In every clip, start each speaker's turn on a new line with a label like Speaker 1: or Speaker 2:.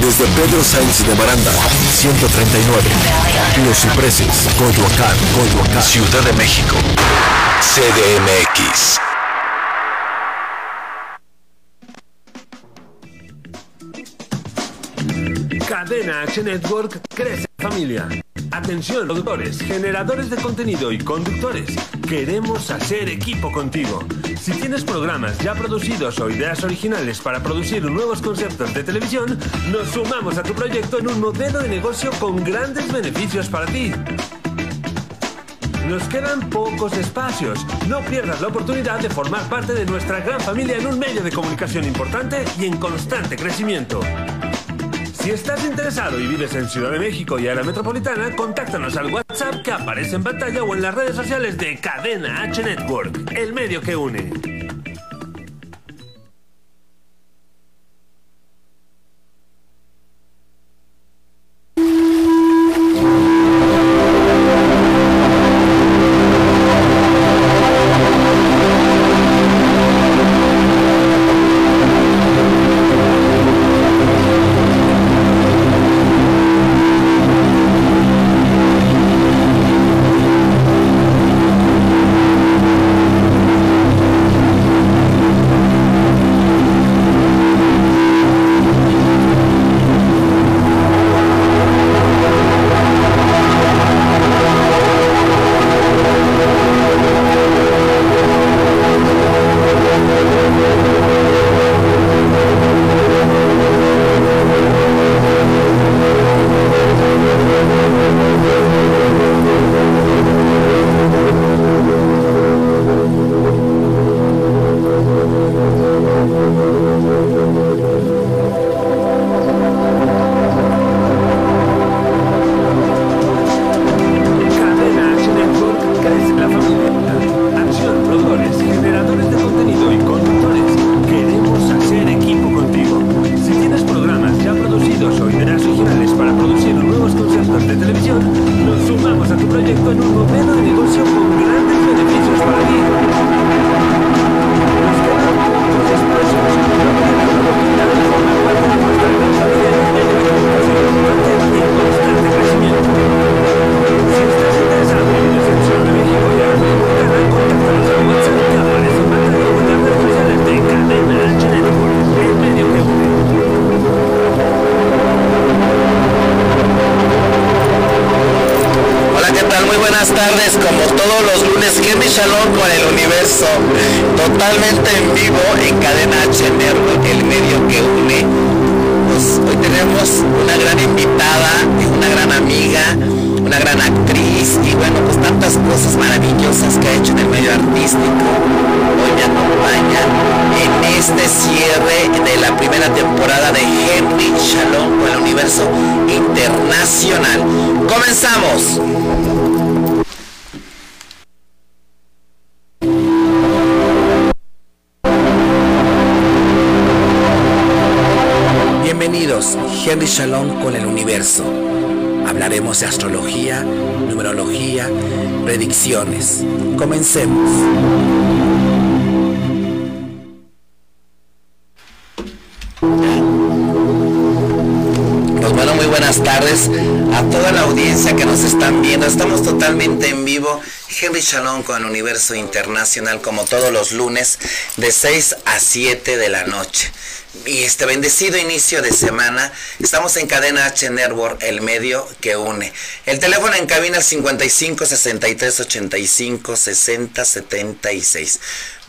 Speaker 1: Desde Pedro Sainz de Baranda, 139. Los Cipreses, Coyoacán, Coyoacán, Ciudad de México. CDMX.
Speaker 2: Cadena H Network crece en familia. Atención, productores, generadores de contenido y conductores. Queremos hacer equipo contigo. Si tienes programas ya producidos o ideas originales para producir nuevos conceptos de televisión, nos sumamos a tu proyecto en un modelo de negocio con grandes beneficios para ti. Nos quedan pocos espacios. No pierdas la oportunidad de formar parte de nuestra gran familia en un medio de comunicación importante y en constante crecimiento. Si estás interesado y vives en Ciudad de México y área metropolitana, contáctanos al WhatsApp que aparece en pantalla o en las redes sociales de Cadena H Network, el medio que une. Cadena H Network crece la familia. Acción, productores, generadores de contenido y conductores. Queremos hacer equipo contigo. Si tienes programas ya producidos o ideas originales para producir nuevos conceptos de televisión, nos sumamos a tu proyecto en un modelo de negocio con grandes beneficios para ti. Nos quedan pocos espacios. No pierdas la oportunidad de formar parte de nuestra gran familia en medio de comunicación constante y en constante crecimiento. Si estás interesado en la Ciudad de México y área metropolitana, contáctanos al WhatsApp que aparece en pantalla o en las redes sociales de Cadena H Network, el medio que une.
Speaker 3: Hola, ¿qué tal? Muy buenas tardes. Como todos los lunes, Henry Shalom con el universo. Totalmente en vivo en Cadena H Network, el medio que une. Pues, hoy tenemos una gran invitada, una gran amiga, una gran actriz y bueno, pues tantas cosas maravillosas que ha hecho en el medio artístico. Hoy me acompaña en este cierre de la primera temporada de Henry Shalom con el universo internacional. ¡Comenzamos! Bienvenidos, Henry Shalom con el universo. Hablaremos de astrología, numerología, predicciones. Comencemos. Pues bueno, muy buenas tardes a toda la audiencia que nos están viendo. Estamos totalmente en vivo. Henry Shalom con el Universo Internacional, como todos los lunes, de 6 a 7 de la noche. Y este bendecido inicio de semana, estamos en Cadena H Network, el medio que une. El teléfono en cabina es 55 63 85 60 76.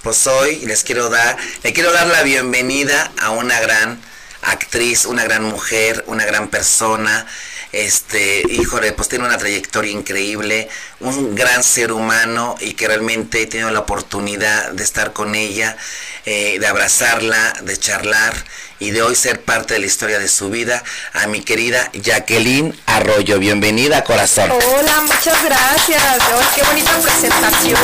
Speaker 3: Pues hoy les quiero dar, le quiero dar la bienvenida a una gran actriz, una gran mujer, una gran persona. Este, híjole, pues tiene una trayectoria increíble, un gran ser humano y que realmente he tenido la oportunidad de estar con ella, eh, de abrazarla, de charlar y de hoy ser parte de la historia de su vida. A mi querida Jacqueline Arroyo, bienvenida corazón.
Speaker 4: Hola, muchas gracias. Ay, qué bonita presentación.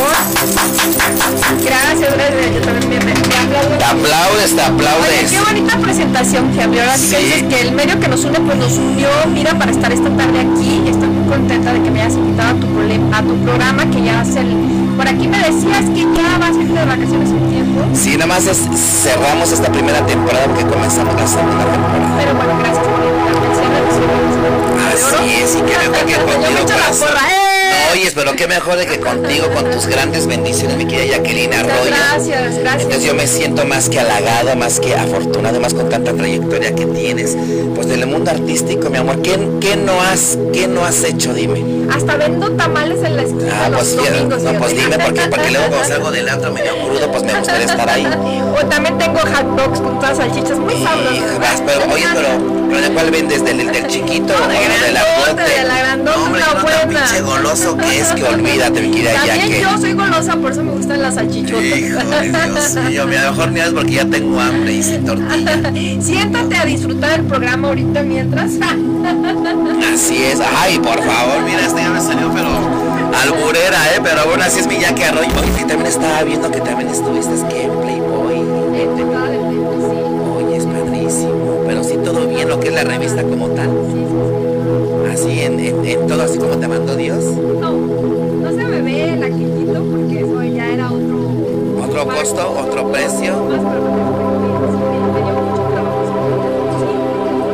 Speaker 4: Gracias, gracias. Yo también me, me, me aplaudo.
Speaker 3: Te aplaudes, te
Speaker 4: Oye,
Speaker 3: aplaudes.
Speaker 4: qué bonita presentación, Henry. Ahora sí que
Speaker 3: Sí.
Speaker 4: dices que el medio que nos une, pues nos unió, mira, para estar esta tarde aquí. Y Estoy muy contenta de que me hayas invitado a tu, prole- a tu programa, que ya es el... Por aquí me decías que ya vas a irte de vacaciones un tiempo.
Speaker 3: Sí, nada más es- cerramos esta primera temporada porque comenzamos la segunda temporada.
Speaker 4: Pero bueno, gracias por invitarme.
Speaker 3: es, y qué mejor que
Speaker 4: Yo me
Speaker 3: contigo
Speaker 4: echo la
Speaker 3: puedas-
Speaker 4: porra, ¡eh!
Speaker 3: No, Oye, pero qué mejor de que contigo, con tus grandes bendiciones, mi querida Jacqueline
Speaker 4: Muchas
Speaker 3: Arroyo.
Speaker 4: gracias,
Speaker 3: Entonces
Speaker 4: gracias.
Speaker 3: yo me siento más que halagado, más que afortunado, más con tanta trayectoria que tienes. Pues del mundo artístico, mi amor, ¿qué, qué no, has, qué no has hecho? Dime.
Speaker 4: Hasta vendo tamales en la esquina
Speaker 3: Ah,
Speaker 4: los
Speaker 3: pues, fíjate,
Speaker 4: domingos.
Speaker 3: no, pues
Speaker 4: fíjate.
Speaker 3: dime, porque, porque luego cuando salgo del antro medio crudo, pues me gustaría estar ahí.
Speaker 4: O también tengo hot dogs con todas salchichas muy
Speaker 3: Y
Speaker 4: sabrosas.
Speaker 3: vas, pero, oye, pero, pero ¿de cuál vendes? ¿Del, del chiquito
Speaker 4: No, Ah, de
Speaker 3: o del
Speaker 4: grandote,
Speaker 3: grandote?
Speaker 4: de la grandota,
Speaker 3: No, hombre,
Speaker 4: una
Speaker 3: no tan
Speaker 4: buena.
Speaker 3: pinche goloso que es que olvídate, mi querida
Speaker 4: También
Speaker 3: Jacqueline.
Speaker 4: yo soy golosa, por eso me gustan las salchichotas.
Speaker 3: Híjole, Dios mío, mira, mejor ni es porque ya tengo hambre y sin tortilla.
Speaker 4: Siéntate a disfrutar el programa ahorita mientras.
Speaker 3: Así es, ay, por favor, mira, este ya me salió, pero alburera, ¿eh? Pero aún así es mi ya que arroyo. Oye, que también estaba viendo que también estuviste, es que en Playboy. Oye, es padrísimo, pero sí todo bien, lo que es la revista como tal. Así, en, en- en todo, así como te mandó Dios.
Speaker 4: No, no se me ve el aquillito porque eso ya era otro.
Speaker 3: Otro costo, otro precio.
Speaker 4: Más permanente. Tenía mucho trabajo, sí, enseñando, que me necesitaba para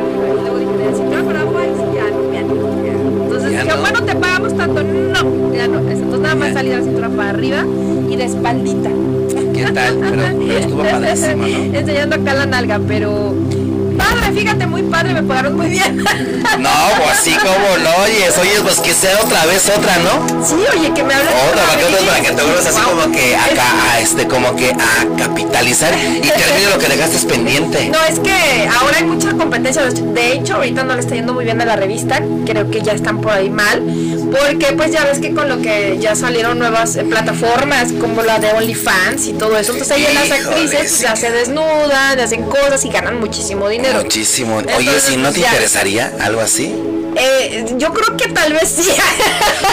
Speaker 4: arriba. Y luego dije, necesitaba para abajo, ahí sí ya no me animo, ya. Entonces
Speaker 3: Ya
Speaker 4: dije,
Speaker 3: no.
Speaker 4: bueno, te pagamos tanto. No, ya no. Entonces nada más
Speaker 3: Ya.
Speaker 4: salí de la cintura para arriba y de espaldita.
Speaker 3: ¿Qué tal? Pero, pero estuvo padrísimo, ¿no?
Speaker 4: Enseñando acá la nalga, pero padre, fíjate, muy padre, me pagaron muy bien.
Speaker 3: No, pues sí, como lo oyes. Oye, pues que sea otra vez otra, ¿no?
Speaker 4: Sí, oye, que me hablas.
Speaker 3: Otra, para que
Speaker 4: de
Speaker 3: otras, para que te vuelvas así
Speaker 4: Wow.
Speaker 3: como que acá, a este, como que a capitalizar y termine lo que dejaste pendiente.
Speaker 4: No, es que ahora hay mucha competencia. De hecho, ahorita no le está yendo muy bien a la revista. Creo que ya están por ahí mal. Porque pues ya ves que con lo que ya salieron nuevas eh, plataformas como la de OnlyFans y todo eso. Entonces ahí las
Speaker 3: Híjole,
Speaker 4: actrices pues,
Speaker 3: sí.
Speaker 4: ya se desnudan, hacen cosas y ganan muchísimo dinero.
Speaker 3: Muchísimo. Oye,
Speaker 4: Entonces,
Speaker 3: si no te
Speaker 4: ya.
Speaker 3: interesaría algo así.
Speaker 4: Eh, yo creo que tal vez sí.
Speaker 3: Oye,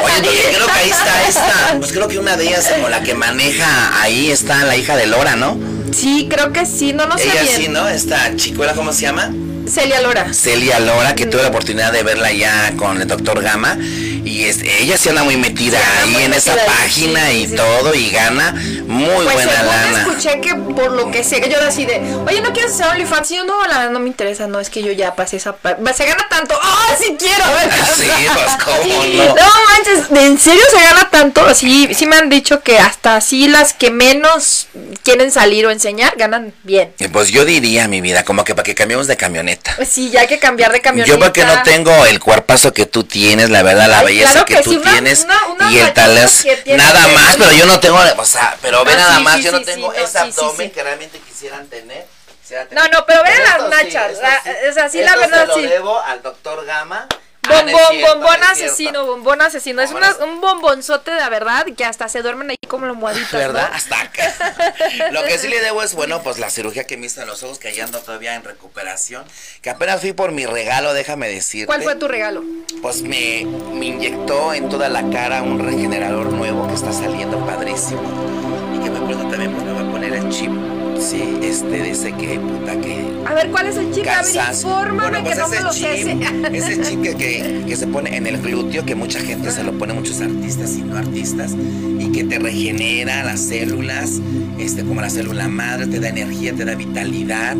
Speaker 3: porque pues, creo que ahí está esta. Pues creo que una de ellas, como la que maneja ahí, está la hija de Lora, ¿no?
Speaker 4: Sí, creo que sí. No, no sé
Speaker 3: Ella sí,
Speaker 4: bien.
Speaker 3: ¿no? Esta chicuela, ¿cómo se llama?
Speaker 4: Celia Lora.
Speaker 3: Celia Lora, que tuve la oportunidad de verla ya con el doctor Gama. Y es- ella sí anda muy metida
Speaker 4: Sí, anda
Speaker 3: ahí
Speaker 4: muy
Speaker 3: en esa
Speaker 4: metida,
Speaker 3: página
Speaker 4: sí,
Speaker 3: y
Speaker 4: sí.
Speaker 3: todo, y gana muy
Speaker 4: Pues
Speaker 3: buena
Speaker 4: según
Speaker 3: lana.
Speaker 4: escuché que por lo que sé, que yo así de, oye, ¿no quieres hacer OnlyFans? Y yo, no, la verdad no me interesa, no, es que yo ya pasé esa parte. Se gana tanto, ¡oh, sí quiero!
Speaker 3: Sí, pues cómo
Speaker 4: No
Speaker 3: no.
Speaker 4: manches, ¿de ¿en serio se gana tanto? Sí, sí me han dicho que hasta así las que menos quieren salir o enseñar ganan bien.
Speaker 3: Eh, Pues yo diría, mi vida, como que para que cambiemos de camioneta.
Speaker 4: Pues sí, ya hay que cambiar de camioneta.
Speaker 3: Yo porque no tengo el cuerpazo que tú tienes, la verdad, la
Speaker 4: Ay,
Speaker 3: belleza
Speaker 4: claro
Speaker 3: que,
Speaker 4: que
Speaker 3: tú
Speaker 4: sí, una-
Speaker 3: tienes
Speaker 4: una- una
Speaker 3: y el
Speaker 4: rayita
Speaker 3: talés.
Speaker 4: que tiene
Speaker 3: Nada
Speaker 4: que-
Speaker 3: más, pero yo no tengo, o sea, pero ve
Speaker 4: Ah,
Speaker 3: nada
Speaker 4: sí,
Speaker 3: más,
Speaker 4: sí,
Speaker 3: yo
Speaker 4: sí,
Speaker 3: no tengo
Speaker 4: sí, no,
Speaker 3: ese
Speaker 4: sí, sí,
Speaker 3: abdomen
Speaker 4: sí.
Speaker 3: que realmente quisieran tener. quisieran
Speaker 4: No,
Speaker 3: tener.
Speaker 4: no, pero ve
Speaker 3: Pero
Speaker 4: las
Speaker 3: esto sí,
Speaker 4: nachas,
Speaker 3: esto
Speaker 4: la-
Speaker 3: sí.
Speaker 4: o sea, sí, la
Speaker 3: Esto
Speaker 4: verdad,
Speaker 3: se
Speaker 4: sí.
Speaker 3: lo debo al doctor Gama. Ah, no es
Speaker 4: Bombón,
Speaker 3: cierto, no
Speaker 4: bombón
Speaker 3: es cierto.
Speaker 4: asesino, bombón asesino. Es
Speaker 3: Bombón
Speaker 4: una-
Speaker 3: asesino.
Speaker 4: un bombonzote de verdad que hasta se duermen ahí como almohaditas. ¿no?
Speaker 3: ¿Verdad? Hasta acá. Lo que sí le debo es, bueno, pues la cirugía que me hizo en los ojos, que ya ando todavía en recuperación, que apenas fui por mi regalo, déjame decirte.
Speaker 4: ¿Cuál fue tu regalo?
Speaker 3: Pues me, me inyectó en toda la cara un regenerador nuevo que está saliendo padrísimo. Y que me acuerdo también, pues me va a poner el chip. Sí, este, dice que, puta, que
Speaker 4: A ver, ¿cuál es el chip? A ver,
Speaker 3: cansancio.
Speaker 4: infórmame
Speaker 3: Bueno, pues
Speaker 4: que no me lo sé.
Speaker 3: ese chip, ese chip que, que- que se pone en el glúteo, que mucha gente se lo pone, muchos artistas y no artistas, y que te regenera las células, este, como la célula madre, te da energía, te da vitalidad,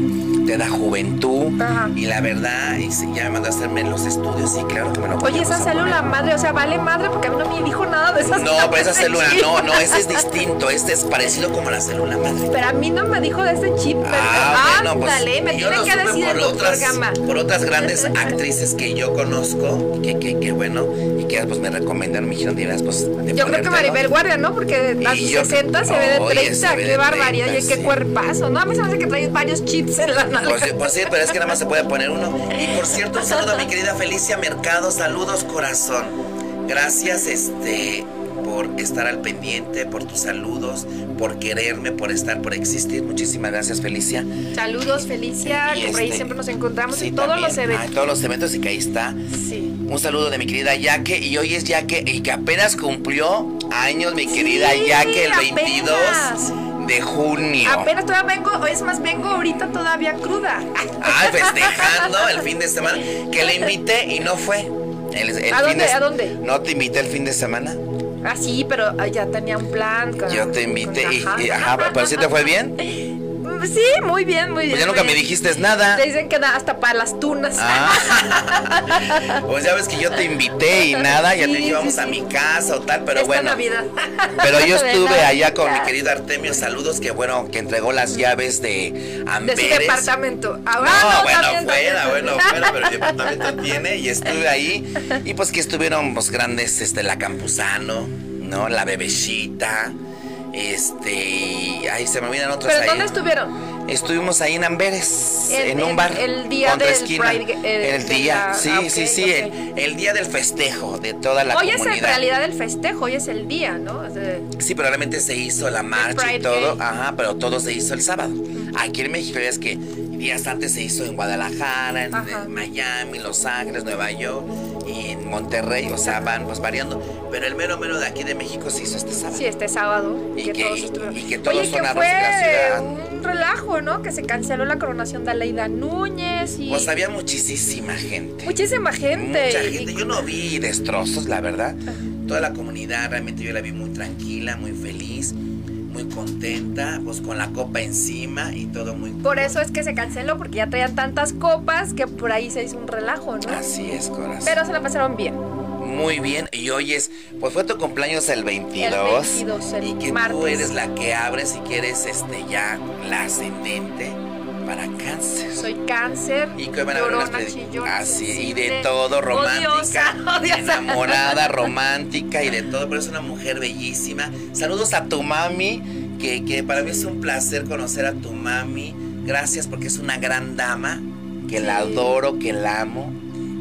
Speaker 3: te da juventud.
Speaker 4: Ajá.
Speaker 3: Y la verdad, y se- ya me mandó a hacerme los estudios, y claro que me lo
Speaker 4: Oye,
Speaker 3: vamos
Speaker 4: esa
Speaker 3: a poner.
Speaker 4: célula madre, o sea, vale madre porque a mí no me dijo nada de esas
Speaker 3: No, pero esa
Speaker 4: ese
Speaker 3: célula
Speaker 4: chip.
Speaker 3: no, no, ese es distinto, este es parecido como la célula madre.
Speaker 4: Pero a mí no me dijo de ese chip. Pero,
Speaker 3: Ah, bueno, pues,
Speaker 4: ándale, me
Speaker 3: yo
Speaker 4: tiene
Speaker 3: lo
Speaker 4: que
Speaker 3: supe
Speaker 4: decir el
Speaker 3: por
Speaker 4: doctor
Speaker 3: otras,
Speaker 4: Gama.
Speaker 3: por otras grandes actrices que yo conozco y que, que, que, bueno, y que pues me recomendaron, me dijeron, dirás, pues, de
Speaker 4: Yo creo que
Speaker 3: ponértelo".
Speaker 4: Maribel Guardia, ¿no? Porque a
Speaker 3: Y
Speaker 4: sus
Speaker 3: yo-
Speaker 4: 60 se ve de
Speaker 3: Oye,
Speaker 4: 30.
Speaker 3: se ve de
Speaker 4: qué barbaridad, oye,
Speaker 3: 30,
Speaker 4: qué
Speaker 3: sí.
Speaker 4: cuerpazo. No, a mí se me hace que traes varios chips en la nalga.
Speaker 3: Pues, sí, pues sí, pero es que nada más se puede poner uno. Y por cierto, un saludo a mi querida Felicia Mercado, saludos corazón. Gracias, este, por estar al pendiente, por tus saludos, por quererme, por estar, por existir. Muchísimas gracias, Felicia.
Speaker 4: Saludos, Felicia.
Speaker 3: eh, Y
Speaker 4: que por ahí
Speaker 3: este-
Speaker 4: siempre nos encontramos
Speaker 3: Sí,
Speaker 4: en todos
Speaker 3: también.
Speaker 4: los
Speaker 3: Ah, en
Speaker 4: eventos.
Speaker 3: todos los eventos y que ahí está.
Speaker 4: Sí.
Speaker 3: Un saludo de mi querida Yaque y hoy es Yaque y que apenas cumplió años mi querida
Speaker 4: Sí,
Speaker 3: Yaque el 22
Speaker 4: apenas.
Speaker 3: de junio.
Speaker 4: Apenas todavía vengo, o es más, vengo ahorita todavía cruda.
Speaker 3: Ay, Ah, festejando el fin de semana que le invité y no fue. El- el
Speaker 4: ¿A
Speaker 3: fin
Speaker 4: dónde,
Speaker 3: de-
Speaker 4: a dónde?
Speaker 3: No te invité el fin de semana.
Speaker 4: Ah, sí, pero ah, ya tenía un plan. con-
Speaker 3: Yo te invité y, y-
Speaker 4: con-
Speaker 3: ajá, pero si te fue bien.
Speaker 4: Mm, sí, muy bien, muy bien.
Speaker 3: Pues ya nunca
Speaker 4: muy
Speaker 3: me
Speaker 4: bien.
Speaker 3: dijiste nada.
Speaker 4: Te dicen que da hasta para las tunas.
Speaker 3: Ah. pues ya ves que yo te invité y nada, ya te
Speaker 4: Sí,
Speaker 3: llevamos
Speaker 4: sí,
Speaker 3: a
Speaker 4: sí.
Speaker 3: mi casa o tal, pero
Speaker 4: Esta
Speaker 3: bueno.
Speaker 4: Navidad.
Speaker 3: Pero yo
Speaker 4: De
Speaker 3: estuve allá con mi
Speaker 4: Navidad.
Speaker 3: querido Artemio, saludos, que bueno, que entregó las llaves de
Speaker 4: De
Speaker 3: Amberes.
Speaker 4: su departamento. Ahora
Speaker 3: No,
Speaker 4: no,
Speaker 3: bueno,
Speaker 4: también,
Speaker 3: fuera,
Speaker 4: también.
Speaker 3: bueno, fuera, pero el departamento tiene y estuve ahí. Y pues que estuvieron los grandes, este, la Campuzano, ¿no? La Bebecita, este, y ahí se me olvidan otros
Speaker 4: Pero
Speaker 3: pues ahí.
Speaker 4: ¿dónde estuvieron?
Speaker 3: Estuvimos ahí en Amberes,
Speaker 4: El-
Speaker 3: en un
Speaker 4: el-
Speaker 3: bar.
Speaker 4: el día
Speaker 3: contra
Speaker 4: del
Speaker 3: esquina.
Speaker 4: Pride, eh,
Speaker 3: El
Speaker 4: de
Speaker 3: día,
Speaker 4: la-
Speaker 3: sí,
Speaker 4: ah,
Speaker 3: sí,
Speaker 4: ok,
Speaker 3: sí,
Speaker 4: ok.
Speaker 3: El, el día del festejo de toda la
Speaker 4: Hoy es
Speaker 3: comunidad.
Speaker 4: en realidad el festejo, hoy es el día, ¿no? O sea,
Speaker 3: Sí, pero realmente se hizo la marcha y
Speaker 4: Pride
Speaker 3: todo.
Speaker 4: Day.
Speaker 3: Ajá, pero todo se hizo el sábado. Aquí en México ya es que días antes se hizo en Guadalajara, en,
Speaker 4: Ajá.
Speaker 3: en Miami, Los Ángeles, Nueva York y en Monterrey. O sea, van pues variando. Pero el mero mero de aquí de México se hizo este sábado.
Speaker 4: sí, este sábado.
Speaker 3: Y que- y- y que todos
Speaker 4: Oye,
Speaker 3: son
Speaker 4: que
Speaker 3: arroz
Speaker 4: fue
Speaker 3: de la ciudad.
Speaker 4: un relajo, ¿no? Que se canceló la coronación de Aleida Núñez y
Speaker 3: Pues había muchísima gente.
Speaker 4: muchísima gente.
Speaker 3: Mucha
Speaker 4: y-
Speaker 3: gente. Yo no vi destrozos, la verdad. Toda la comunidad realmente yo la vi muy tranquila, muy feliz, muy contenta, pues con la copa encima y todo muy
Speaker 4: Por eso es que se canceló, porque ya traían tantas copas que por ahí se hizo un relajo, ¿no?
Speaker 3: Así es, corazón.
Speaker 4: Pero se la pasaron bien.
Speaker 3: Muy bien, y hoy es, pues fue tu cumpleaños el 22.
Speaker 4: El 22, el
Speaker 3: y que tú
Speaker 4: martes.
Speaker 3: eres la que abres y que eres este, ya la ascendente para cáncer.
Speaker 4: Soy cáncer,
Speaker 3: Y que van a ver unas
Speaker 4: llorona,
Speaker 3: predi-
Speaker 4: chillona,
Speaker 3: Así, y
Speaker 4: sensible,
Speaker 3: de todo, romántica.
Speaker 4: Odiosa, odiosa.
Speaker 3: Enamorada, romántica y de todo, pero es una mujer bellísima. Saludos a tu mami, que, que para mí es un placer conocer a tu mami. Gracias porque es una gran dama, que la
Speaker 4: Sí.
Speaker 3: adoro, que la amo.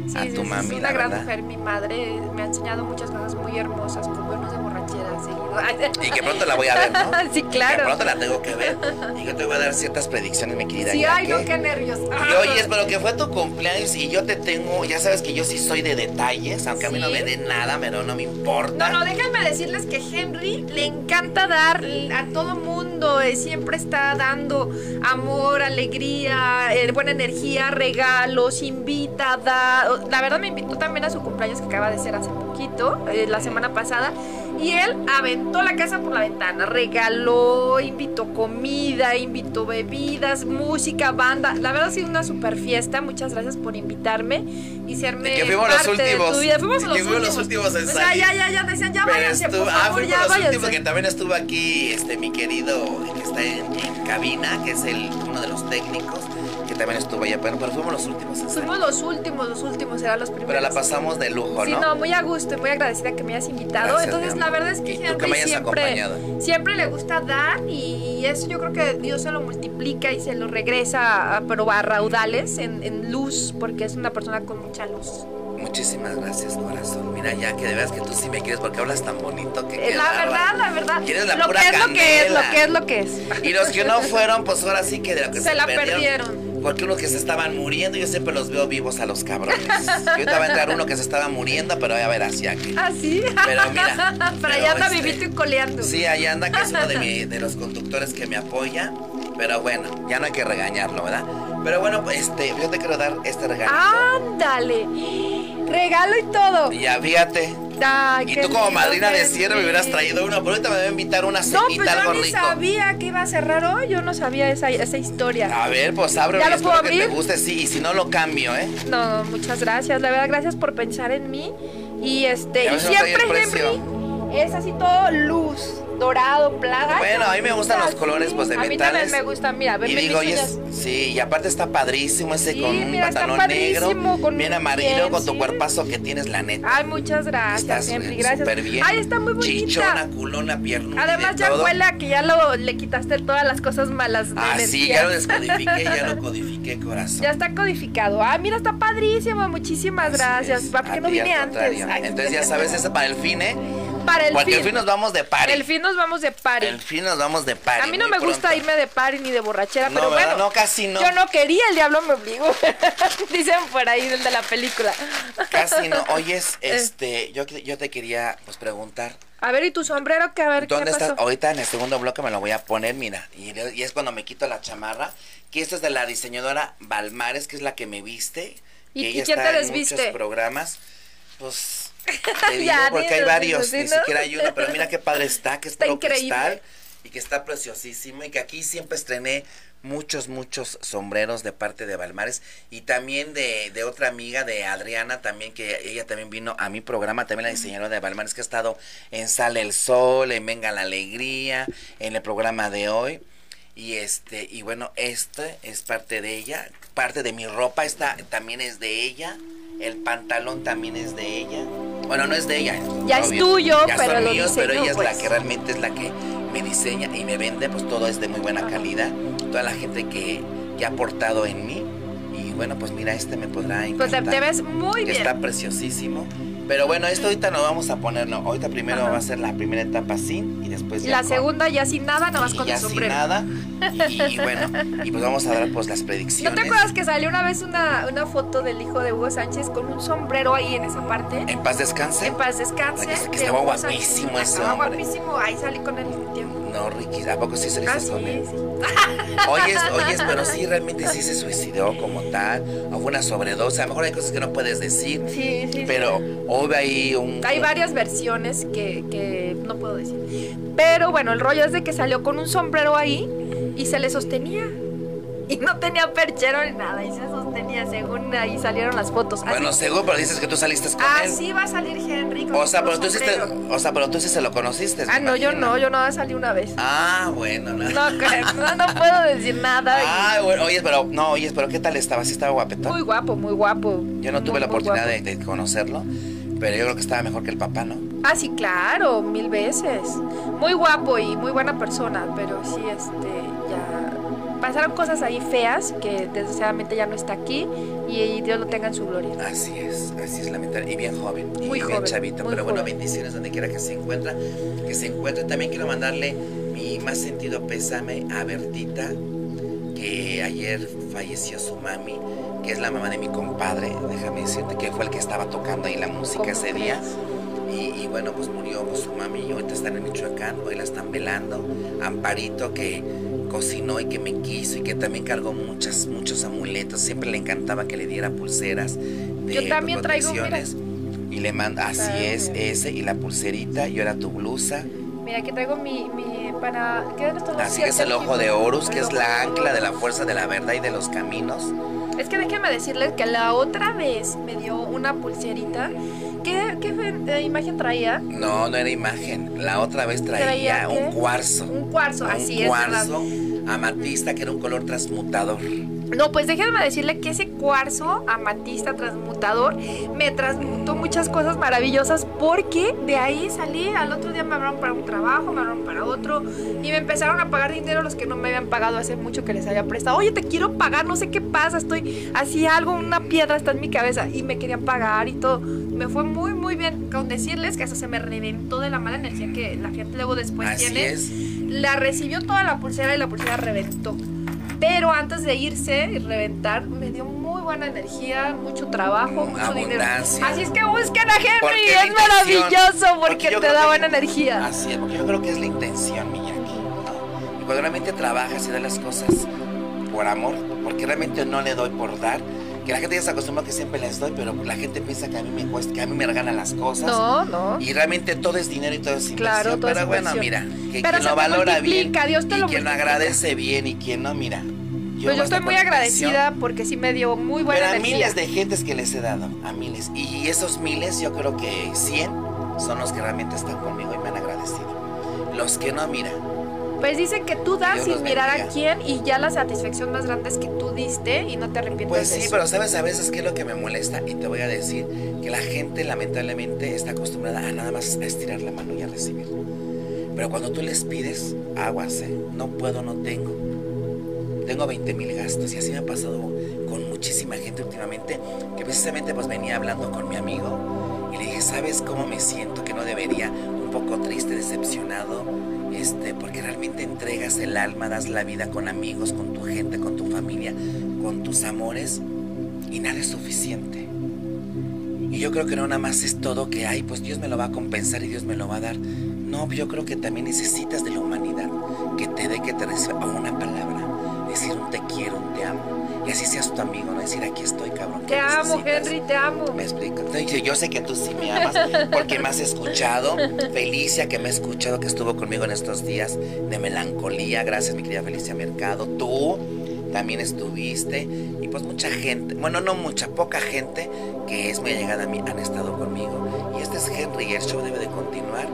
Speaker 4: Sí,
Speaker 3: a
Speaker 4: sí,
Speaker 3: tu
Speaker 4: sí,
Speaker 3: mami,
Speaker 4: es
Speaker 3: la
Speaker 4: una gran
Speaker 3: verdad.
Speaker 4: mujer. Mi madre me ha enseñado muchas cosas muy hermosas, como vernos de borrachera seguido.
Speaker 3: Y que pronto la voy a ver, ¿no?
Speaker 4: sí,
Speaker 3: Que
Speaker 4: claro.
Speaker 3: pronto la tengo que ver. Y yo te voy a dar ciertas predicciones, mi querida.
Speaker 4: Sí,
Speaker 3: ya
Speaker 4: ay, no,
Speaker 3: que-
Speaker 4: qué nervios.
Speaker 3: Y oye, pero que fue tu cumpleaños y yo te tengo, ya sabes que yo sí soy de detalles, aunque a mí no
Speaker 4: Sí.
Speaker 3: me den nada, pero no me importa.
Speaker 4: No, no, déjenme decirles que Henry le encanta dar a todo mundo, eh, siempre está dando amor, alegría, eh, buena energía, regalos, invita, da. La verdad me invitó también a su cumpleaños que acaba de ser hace poquito, eh, la semana pasada, y él aventó la casa por la ventana, regaló, invitó comida, invitó bebidas, música, banda. La verdad ha sido una super fiesta, muchas gracias por invitarme y serme
Speaker 3: Y que fuimos los
Speaker 4: parte de tu
Speaker 3: últimos.
Speaker 4: vida. Fuimos
Speaker 3: Y
Speaker 4: los
Speaker 3: que fuimos los últimos en
Speaker 4: O sea,
Speaker 3: salir.
Speaker 4: ya, ya, ya decían, ya
Speaker 3: Pues Pero
Speaker 4: váyanse,
Speaker 3: estuvo-
Speaker 4: por
Speaker 3: ah,
Speaker 4: favor,
Speaker 3: fue
Speaker 4: ya
Speaker 3: por los
Speaker 4: váyanse.
Speaker 3: últimos que también estuvo aquí este mi querido que está en, en cabina, que es el uno de los técnicos, que también estuvo allá, pero, pero fuimos los últimos. en
Speaker 4: Fuimos
Speaker 3: salir.
Speaker 4: los últimos, los últimos, eran los primeros.
Speaker 3: Pero la pasamos de lujo,
Speaker 4: Sí,
Speaker 3: ¿no?
Speaker 4: no, muy a gusto y muy agradecida que me hayas invitado.
Speaker 3: Gracias,
Speaker 4: Entonces,
Speaker 3: mi
Speaker 4: la
Speaker 3: amor.
Speaker 4: verdad es que
Speaker 3: Y tú que
Speaker 4: Henry
Speaker 3: me hayas
Speaker 4: siempre,
Speaker 3: acompañado.
Speaker 4: siempre le gusta dar y eso yo creo que Dios se lo multiplica y se lo regresa, a, pero a raudales en, en luz, porque es una persona con mucha luz.
Speaker 3: Muchísimas gracias, corazón. Mira, ya que de veras que tú sí me quieres porque hablas tan bonito que.
Speaker 4: Eh,
Speaker 3: qué
Speaker 4: la
Speaker 3: bárbaro.
Speaker 4: verdad, la verdad.
Speaker 3: Y eres la
Speaker 4: lo
Speaker 3: pura
Speaker 4: que es lo que es, lo
Speaker 3: candela.
Speaker 4: que es, lo que es.
Speaker 3: Y los que no fueron, pues ahora sí que de lo que se,
Speaker 4: Se la
Speaker 3: perdieron.
Speaker 4: perdieron.
Speaker 3: Porque unos que se estaban muriendo, yo siempre los veo vivos a los cabrones. Y ahorita va a entrar uno que se estaba muriendo, pero ya verás, ya que.
Speaker 4: Ah, sí.
Speaker 3: Pero mira,
Speaker 4: Pero
Speaker 3: pero
Speaker 4: allá anda
Speaker 3: este-
Speaker 4: vivito y coleando.
Speaker 3: Sí, ahí anda, que es uno de, mi- de los conductores que me apoya. Pero bueno, ya no hay que regañarlo, ¿verdad? Pero bueno, pues, este, yo te quiero dar este regalo.
Speaker 4: Ah. Ándale. Regalo y todo.
Speaker 3: Ya, fíjate.
Speaker 4: Ay,
Speaker 3: Y
Speaker 4: qué
Speaker 3: tú como
Speaker 4: lindo,
Speaker 3: madrina de
Speaker 4: Henry.
Speaker 3: cierre me hubieras traído uno, pero ahorita me va a invitar una
Speaker 4: No,
Speaker 3: cenita,
Speaker 4: pues yo
Speaker 3: algo
Speaker 4: ni
Speaker 3: rico.
Speaker 4: sabía que iba a cerrar hoy. Yo no sabía esa, esa historia.
Speaker 3: A ver, pues ábrelo
Speaker 4: ¿Ya
Speaker 3: y
Speaker 4: lo
Speaker 3: espero
Speaker 4: puedo
Speaker 3: que te
Speaker 4: abrir?
Speaker 3: guste, sí, y si no lo cambio, ¿eh?
Speaker 4: No, muchas gracias. La verdad, gracias por pensar en mí. Y este,
Speaker 3: Ya
Speaker 4: y
Speaker 3: ves, no trae el
Speaker 4: siempre
Speaker 3: precio.
Speaker 4: Henry es así todo luz, dorado, plaga.
Speaker 3: Bueno, a mí me gustan los colores, pues, de
Speaker 4: A mí
Speaker 3: metales.
Speaker 4: también me gusta, mira, ven,
Speaker 3: Y
Speaker 4: ven
Speaker 3: digo,
Speaker 4: mis
Speaker 3: oye,
Speaker 4: uñas.
Speaker 3: sí, y aparte está padrísimo ese
Speaker 4: Sí,
Speaker 3: con un
Speaker 4: mira, está
Speaker 3: pantalón negro,
Speaker 4: padrísimo, con
Speaker 3: bien
Speaker 4: un
Speaker 3: amarillo,
Speaker 4: bien,
Speaker 3: con tu
Speaker 4: sí.
Speaker 3: cuerpazo que tienes, la neta.
Speaker 4: Ay, muchas gracias,
Speaker 3: Estás
Speaker 4: Henry.
Speaker 3: eh,
Speaker 4: Gracias.
Speaker 3: súper bien.
Speaker 4: Ay, está muy bonita.
Speaker 3: Chichona, culona, pierna.
Speaker 4: Además, ya huele a que ya lo, le quitaste todas las cosas malas. de
Speaker 3: Ah, sí,
Speaker 4: energía.
Speaker 3: ya lo descodifiqué, ya lo codifiqué, corazón.
Speaker 4: Ya está codificado. Ah, mira, está padrísimo. Muchísimas
Speaker 3: Así
Speaker 4: gracias.
Speaker 3: es.
Speaker 4: ¿Para ¿Por
Speaker 3: A
Speaker 4: qué no
Speaker 3: ti, al
Speaker 4: vine antes?
Speaker 3: contrario.
Speaker 4: Ay.
Speaker 3: Entonces ya sabes, ese para el fin, ¿eh?
Speaker 4: Para el
Speaker 3: Porque
Speaker 4: fin.
Speaker 3: el fin nos vamos de party.
Speaker 4: El fin nos vamos de party.
Speaker 3: El fin nos vamos de party.
Speaker 4: A mí no
Speaker 3: muy
Speaker 4: me gusta
Speaker 3: pronto.
Speaker 4: irme de party ni de borrachera,
Speaker 3: No,
Speaker 4: pero
Speaker 3: ¿verdad?
Speaker 4: bueno.
Speaker 3: No, casi no.
Speaker 4: Yo no quería, el diablo me obligó. Dicen por ahí el de la película.
Speaker 3: Casi no. Oyes,
Speaker 4: Eh.
Speaker 3: este, yo, yo te quería pues preguntar.
Speaker 4: A ver, ¿y tu sombrero? Que a ver, ¿qué
Speaker 3: ¿Dónde estás?
Speaker 4: pasó?
Speaker 3: Ahorita en el segundo bloque me lo voy a poner, mira. Y, le- y es cuando me quito la chamarra. Que esta es de la diseñadora Balmares, que es la que me viste.
Speaker 4: ¿Y-
Speaker 3: que
Speaker 4: y
Speaker 3: ella
Speaker 4: quién
Speaker 3: está
Speaker 4: te
Speaker 3: en muchos
Speaker 4: desviste?
Speaker 3: programas. Pues. Te digo,
Speaker 4: Ya,
Speaker 3: porque hay
Speaker 4: dinos,
Speaker 3: varios,
Speaker 4: dinos,
Speaker 3: ni
Speaker 4: dinos.
Speaker 3: siquiera hay uno. Pero mira qué padre está, que es
Speaker 4: Está
Speaker 3: todo
Speaker 4: increíble.
Speaker 3: cristal. y que está preciosísimo y que aquí siempre estrené muchos, muchos sombreros de parte de Balmares y también de, de otra amiga de Adriana también, que ella también vino a mi programa, también la diseñadora de Balmares, que ha estado en Sale el Sol, en Venga la Alegría, en el programa de hoy. Y este, y bueno, este es parte de ella, parte de mi ropa, esta también es de ella, el pantalón también es de ella. Bueno, no es de ella.
Speaker 4: Ya es tuyo,
Speaker 3: ya
Speaker 4: pero
Speaker 3: son
Speaker 4: lo
Speaker 3: míos, pero
Speaker 4: diseñó,
Speaker 3: ella es
Speaker 4: pues.
Speaker 3: la que realmente es la que me diseña y me vende, pues todo es de muy buena calidad. Toda la gente que, que ha aportado en mí. Y bueno, pues mira, este me podrá
Speaker 4: Pues te,
Speaker 3: encantar.
Speaker 4: te ves muy
Speaker 3: que
Speaker 4: bien.
Speaker 3: está preciosísimo. Pero bueno, esto ahorita no vamos a ponerlo. Ahorita primero
Speaker 4: Ajá.
Speaker 3: va a ser la primera etapa sin y después ya
Speaker 4: La
Speaker 3: con-
Speaker 4: segunda ya sin nada, nada más
Speaker 3: y
Speaker 4: con
Speaker 3: ya
Speaker 4: tu
Speaker 3: sin
Speaker 4: sombrero.
Speaker 3: nada. Y, y bueno, y pues vamos a dar pues las
Speaker 4: ¿No
Speaker 3: predicciones.
Speaker 4: te acuerdas que salió una vez una, una foto del hijo de Hugo Sánchez con un sombrero ahí en esa parte?
Speaker 3: En paz descanse.
Speaker 4: En paz descanse.
Speaker 3: Que es- que
Speaker 4: de
Speaker 3: estaba
Speaker 4: Hugo Sánchez.
Speaker 3: guapísimo ese
Speaker 4: Estaba
Speaker 3: hombre.
Speaker 4: guapísimo. Ahí salí con él un tiempo.
Speaker 3: No, Ricky, ¿a poco sí se les
Speaker 4: Ah, sí,
Speaker 3: con él?
Speaker 4: sí.
Speaker 3: Oyes, oyes, pero sí realmente sí se suicidó como tal, o fue una sobredosis, a lo mejor hay cosas que no puedes decir,
Speaker 4: Sí, sí, sí.
Speaker 3: pero hubo ahí un...
Speaker 4: Hay varias versiones que, que no puedo decir. Pero bueno, el rollo es de que salió con un sombrero ahí y se le sostenía. Y no tenía perchero ni nada. Y se sostenía según ahí salieron las fotos. Así-
Speaker 3: Bueno, seguro, pero dices que tú saliste con él.
Speaker 4: Así va a salir Henry. Ah, con
Speaker 3: O sea,
Speaker 4: puro
Speaker 3: pero este tú sí te-
Speaker 4: sombrero.
Speaker 3: o sea, pero tú sí se lo conociste. me
Speaker 4: Ah, no, yo
Speaker 3: imagino.
Speaker 4: no, yo nada salí una vez.
Speaker 3: Ah, bueno, no.
Speaker 4: No, no, no puedo decir nada. y-
Speaker 3: Ah, bueno, oyes, pero, no, oyes, pero ¿qué tal estaba? ¿Sí estaba guapetón?
Speaker 4: Muy guapo, muy guapo.
Speaker 3: Yo no tuve
Speaker 4: Muy,
Speaker 3: la
Speaker 4: muy
Speaker 3: oportunidad
Speaker 4: guapo.
Speaker 3: de, de conocerlo, pero yo creo que estaba mejor que el papá, ¿no?
Speaker 4: Ah, sí, claro, mil veces. Muy guapo y muy buena persona, pero sí, este, ya. Pasaron cosas ahí feas que desgraciadamente ya no está aquí y, Dios lo tenga en su gloria.
Speaker 3: Así es, así es lamentable. Y bien joven, y
Speaker 4: Muy
Speaker 3: bien
Speaker 4: joven,
Speaker 3: chavito,
Speaker 4: muy
Speaker 3: pero bueno,
Speaker 4: joven.
Speaker 3: bendiciones donde quiera que se encuentra. Que se encuentre. También quiero mandarle mi más sentido pésame a Bertita, que ayer falleció su mami, que es la mamá de mi compadre, déjame decirte, que fue el que estaba tocando ahí la música
Speaker 4: ¿Cómo
Speaker 3: ese día.
Speaker 4: crees?
Speaker 3: Y, y bueno, pues murió su mami, ahorita están en Michoacán, hoy la están velando. Amparito que cocinó y que me quiso y que también cargó muchas, muchos amuletos, siempre le encantaba que le diera pulseras de
Speaker 4: Yo también traigo, mira.
Speaker 3: protecciones. Y le manda, así
Speaker 4: Ah,
Speaker 3: es,
Speaker 4: mira.
Speaker 3: ese, y la pulserita, y ahora tu blusa.
Speaker 4: Mira, aquí traigo mi. mi para. ¿Qué eran estos los
Speaker 3: Así que es
Speaker 4: siete
Speaker 3: el ojo
Speaker 4: equipos?
Speaker 3: de Horus, que
Speaker 4: El
Speaker 3: es
Speaker 4: ojo
Speaker 3: la ancla de la
Speaker 4: Horus.
Speaker 3: fuerza de la verdad y de los caminos.
Speaker 4: Es que déjenme decirles que la otra vez me dio una pulserita. ¿Qué, qué fe- eh, imagen traía?
Speaker 3: No, no era imagen. La otra vez traía
Speaker 4: ¿Traía
Speaker 3: un
Speaker 4: qué?
Speaker 3: cuarzo.
Speaker 4: Un cuarzo,
Speaker 3: un
Speaker 4: así es, ¿verdad?
Speaker 3: cuarzo amatista que era un color transmutador.
Speaker 4: No, pues déjenme decirle que ese cuarzo amatista transmutador me transmutó muchas cosas maravillosas porque de ahí salí, al otro día me hablaron para un trabajo, me hablaron para otro y me empezaron a pagar dinero los que no me habían pagado hace mucho que les había prestado. Oye, te quiero pagar, no sé qué pasa, estoy así algo, una piedra está en mi cabeza y me querían pagar y todo. Me fue muy, muy bien con decirles que hasta se me reventó de la mala energía que la gente luego después
Speaker 3: así
Speaker 4: Pues tiene.
Speaker 3: es.
Speaker 4: La recibió toda la pulsera y la pulsera reventó. Pero antes de irse y reventar, me dio muy buena energía, mucho trabajo,
Speaker 3: Mm,
Speaker 4: mucho dinero.
Speaker 3: abundancia.
Speaker 4: Así es que busquen a Henry,
Speaker 3: Porque la
Speaker 4: es
Speaker 3: intención-
Speaker 4: maravilloso
Speaker 3: porque
Speaker 4: porque
Speaker 3: yo
Speaker 4: te
Speaker 3: creo
Speaker 4: da
Speaker 3: que-
Speaker 4: buena energía.
Speaker 3: Así es, porque yo creo que es la intención, Miyaki. ¿no? Y cuando realmente trabajas y das las cosas por amor, porque realmente no le doy por dar, que la gente ya se acostumbra que siempre les doy, pero la gente piensa que a mí me cuesta, que a mí me regalan las cosas.
Speaker 4: No, no.
Speaker 3: Y realmente todo es dinero y todo es inversión.
Speaker 4: Claro, todo
Speaker 3: pero
Speaker 4: es
Speaker 3: bueno, mira,
Speaker 4: inversión.
Speaker 3: que
Speaker 4: Pero
Speaker 3: quien
Speaker 4: se
Speaker 3: lo
Speaker 4: te
Speaker 3: valora bien,
Speaker 4: multiplica, Dios te
Speaker 3: y
Speaker 4: lo
Speaker 3: quien lo
Speaker 4: multiplica.
Speaker 3: agradece bien y quien no, mira.
Speaker 4: Pero yo
Speaker 3: basta con
Speaker 4: estoy muy
Speaker 3: intención.
Speaker 4: agradecida porque sí me dio muy buena
Speaker 3: Pero a
Speaker 4: energía.
Speaker 3: miles de gentes que les he dado, a miles. Y esos miles, yo creo que 100 son los que realmente están conmigo y me han agradecido. Los que no, mira,
Speaker 4: Pues dicen que tú das
Speaker 3: Dios los
Speaker 4: sin mirar a
Speaker 3: bendiga.
Speaker 4: quién y ya la satisfacción más grande es que tú diste y no te arrepientes
Speaker 3: Pues
Speaker 4: de
Speaker 3: sí,
Speaker 4: eso.
Speaker 3: pero sabes a veces qué es lo que me molesta y te voy a decir que la gente lamentablemente está acostumbrada a nada más a estirar la mano y a recibir. Pero cuando tú les pides, aguas, ¿eh? no puedo, no tengo. Tengo 20 mil gastos y así me ha pasado con muchísima gente últimamente que precisamente pues venía hablando con mi amigo y le dije, ¿sabes cómo me siento? Que no debería, un poco triste, decepcionado, este, porque realmente entregas el alma, das la vida con amigos, con tu gente, con tu familia, con tus amores y nada es suficiente. Y yo creo que no nada más es todo que hay, pues Dios me lo va a compensar y Dios me lo va a dar. No, yo creo que también necesitas de la humanidad que te dé, que te reciba una palabra, decir un te quiero, un te amo. Y así seas tu amigo, no decir aquí estoy, cabrón. ¿qué
Speaker 4: Te amo,
Speaker 3: necesitas?".
Speaker 4: Henry, te amo.
Speaker 3: Me explico. Entonces, Yo sé que tú sí me amas porque me has escuchado. Felicia, que me ha escuchado, que estuvo conmigo en estos días de melancolía. Gracias, mi querida Felicia Mercado. Tú también estuviste. Y pues mucha gente, bueno, no mucha, poca gente que es muy allegada a mí han estado conmigo. Y este es Henry y el show debe de continuar.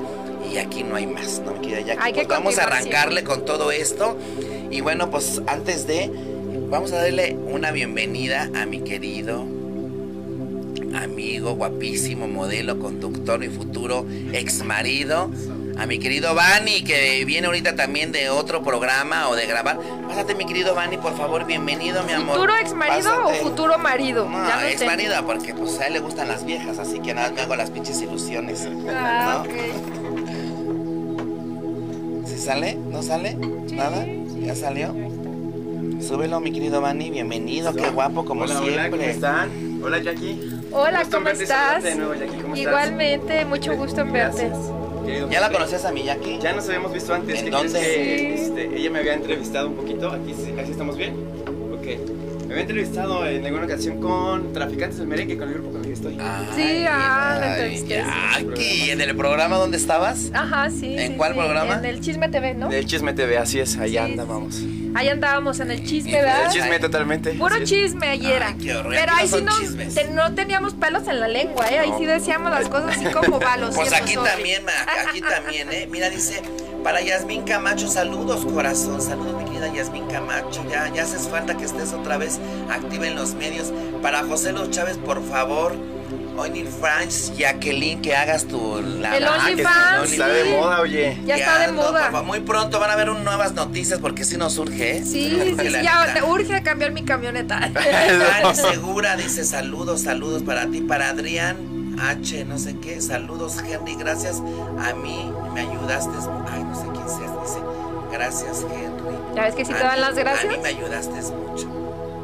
Speaker 3: Y aquí no hay más, ¿no, mi querida Jackie?
Speaker 4: Hay que
Speaker 3: Pues vamos a
Speaker 4: continuar
Speaker 3: arrancarle con todo esto. Y bueno, pues antes de... Vamos a darle una bienvenida a mi querido amigo, guapísimo, modelo, conductor y futuro ex marido. A mi querido Vani, que viene ahorita también de otro programa o de grabar. Pásate, mi querido Vani, por favor, bienvenido, mi amor.
Speaker 4: ¿Futuro ex marido o
Speaker 3: Pásate.
Speaker 4: futuro marido?
Speaker 3: No,
Speaker 4: ya no
Speaker 3: ex
Speaker 4: sé.
Speaker 3: marido, porque pues a él le gustan las viejas, así que nada, más me hago las pinches ilusiones.
Speaker 4: Ah,
Speaker 3: ¿no?
Speaker 4: ok.
Speaker 3: ¿Se sale? ¿No sale? ¿Nada? ¿Ya salió? Súbelo, mi querido Vani, bienvenido, qué guapo, como
Speaker 5: hola,
Speaker 3: siempre.
Speaker 5: Hola, ¿cómo están? Hola, Jackie.
Speaker 4: Hola,
Speaker 5: Gusto en
Speaker 4: ¿cómo
Speaker 5: verte y
Speaker 4: estás?
Speaker 5: saludarte de nuevo, Jackie, ¿cómo estás?
Speaker 4: Igualmente, mucho gusto en verte.
Speaker 5: Gracias. Querido
Speaker 3: ¿Ya la
Speaker 5: Henry,
Speaker 3: conocías a mi Jackie?
Speaker 5: Ya nos habíamos visto antes.
Speaker 3: ¿En
Speaker 5: ¿Qué
Speaker 3: dónde?
Speaker 4: Sí.
Speaker 5: crees que, este, ella me había entrevistado un poquito. Aquí, sí- así estamos bien. Ok. Me había entrevistado en alguna ocasión con Traficantes del Merengue, con el grupo con el que estoy.
Speaker 4: Sí, ah, la
Speaker 3: ay,
Speaker 4: entrevisté.
Speaker 3: Jackie, ¿en el programa dónde estabas?
Speaker 4: Ajá, sí.
Speaker 3: ¿En
Speaker 4: sí,
Speaker 3: cuál
Speaker 4: sí,
Speaker 3: programa?
Speaker 4: En el Chisme TV, ¿no?
Speaker 5: De El Chisme TV, así es, ahí
Speaker 4: Sí,
Speaker 5: anda,
Speaker 4: sí,
Speaker 5: vamos.
Speaker 4: Ahí andábamos en el chisme,
Speaker 3: En el
Speaker 5: El
Speaker 4: ¿verdad?
Speaker 5: Chisme totalmente.
Speaker 4: Puro
Speaker 5: así es.
Speaker 4: chisme ayer.
Speaker 3: Ay, qué horrible,
Speaker 4: Pero ahí
Speaker 3: son
Speaker 4: sí no,
Speaker 3: chismes.
Speaker 4: te- no teníamos pelos en la lengua, ¿eh? Ahí
Speaker 5: No.
Speaker 4: sí decíamos las cosas así como balos.
Speaker 3: Pues aquí también, ma- aquí también, ¿eh? Mira, dice, para Yasmín Camacho, saludos, corazón, saludos, mi querida Yasmín Camacho, ya, ya haces falta que estés otra vez activa en los medios. Para José Los Chávez, por favor, O'Neill France, Jacqueline, que hagas tu... La,
Speaker 4: El
Speaker 3: la-
Speaker 5: Ah, que
Speaker 4: OnlyFans,
Speaker 5: Está de
Speaker 4: sí.
Speaker 5: moda, oye.
Speaker 4: Ya está de
Speaker 3: ando, por favor.
Speaker 4: moda.
Speaker 3: Muy pronto van a haber un- nuevas noticias porque si nos surge, ¿eh?
Speaker 4: Sí, sí, sí,
Speaker 3: La
Speaker 4: ya
Speaker 3: neta.
Speaker 4: te urge cambiar mi camioneta.
Speaker 3: Dani Segura dice saludos, saludos para ti, para Adrián H, no sé qué, saludos Henry, gracias a mí, me ayudaste, ay, no sé quién seas, dice, gracias Henry.
Speaker 4: ¿Ya ves que sí te dan
Speaker 3: Ani,
Speaker 4: las
Speaker 3: Ani, me
Speaker 4: gracias?
Speaker 3: ayudaste mucho.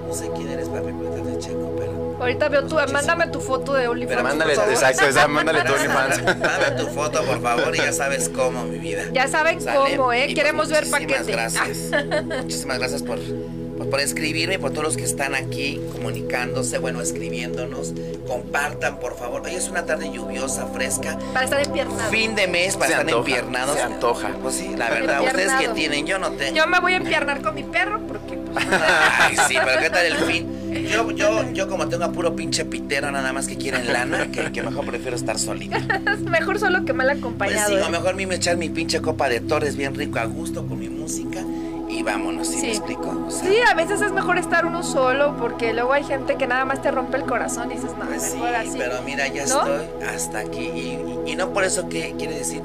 Speaker 3: No sé quién eres, papi, pero te checo, pero...
Speaker 4: Ahorita veo tu, mándame tu foto de
Speaker 3: Pero
Speaker 4: OnlyFans.
Speaker 5: Mándale,
Speaker 4: por favor.
Speaker 5: exacto, exacto, mándale tu OnlyFans.
Speaker 3: Dame tu foto, por favor, y ya sabes cómo, mi vida.
Speaker 4: Ya saben
Speaker 3: Sale.
Speaker 4: cómo,
Speaker 3: Y
Speaker 4: ¿eh?
Speaker 3: pues
Speaker 4: Queremos ver
Speaker 3: muchísimas
Speaker 4: paquete. Ah,
Speaker 3: Gracias. muchísimas gracias por, por, por escribirme y por todos los que están aquí comunicándose, bueno, escribiéndonos. Compartan, por favor. Hoy es una tarde lluviosa, fresca.
Speaker 4: Para estar empiernado.
Speaker 3: Fin de mes para
Speaker 5: Se
Speaker 3: estar
Speaker 5: antoja,
Speaker 3: empiernados.
Speaker 5: se antoja.
Speaker 3: Pues sí, la verdad, ustedes que
Speaker 4: Empiernado.
Speaker 3: tienen, yo no tengo.
Speaker 4: Yo me voy a empiernar con mi perro porque pues,
Speaker 3: Ay, sí, pero ¿qué tal el fin? Yo, yo, yo como tengo a puro pinche pitero nada más que quieren lana, que, que mejor prefiero estar solito.
Speaker 4: es mejor solo que mal
Speaker 3: Pues
Speaker 4: acompañado.
Speaker 3: sí, a
Speaker 4: ¿eh?
Speaker 3: lo mejor a mí me echar mi pinche copa de Torres bien rico a gusto con mi música y vámonos, ¿sí,
Speaker 4: Sí.
Speaker 3: me explico? O sea,
Speaker 4: Sí, a veces es mejor estar uno solo porque luego hay gente que nada más te rompe el corazón y dices, no,
Speaker 3: pues sí,
Speaker 4: mejor así.
Speaker 3: pero mira, ya
Speaker 4: ¿No?
Speaker 3: estoy hasta aquí y, y- y no por eso que quiere decir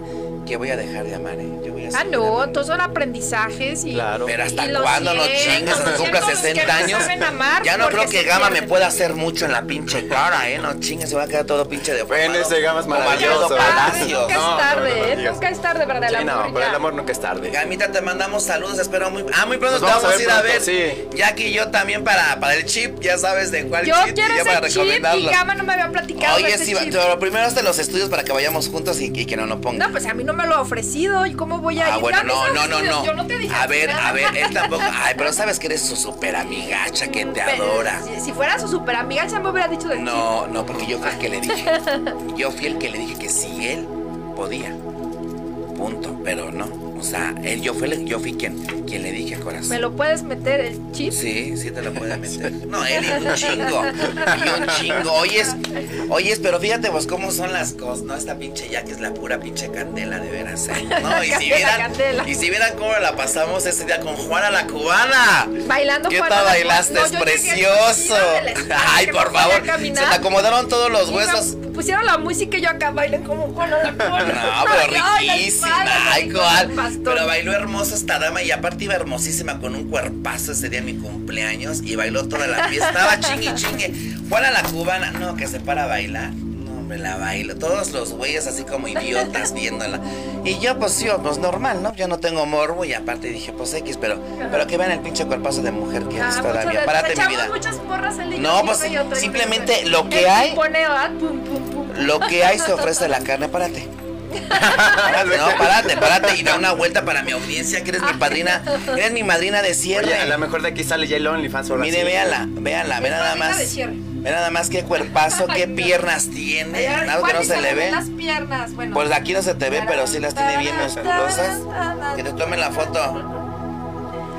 Speaker 3: que voy a dejar de amar, ¿eh? Yo voy a
Speaker 4: Ah,
Speaker 3: seguir
Speaker 4: no,
Speaker 3: amando.
Speaker 4: todos son aprendizajes y...
Speaker 5: Claro.
Speaker 3: Pero
Speaker 4: y
Speaker 3: hasta
Speaker 4: lo
Speaker 3: cuándo no
Speaker 4: siento,
Speaker 3: chingas,
Speaker 4: lo
Speaker 3: hasta cumpla
Speaker 4: siento, los que
Speaker 3: 60
Speaker 4: no
Speaker 3: años.
Speaker 4: saben amar
Speaker 3: Ya no
Speaker 4: porque
Speaker 3: creo que
Speaker 4: se
Speaker 3: Gama me
Speaker 4: pierden.
Speaker 3: pueda hacer mucho en la pinche cara, ¿eh? No chingas, se va a quedar todo pinche de
Speaker 5: Bueno, ese Gama es maravilloso.
Speaker 4: Nunca es tarde,
Speaker 5: Palacio.
Speaker 4: nunca es
Speaker 5: No,
Speaker 4: tarde,
Speaker 5: no, no, no
Speaker 4: ¿eh?
Speaker 5: digas.
Speaker 4: nunca es tarde para el
Speaker 5: Sí,
Speaker 4: amor.
Speaker 5: no, pero el
Speaker 4: ya.
Speaker 5: amor nunca es tarde.
Speaker 3: Gamita, te mandamos saludos, espero muy... Ah, muy pronto
Speaker 5: Nos
Speaker 3: te
Speaker 5: vamos
Speaker 3: vamos,
Speaker 5: a
Speaker 3: a
Speaker 5: ver
Speaker 3: ir a ver.
Speaker 5: pronto, sí.
Speaker 3: Jackie y yo también para, para el chip, ya sabes de cuál
Speaker 4: Yo
Speaker 3: chip. y
Speaker 4: quiero
Speaker 3: ya para
Speaker 4: ese chip y
Speaker 3: recomendarlo.
Speaker 4: Gama no me había platicado de
Speaker 3: Oye,
Speaker 4: ese
Speaker 3: sí,
Speaker 4: chip.
Speaker 3: pero primero hasta los estudios para que vayamos juntos y, y que no lo pongan.
Speaker 4: No, pues a mí no me lo ha ofrecido. ¿Y cómo voy a ir?
Speaker 3: Ah, bueno,
Speaker 4: Ya me
Speaker 3: no,
Speaker 4: sabes,
Speaker 3: no, no, no.
Speaker 4: Yo no te dije
Speaker 3: A ver,
Speaker 4: nada.
Speaker 3: a ver, él tampoco. Ay, pero sabes que eres su super amigacha que te
Speaker 4: Pero pues.
Speaker 3: adora.
Speaker 4: Si, si fuera su super amiga, ya me hubiera dicho de
Speaker 3: No, no, porque yo fui el que le dije. Yo fui el que le dije que si él podía. Punto, pero no. O sea, él, yo fui, el- yo fui quien, quien le dije corazón.
Speaker 4: ¿Me lo puedes meter el chip?
Speaker 3: Sí, sí te lo puede meter. No, él y un chingo. Y un chingo. Oyes, oyes, pero fíjate vos cómo son las cosas, ¿no? Esta pinche ya que es la pura pinche candela, de veras. ¿eh? No, y si
Speaker 4: Candela,
Speaker 3: vieran,
Speaker 4: candela.
Speaker 3: y si vieran cómo la pasamos ese día con Juana la cubana.
Speaker 4: Bailando
Speaker 3: ¿Qué
Speaker 4: Juana
Speaker 3: tal
Speaker 4: la
Speaker 3: bailaste?
Speaker 4: Cubana.
Speaker 3: es
Speaker 4: No, yo llegué
Speaker 3: precioso.
Speaker 4: partida de la espalda
Speaker 3: Ay,
Speaker 4: que
Speaker 3: por
Speaker 4: no podía
Speaker 3: favor. Se te
Speaker 4: caminar.
Speaker 3: acomodaron todos los
Speaker 4: Y
Speaker 3: huesos.
Speaker 4: me pusieron la música y yo acá bailé como Juana la Cubana.
Speaker 3: No, pero
Speaker 4: Ay, la
Speaker 3: riquísima.
Speaker 4: espalda,
Speaker 3: Ay,
Speaker 4: así con el
Speaker 3: cuál.
Speaker 4: bastón.
Speaker 3: Pero bailó hermosa esta dama y aparte iba hermosísima con un cuerpazo ese día de mi cumpleaños y bailó toda la fiesta. Estaba chingue chingue. Juana la cubana, no, que se para a bailar. No, hombre, la bailo. Todos los güeyes así como idiotas viéndola. Y yo, pues sí, pues normal, ¿no? Yo no tengo morbo y aparte dije, pues X, pero, pero que vean el pinche cuerpazo de mujer que
Speaker 4: Ah,
Speaker 3: es
Speaker 4: muchas
Speaker 3: todavía.
Speaker 4: gracias.
Speaker 3: Párate, mi
Speaker 4: Echamos
Speaker 3: vida.
Speaker 4: muchas porras al
Speaker 3: No, pues, simplemente lo que hay-
Speaker 4: Pone, ¿verdad? ¿eh? Pum, pum, pum.
Speaker 3: Lo que hay se ofrece la carne, párate. No, parate, parate y da una vuelta para mi audiencia, que eres mi padrina, eres mi madrina de
Speaker 5: Oye,
Speaker 3: cierre.
Speaker 5: a lo mejor de aquí sale ya el OnlyFans ahora
Speaker 3: Mire,
Speaker 5: sí.
Speaker 3: véala, véala, ve nada
Speaker 6: Madrina
Speaker 3: más.
Speaker 6: de cierre.
Speaker 3: Ve nada más qué cuerpazo, qué piernas tiene. Algo que no se le ve.
Speaker 6: Las piernas, bueno.
Speaker 3: Pues aquí no se te ve, pero sí las tiene bien musculosas. Que te tomen la foto.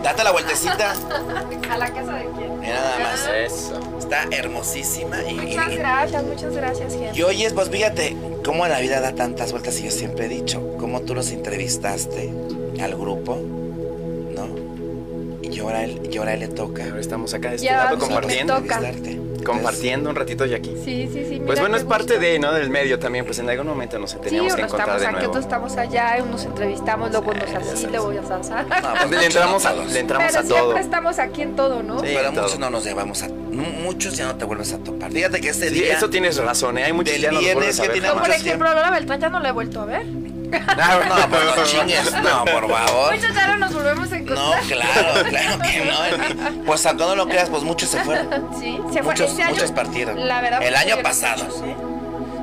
Speaker 3: Date la vueltecita.
Speaker 6: ¿A la casa de quién?
Speaker 3: Mira nada más.
Speaker 5: Eso.
Speaker 3: Está hermosísima. Y, y-
Speaker 4: Muchas gracias, muchas gracias,
Speaker 3: y
Speaker 4: gente.
Speaker 3: oyes, pues fíjate, cómo la vida da tantas vueltas. Y yo siempre he dicho, cómo tú los entrevistaste al grupo, ¿no? Y ahora él, y ahora él le toca. pues,
Speaker 5: Ahora estamos acá de este
Speaker 4: Ya
Speaker 5: lado
Speaker 4: vamos, me
Speaker 5: compartiendo.
Speaker 4: toca.
Speaker 3: entrevistarte. Entonces,
Speaker 5: Compartiendo un ratito y aquí.
Speaker 4: Sí, sí, sí.
Speaker 5: Pues bueno, es parte de, ¿no? Del medio también. Pues en algún momento nos
Speaker 4: Sí,
Speaker 5: teníamos
Speaker 4: unos
Speaker 5: que encontrar
Speaker 4: estamos
Speaker 5: de
Speaker 4: aquí,
Speaker 5: nuevo. Ah,
Speaker 4: otros estamos allá, unos entrevistamos, luego unos así, luego unos así.
Speaker 3: no, pues muchos
Speaker 5: Le
Speaker 3: no
Speaker 5: entramos a,
Speaker 3: todos.
Speaker 5: le entramos
Speaker 4: Pero
Speaker 5: a todo.
Speaker 4: siempre estamos aquí en todo, ¿no?
Speaker 5: Sí,
Speaker 3: Pero
Speaker 5: en todo.
Speaker 3: muchos no nos llevamos a... mu- Muchos ya no te vuelves a topar. Fíjate que este
Speaker 5: Sí,
Speaker 3: día...
Speaker 5: eso tienes razón, ¿eh? Hay muchos
Speaker 3: Del
Speaker 5: ya no los
Speaker 3: viernes
Speaker 5: vuelves a
Speaker 3: que
Speaker 5: ver
Speaker 3: tiene
Speaker 4: Como por
Speaker 3: mucho
Speaker 5: jamás.
Speaker 4: ejemplo, Lola Beltrán ya no la he vuelto a ver.
Speaker 3: No, pues no chingues. No, por favor.
Speaker 4: Muchos ya no nos volvemos a
Speaker 3: No,
Speaker 4: encontrar.
Speaker 3: claro, claro que no. ni- Pues aunque no lo creas, pues muchos se fueron.
Speaker 4: Sí, se fue
Speaker 3: Muchos-
Speaker 4: este año.
Speaker 3: muchos partieron.
Speaker 4: La verdad,
Speaker 3: El año
Speaker 4: partieron
Speaker 3: pasado.
Speaker 4: muchos, ¿eh?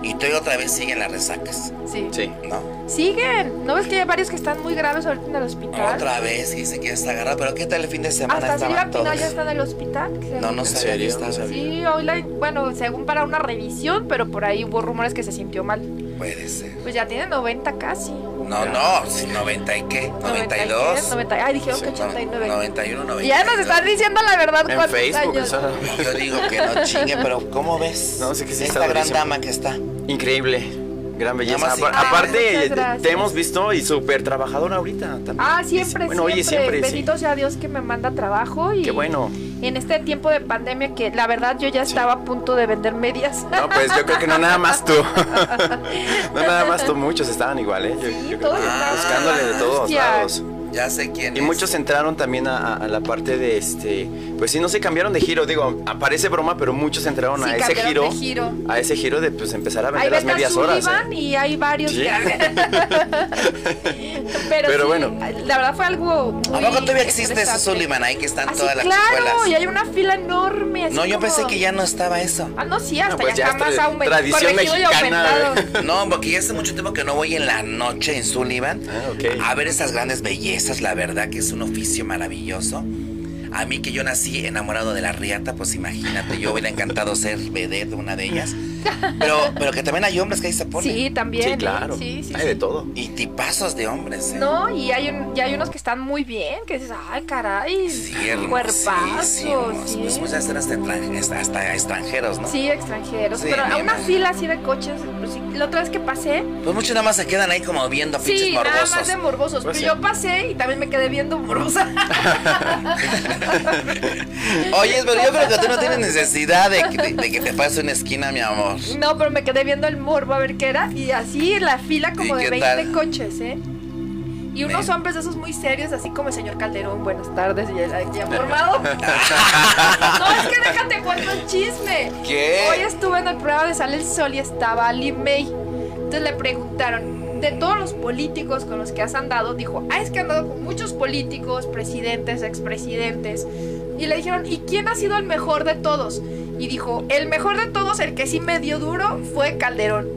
Speaker 3: Y tú y otra vez siguen las resacas,
Speaker 4: Sí.
Speaker 5: Sí.
Speaker 3: ¿no?
Speaker 4: Siguen. ¿No ves que hay varios que están muy graves ahorita en el hospital?
Speaker 3: Otra vez dice que ya está agarrado, pero ¿qué tal el fin de semana
Speaker 4: Hasta Silvia
Speaker 3: estaban
Speaker 4: Pinal
Speaker 3: todos?
Speaker 4: ya está en el hospital. que se-
Speaker 3: No, no
Speaker 5: ¿En
Speaker 3: sabía,
Speaker 5: serio?
Speaker 3: yo estaba-
Speaker 5: No sabía.
Speaker 4: Sí, hoy la, bueno, según para una revisión, pero por ahí hubo rumores que se sintió mal.
Speaker 3: Puede ser.
Speaker 4: Pues ya tiene 90 casi.
Speaker 3: No, no, sí, 90 y qué, 92.
Speaker 4: 93, 90, ay, dijeron que
Speaker 3: Sí, no,
Speaker 4: 89.
Speaker 3: 91, 92.
Speaker 4: Y ya nos están diciendo la verdad
Speaker 5: En
Speaker 4: Pues cuántos
Speaker 5: Facebook,
Speaker 4: años.
Speaker 5: eso.
Speaker 3: Yo digo que no chingue, pero ¿cómo ves?
Speaker 5: No, sí que sí está
Speaker 3: Esta gran
Speaker 5: durísimo.
Speaker 3: dama que está.
Speaker 5: Increíble. Gran belleza.
Speaker 3: Nada más
Speaker 5: Apa-
Speaker 3: sí.
Speaker 4: Ay,
Speaker 5: aparte,
Speaker 4: muchas gracias.
Speaker 5: te hemos visto y súper trabajadora ahorita también.
Speaker 4: Ah, siempre,
Speaker 5: Bueno,
Speaker 4: siempre.
Speaker 5: oye, siempre, sí.
Speaker 4: Bendito sea Dios que me manda trabajo y
Speaker 5: Qué bueno.
Speaker 4: en este tiempo de pandemia que la verdad yo ya estaba a punto de vender medias.
Speaker 5: No, pues yo creo que no nada más tú. no nada más tú, muchos estaban igual, ¿eh? Yo-
Speaker 4: Sí,
Speaker 5: yo creo
Speaker 4: todos
Speaker 5: que
Speaker 4: estaban
Speaker 5: buscándole de
Speaker 4: igual.
Speaker 5: todos
Speaker 4: Ah. Hostia.
Speaker 5: lados.
Speaker 3: Ya sé quién
Speaker 5: Y
Speaker 3: es.
Speaker 5: muchos entraron también a, a- a la parte de este. Pues sí, no se cambiaron de giro. Digo, aparece broma, pero muchos entraron
Speaker 4: Sí,
Speaker 5: a ese
Speaker 4: cambiaron
Speaker 5: giro.
Speaker 4: de giro.
Speaker 5: A ese giro de pues empezar a
Speaker 4: Hay
Speaker 5: vender las
Speaker 4: Betas
Speaker 5: medias horas.
Speaker 4: Sullivan
Speaker 5: ¿eh?
Speaker 4: y hay varios
Speaker 5: Sí.
Speaker 4: que Pero,
Speaker 5: Pero
Speaker 4: sí,
Speaker 5: bueno.
Speaker 4: la verdad fue algo muy
Speaker 3: ¿A poco todavía existe ese
Speaker 4: estresante.
Speaker 3: Sullivan ahí que están
Speaker 4: Ah, sí,
Speaker 3: todas las
Speaker 4: claro,
Speaker 3: chicuelas?
Speaker 4: y hay una fila enorme. así
Speaker 3: No, yo
Speaker 4: como-
Speaker 3: pensé que ya no estaba eso.
Speaker 4: Ah, no, sí, hasta
Speaker 5: No, pues
Speaker 4: ya,
Speaker 5: ya
Speaker 4: está
Speaker 5: es
Speaker 4: más
Speaker 5: tra-
Speaker 4: aumentado.
Speaker 5: tradición
Speaker 4: corregido y
Speaker 5: mexicana,
Speaker 4: aumentado.
Speaker 5: ¿eh?
Speaker 3: No, porque ya hace mucho tiempo que no voy en la noche en Sullivan
Speaker 5: Ah, ok.
Speaker 3: a ver esas grandes bellezas. La verdad que es un oficio maravilloso. A mí que yo nací enamorado de la riata, pues imagínate, yo hubiera encantado ser vedette, una de ellas. Pero, pero que también hay hombres que ahí se ponen.
Speaker 4: Sí, también.
Speaker 5: Sí,
Speaker 4: ¿eh?
Speaker 5: claro.
Speaker 4: Sí, sí,
Speaker 5: Hay
Speaker 4: sí.
Speaker 5: de todo.
Speaker 3: Y tipazos de hombres. ¿eh?
Speaker 4: No, y hay, un- y hay unos que están muy bien, que dices, ay, caray,
Speaker 3: Sí,
Speaker 4: cuerpazos,
Speaker 3: hermosísimos.
Speaker 4: sí.
Speaker 3: Pues muchas eran hasta, extran- hasta extranjeros, ¿no?
Speaker 4: Sí, extranjeros,
Speaker 3: Sí,
Speaker 4: pero
Speaker 3: me
Speaker 4: a una
Speaker 3: imagino.
Speaker 4: fila así de coches, pues, sí, la otra vez que pasé,
Speaker 3: Pues muchos nada más se quedan ahí como viendo a pinches
Speaker 4: sí, nada
Speaker 3: morbosos.
Speaker 4: más de morbosos,
Speaker 5: Pues
Speaker 4: pero
Speaker 5: sí.
Speaker 4: yo pasé y también me quedé viendo morbosa.
Speaker 3: Oye, pero yo creo que tú no tienes necesidad de, de- de que te pase una esquina, mi amor.
Speaker 4: No, pero me quedé viendo el morbo a ver qué era y así la fila como
Speaker 3: ¿Y
Speaker 4: de
Speaker 3: qué
Speaker 4: 20
Speaker 3: tal?
Speaker 4: coches, ¿eh? Y unos
Speaker 3: Ven.
Speaker 4: hombres de esos muy serios, así como el señor Calderón, buenas tardes, y el aquí formado. no, es que déjate cuento el chisme.
Speaker 5: Eh,
Speaker 3: ¿Qué?
Speaker 4: Hoy estuve en el programa de Sale el Sol y estaba Ali May. Entonces le preguntaron, de todos los políticos con los que has andado, dijo, ah, es que he andado con muchos políticos, presidentes, expresidentes. Y le dijeron, ¿y quién ha sido el mejor de todos? Y dijo, el mejor de todos, el que sí me dio duro, fue Calderón.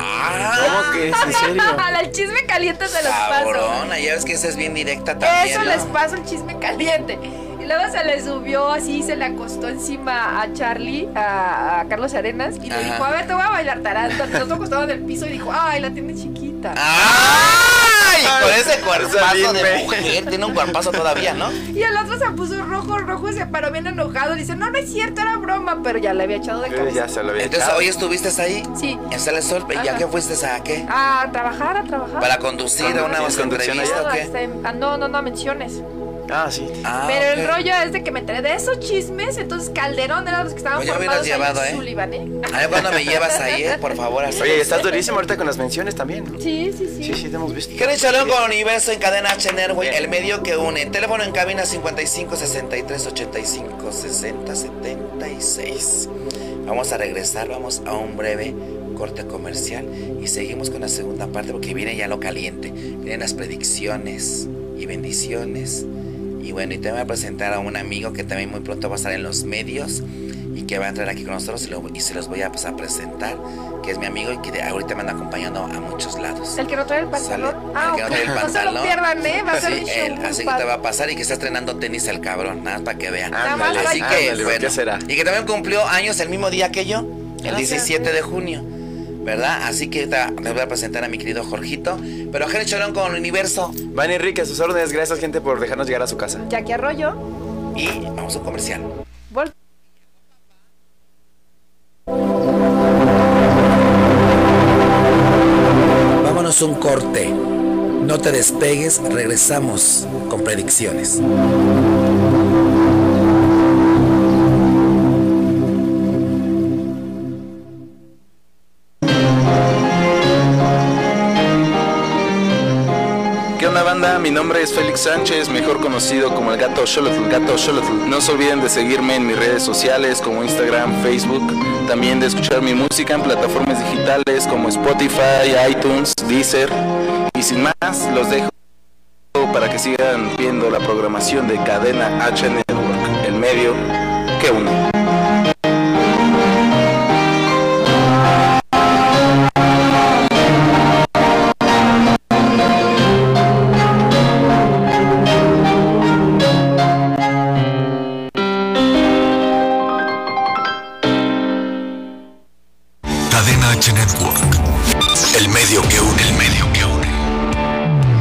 Speaker 3: Ah,
Speaker 5: ¿Cómo que es? ¿En serio?
Speaker 4: el chisme caliente se los paso.
Speaker 3: cabrona, ya ves que esa es bien directa también.
Speaker 4: Eso
Speaker 3: ¿no?
Speaker 4: les paso el chisme caliente. Y luego se le subió así, se le acostó encima a Charlie, a, a Carlos Arenas, y le
Speaker 3: Ajá.
Speaker 4: dijo, a ver, te voy a bailar taranta. Los dos acostados en el piso y dijo, ay, la tiene chiquita.
Speaker 3: Ah. ¡Ay! Con ese
Speaker 5: Esa
Speaker 3: cuerpazo de
Speaker 5: bien,
Speaker 3: mujer, tiene un cuerpazo todavía, ¿no?
Speaker 4: Y el otro se puso rojo, rojo, y se paró bien enojado. Le dice, no, no es cierto, era broma, pero ya le había echado de
Speaker 5: Yo
Speaker 4: cabeza.
Speaker 5: ya se lo había
Speaker 3: Entonces,
Speaker 5: echado.
Speaker 3: hoy estuviste ahí
Speaker 4: Sí,
Speaker 3: en Sale el Sol, ¿y a
Speaker 4: Ajá.
Speaker 3: qué fuiste? ¿A qué?
Speaker 4: a trabajar, a trabajar.
Speaker 3: ¿Para conducir a una
Speaker 5: ¿Tienes conducción
Speaker 3: entrevista o
Speaker 4: Ah,
Speaker 3: qué?
Speaker 4: está en- ah, no, no, no menciones.
Speaker 5: Ah, sí.
Speaker 3: Ah,
Speaker 4: Pero el
Speaker 3: ok.
Speaker 4: rollo es de que me enteré de esos chismes, entonces Calderón era los que estaban
Speaker 3: Pues ya
Speaker 4: formados
Speaker 3: hubieras
Speaker 4: ahí
Speaker 3: llevado,
Speaker 4: en
Speaker 3: ¿eh?
Speaker 4: Sullivan, ¿eh?
Speaker 3: A ver, ¿cuándo me llevas ahí, eh? Por favor, así.
Speaker 5: Oye, estás durísimo ahorita con las menciones también. ¿no?
Speaker 4: Sí, sí, sí.
Speaker 5: Sí, sí, te hemos visto.
Speaker 3: Henry Chalón con Universo en cadena H Network,
Speaker 5: Bien.
Speaker 3: el medio que une. Teléfono en cabina 55 63 85 60 76. Vamos a regresar, vamos a un breve corte comercial y seguimos con la segunda parte porque viene ya lo caliente. Vienen las predicciones y bendiciones. Y bueno, y te voy a presentar a un amigo que también muy pronto va a estar en los medios y que va a entrar aquí con nosotros y, lo- y se los voy a, pues, a presentar, que es mi amigo y que de- ahorita me anda acompañando a muchos lados.
Speaker 4: El que no trae el
Speaker 3: Sale,
Speaker 4: pantalón.
Speaker 3: el
Speaker 4: Ah,
Speaker 3: que no trae el
Speaker 4: ok. No se
Speaker 3: pantalón.
Speaker 4: lo pierdan, ¿eh? Va a ser
Speaker 3: Sí,
Speaker 4: un show
Speaker 3: él,
Speaker 4: muy
Speaker 3: así que te
Speaker 4: padre.
Speaker 3: va a pasar y que está estrenando tenis el cabrón, nada más para que vean.
Speaker 4: Nada más
Speaker 5: Ándale,
Speaker 4: para
Speaker 3: Así
Speaker 4: que-
Speaker 3: que,
Speaker 5: ándale,
Speaker 3: bueno,
Speaker 5: ¿qué será?
Speaker 3: Y que también cumplió años el mismo día que yo, el 17 de junio, ¿verdad? Así que ahorita les voy a presentar a mi querido Jorgito, pero Henry Cholón con el universo
Speaker 5: Van Enrique, a sus órdenes. Gracias, gente, por dejarnos llegar a su casa.
Speaker 4: Jackie Arroyo.
Speaker 3: y vamos a un comercial.
Speaker 4: Vol-
Speaker 3: Vámonos un corte. No te despegues, regresamos con predicciones.
Speaker 5: ¿Qué onda banda? Mi nombre es Félix Sánchez, mejor conocido como el gato Xolotl, gato Xolotl. No se olviden de seguirme en mis redes sociales como Instagram, Facebook, también de escuchar mi música en plataformas digitales como Spotify, iTunes, Deezer. Y sin más, los dejo para que sigan viendo la programación de Cadena H Network, el medio que une.
Speaker 1: Cadena H Network. El medio que une. El medio que une.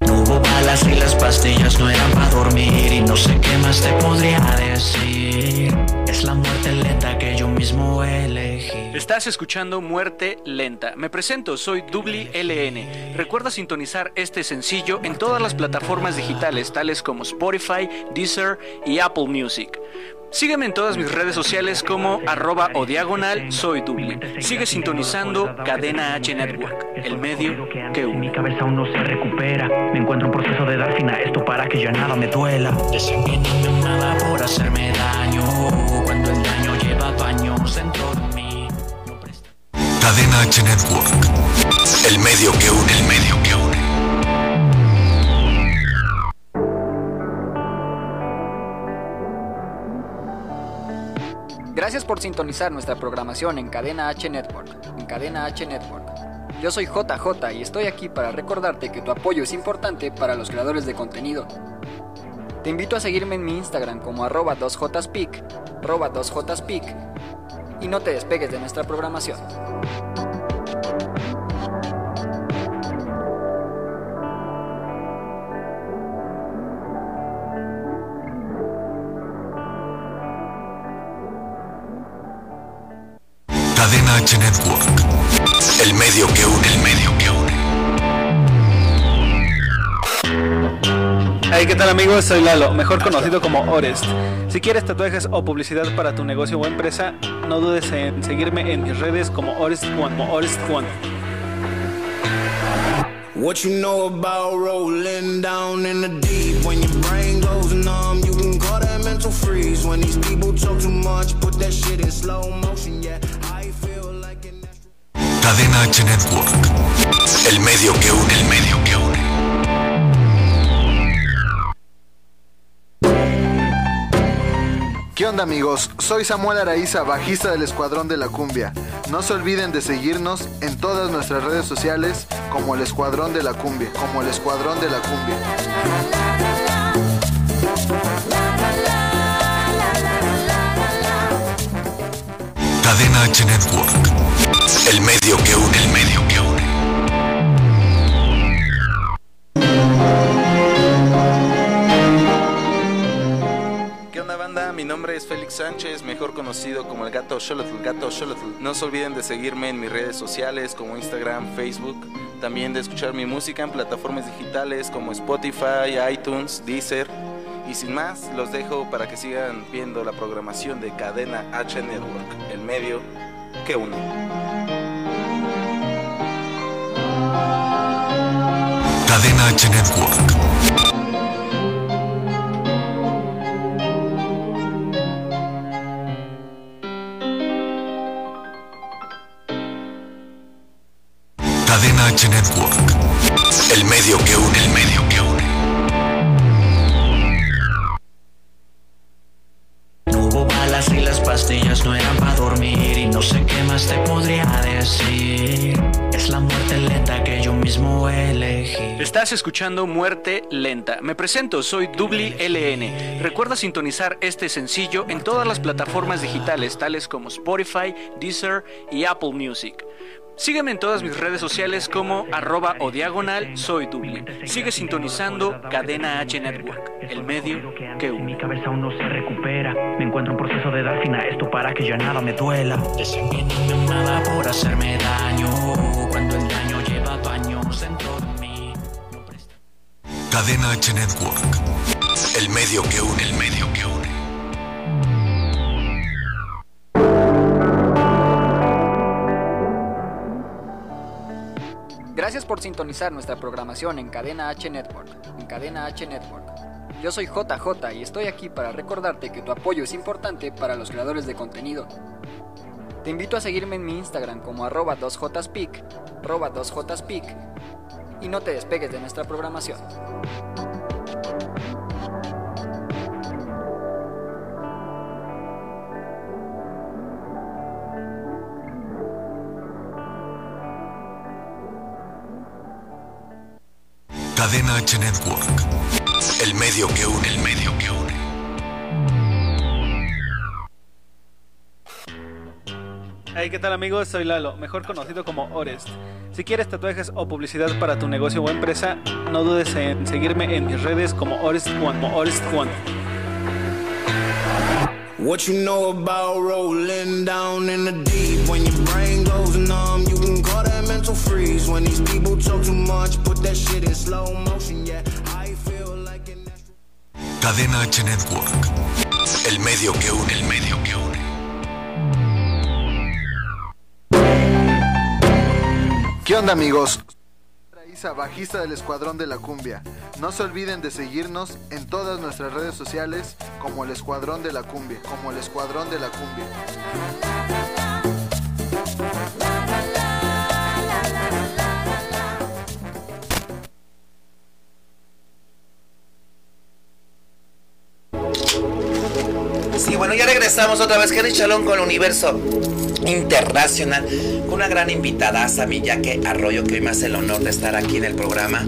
Speaker 7: No hubo balas y las pastillas no eran para dormir Y no sé qué más te podría decir Es la muerte lenta que yo mismo elegí
Speaker 8: Estás escuchando Muerte Lenta. Me presento, soy Dubli LN. Recuerda sintonizar este sencillo en todas las plataformas digitales tales como Spotify, Deezer y Apple Music. Sígueme en todas mis redes sociales como arroba o diagonal soy Dubli. Sigue sintonizando Cadena H Network, el medio que
Speaker 7: Mi
Speaker 8: une.
Speaker 7: cabeza aún no se recupera. Me encuentro en proceso de dar fin a esto para que ya nada me duela. Desenvenenando nada por hacerme daño. Cuando el daño lleva años dentro de mí. No presta-
Speaker 1: Cadena H Network. El medio que une. El medio que une.
Speaker 9: Gracias por sintonizar nuestra programación en Cadena H Network. En Cadena H Network. Yo soy JJ y estoy aquí para recordarte que tu apoyo es importante para los creadores de contenido. Te invito a seguirme en mi Instagram como arroba 2jspic, arroba 2jspic y no te despegues de nuestra programación.
Speaker 1: Cadena H Network. El medio que une. El medio que une.
Speaker 8: Hey, ¿qué tal amigos? Soy Lalo, mejor conocido como Orest. Si quieres tatuajes o publicidad para tu negocio o empresa, no dudes en seguirme en mis redes como Orest One, como Orest One.
Speaker 10: What you know about rolling down in the deep? When your brain goes numb, you can call that mental freeze. When these people talk too much, put that shit in slow motion. Yeah, I feel like an astronaut.
Speaker 1: Cadena H Network. El medio que une. El medio que une.
Speaker 11: ¿Qué onda amigos? Soy Samuel Araiza, bajista del Escuadrón de la Cumbia. No se olviden de seguirnos en todas nuestras redes sociales como el Escuadrón de la Cumbia, como el Escuadrón de la Cumbia.
Speaker 1: Cadena H Network. El medio que une. El medio que une.
Speaker 5: ¿Qué onda banda? Mi nombre es Félix Sánchez, mejor conocido como el gato Xolotl, gato Xolotl. No se olviden de seguirme en mis redes sociales como Instagram, Facebook, también de escuchar mi música en plataformas digitales como Spotify, iTunes, Deezer. Y sin más, los dejo para que sigan viendo la programación de Cadena H Network, el medio que une.
Speaker 1: Cadena H Network. Cadena H Network. El medio que une. El medio que une.
Speaker 8: Estás escuchando Muerte Lenta. Me presento, soy Dubli LN. Recuerda sintonizar este sencillo en todas las plataformas digitales, tales como Spotify, Deezer y Apple Music. Sígueme en todas mis redes sociales como arroba o diagonal soy Dubli. Sigue sintonizando Cadena H Network, el medio que une.
Speaker 7: Mi cabeza aún no se recupera. Me encuentro en proceso de dar fin a esto para que ya nada me duela.
Speaker 8: nada por hacerme daño cuando el daño lleva años dentro de mí.
Speaker 1: Cadena H Network. El medio que une. El medio que une.
Speaker 9: Gracias por sintonizar nuestra programación en Cadena H Network. En Cadena H Network. Yo soy JJ y estoy aquí para recordarte que tu apoyo es importante para los creadores de contenido. Te invito a seguirme en mi Instagram como arroba 2jspic, arroba 2jspic, y no te despegues de nuestra programación.
Speaker 1: Cadena H Network. El medio que une. El medio que une.
Speaker 12: Hey, ¿qué tal amigos? Soy Lalo, mejor conocido como Orest. Si quieres tatuajes o publicidad para tu negocio o empresa, no dudes en seguirme en mis redes como Orest One, como Orest One.
Speaker 10: What you know about rolling down in the deep when your brain goes numb? You can call that mental freeze. When these people talk too much, put that shit in slow motion. Yeah, I feel like an
Speaker 1: Cadena H Network. El medio que une. El medio que une.
Speaker 11: ¿Qué onda amigos? Isa, bajista del Escuadrón de la Cumbia. No se olviden de seguirnos en todas nuestras redes sociales como el Escuadrón de la Cumbia, como el Escuadrón de la Cumbia.
Speaker 3: Sí, bueno, ya regresamos otra vez. Henry Chalón con Universo Internacional. Con una gran invitada, mi Yaque Arroyo, que hoy me hace el honor de estar aquí en el programa.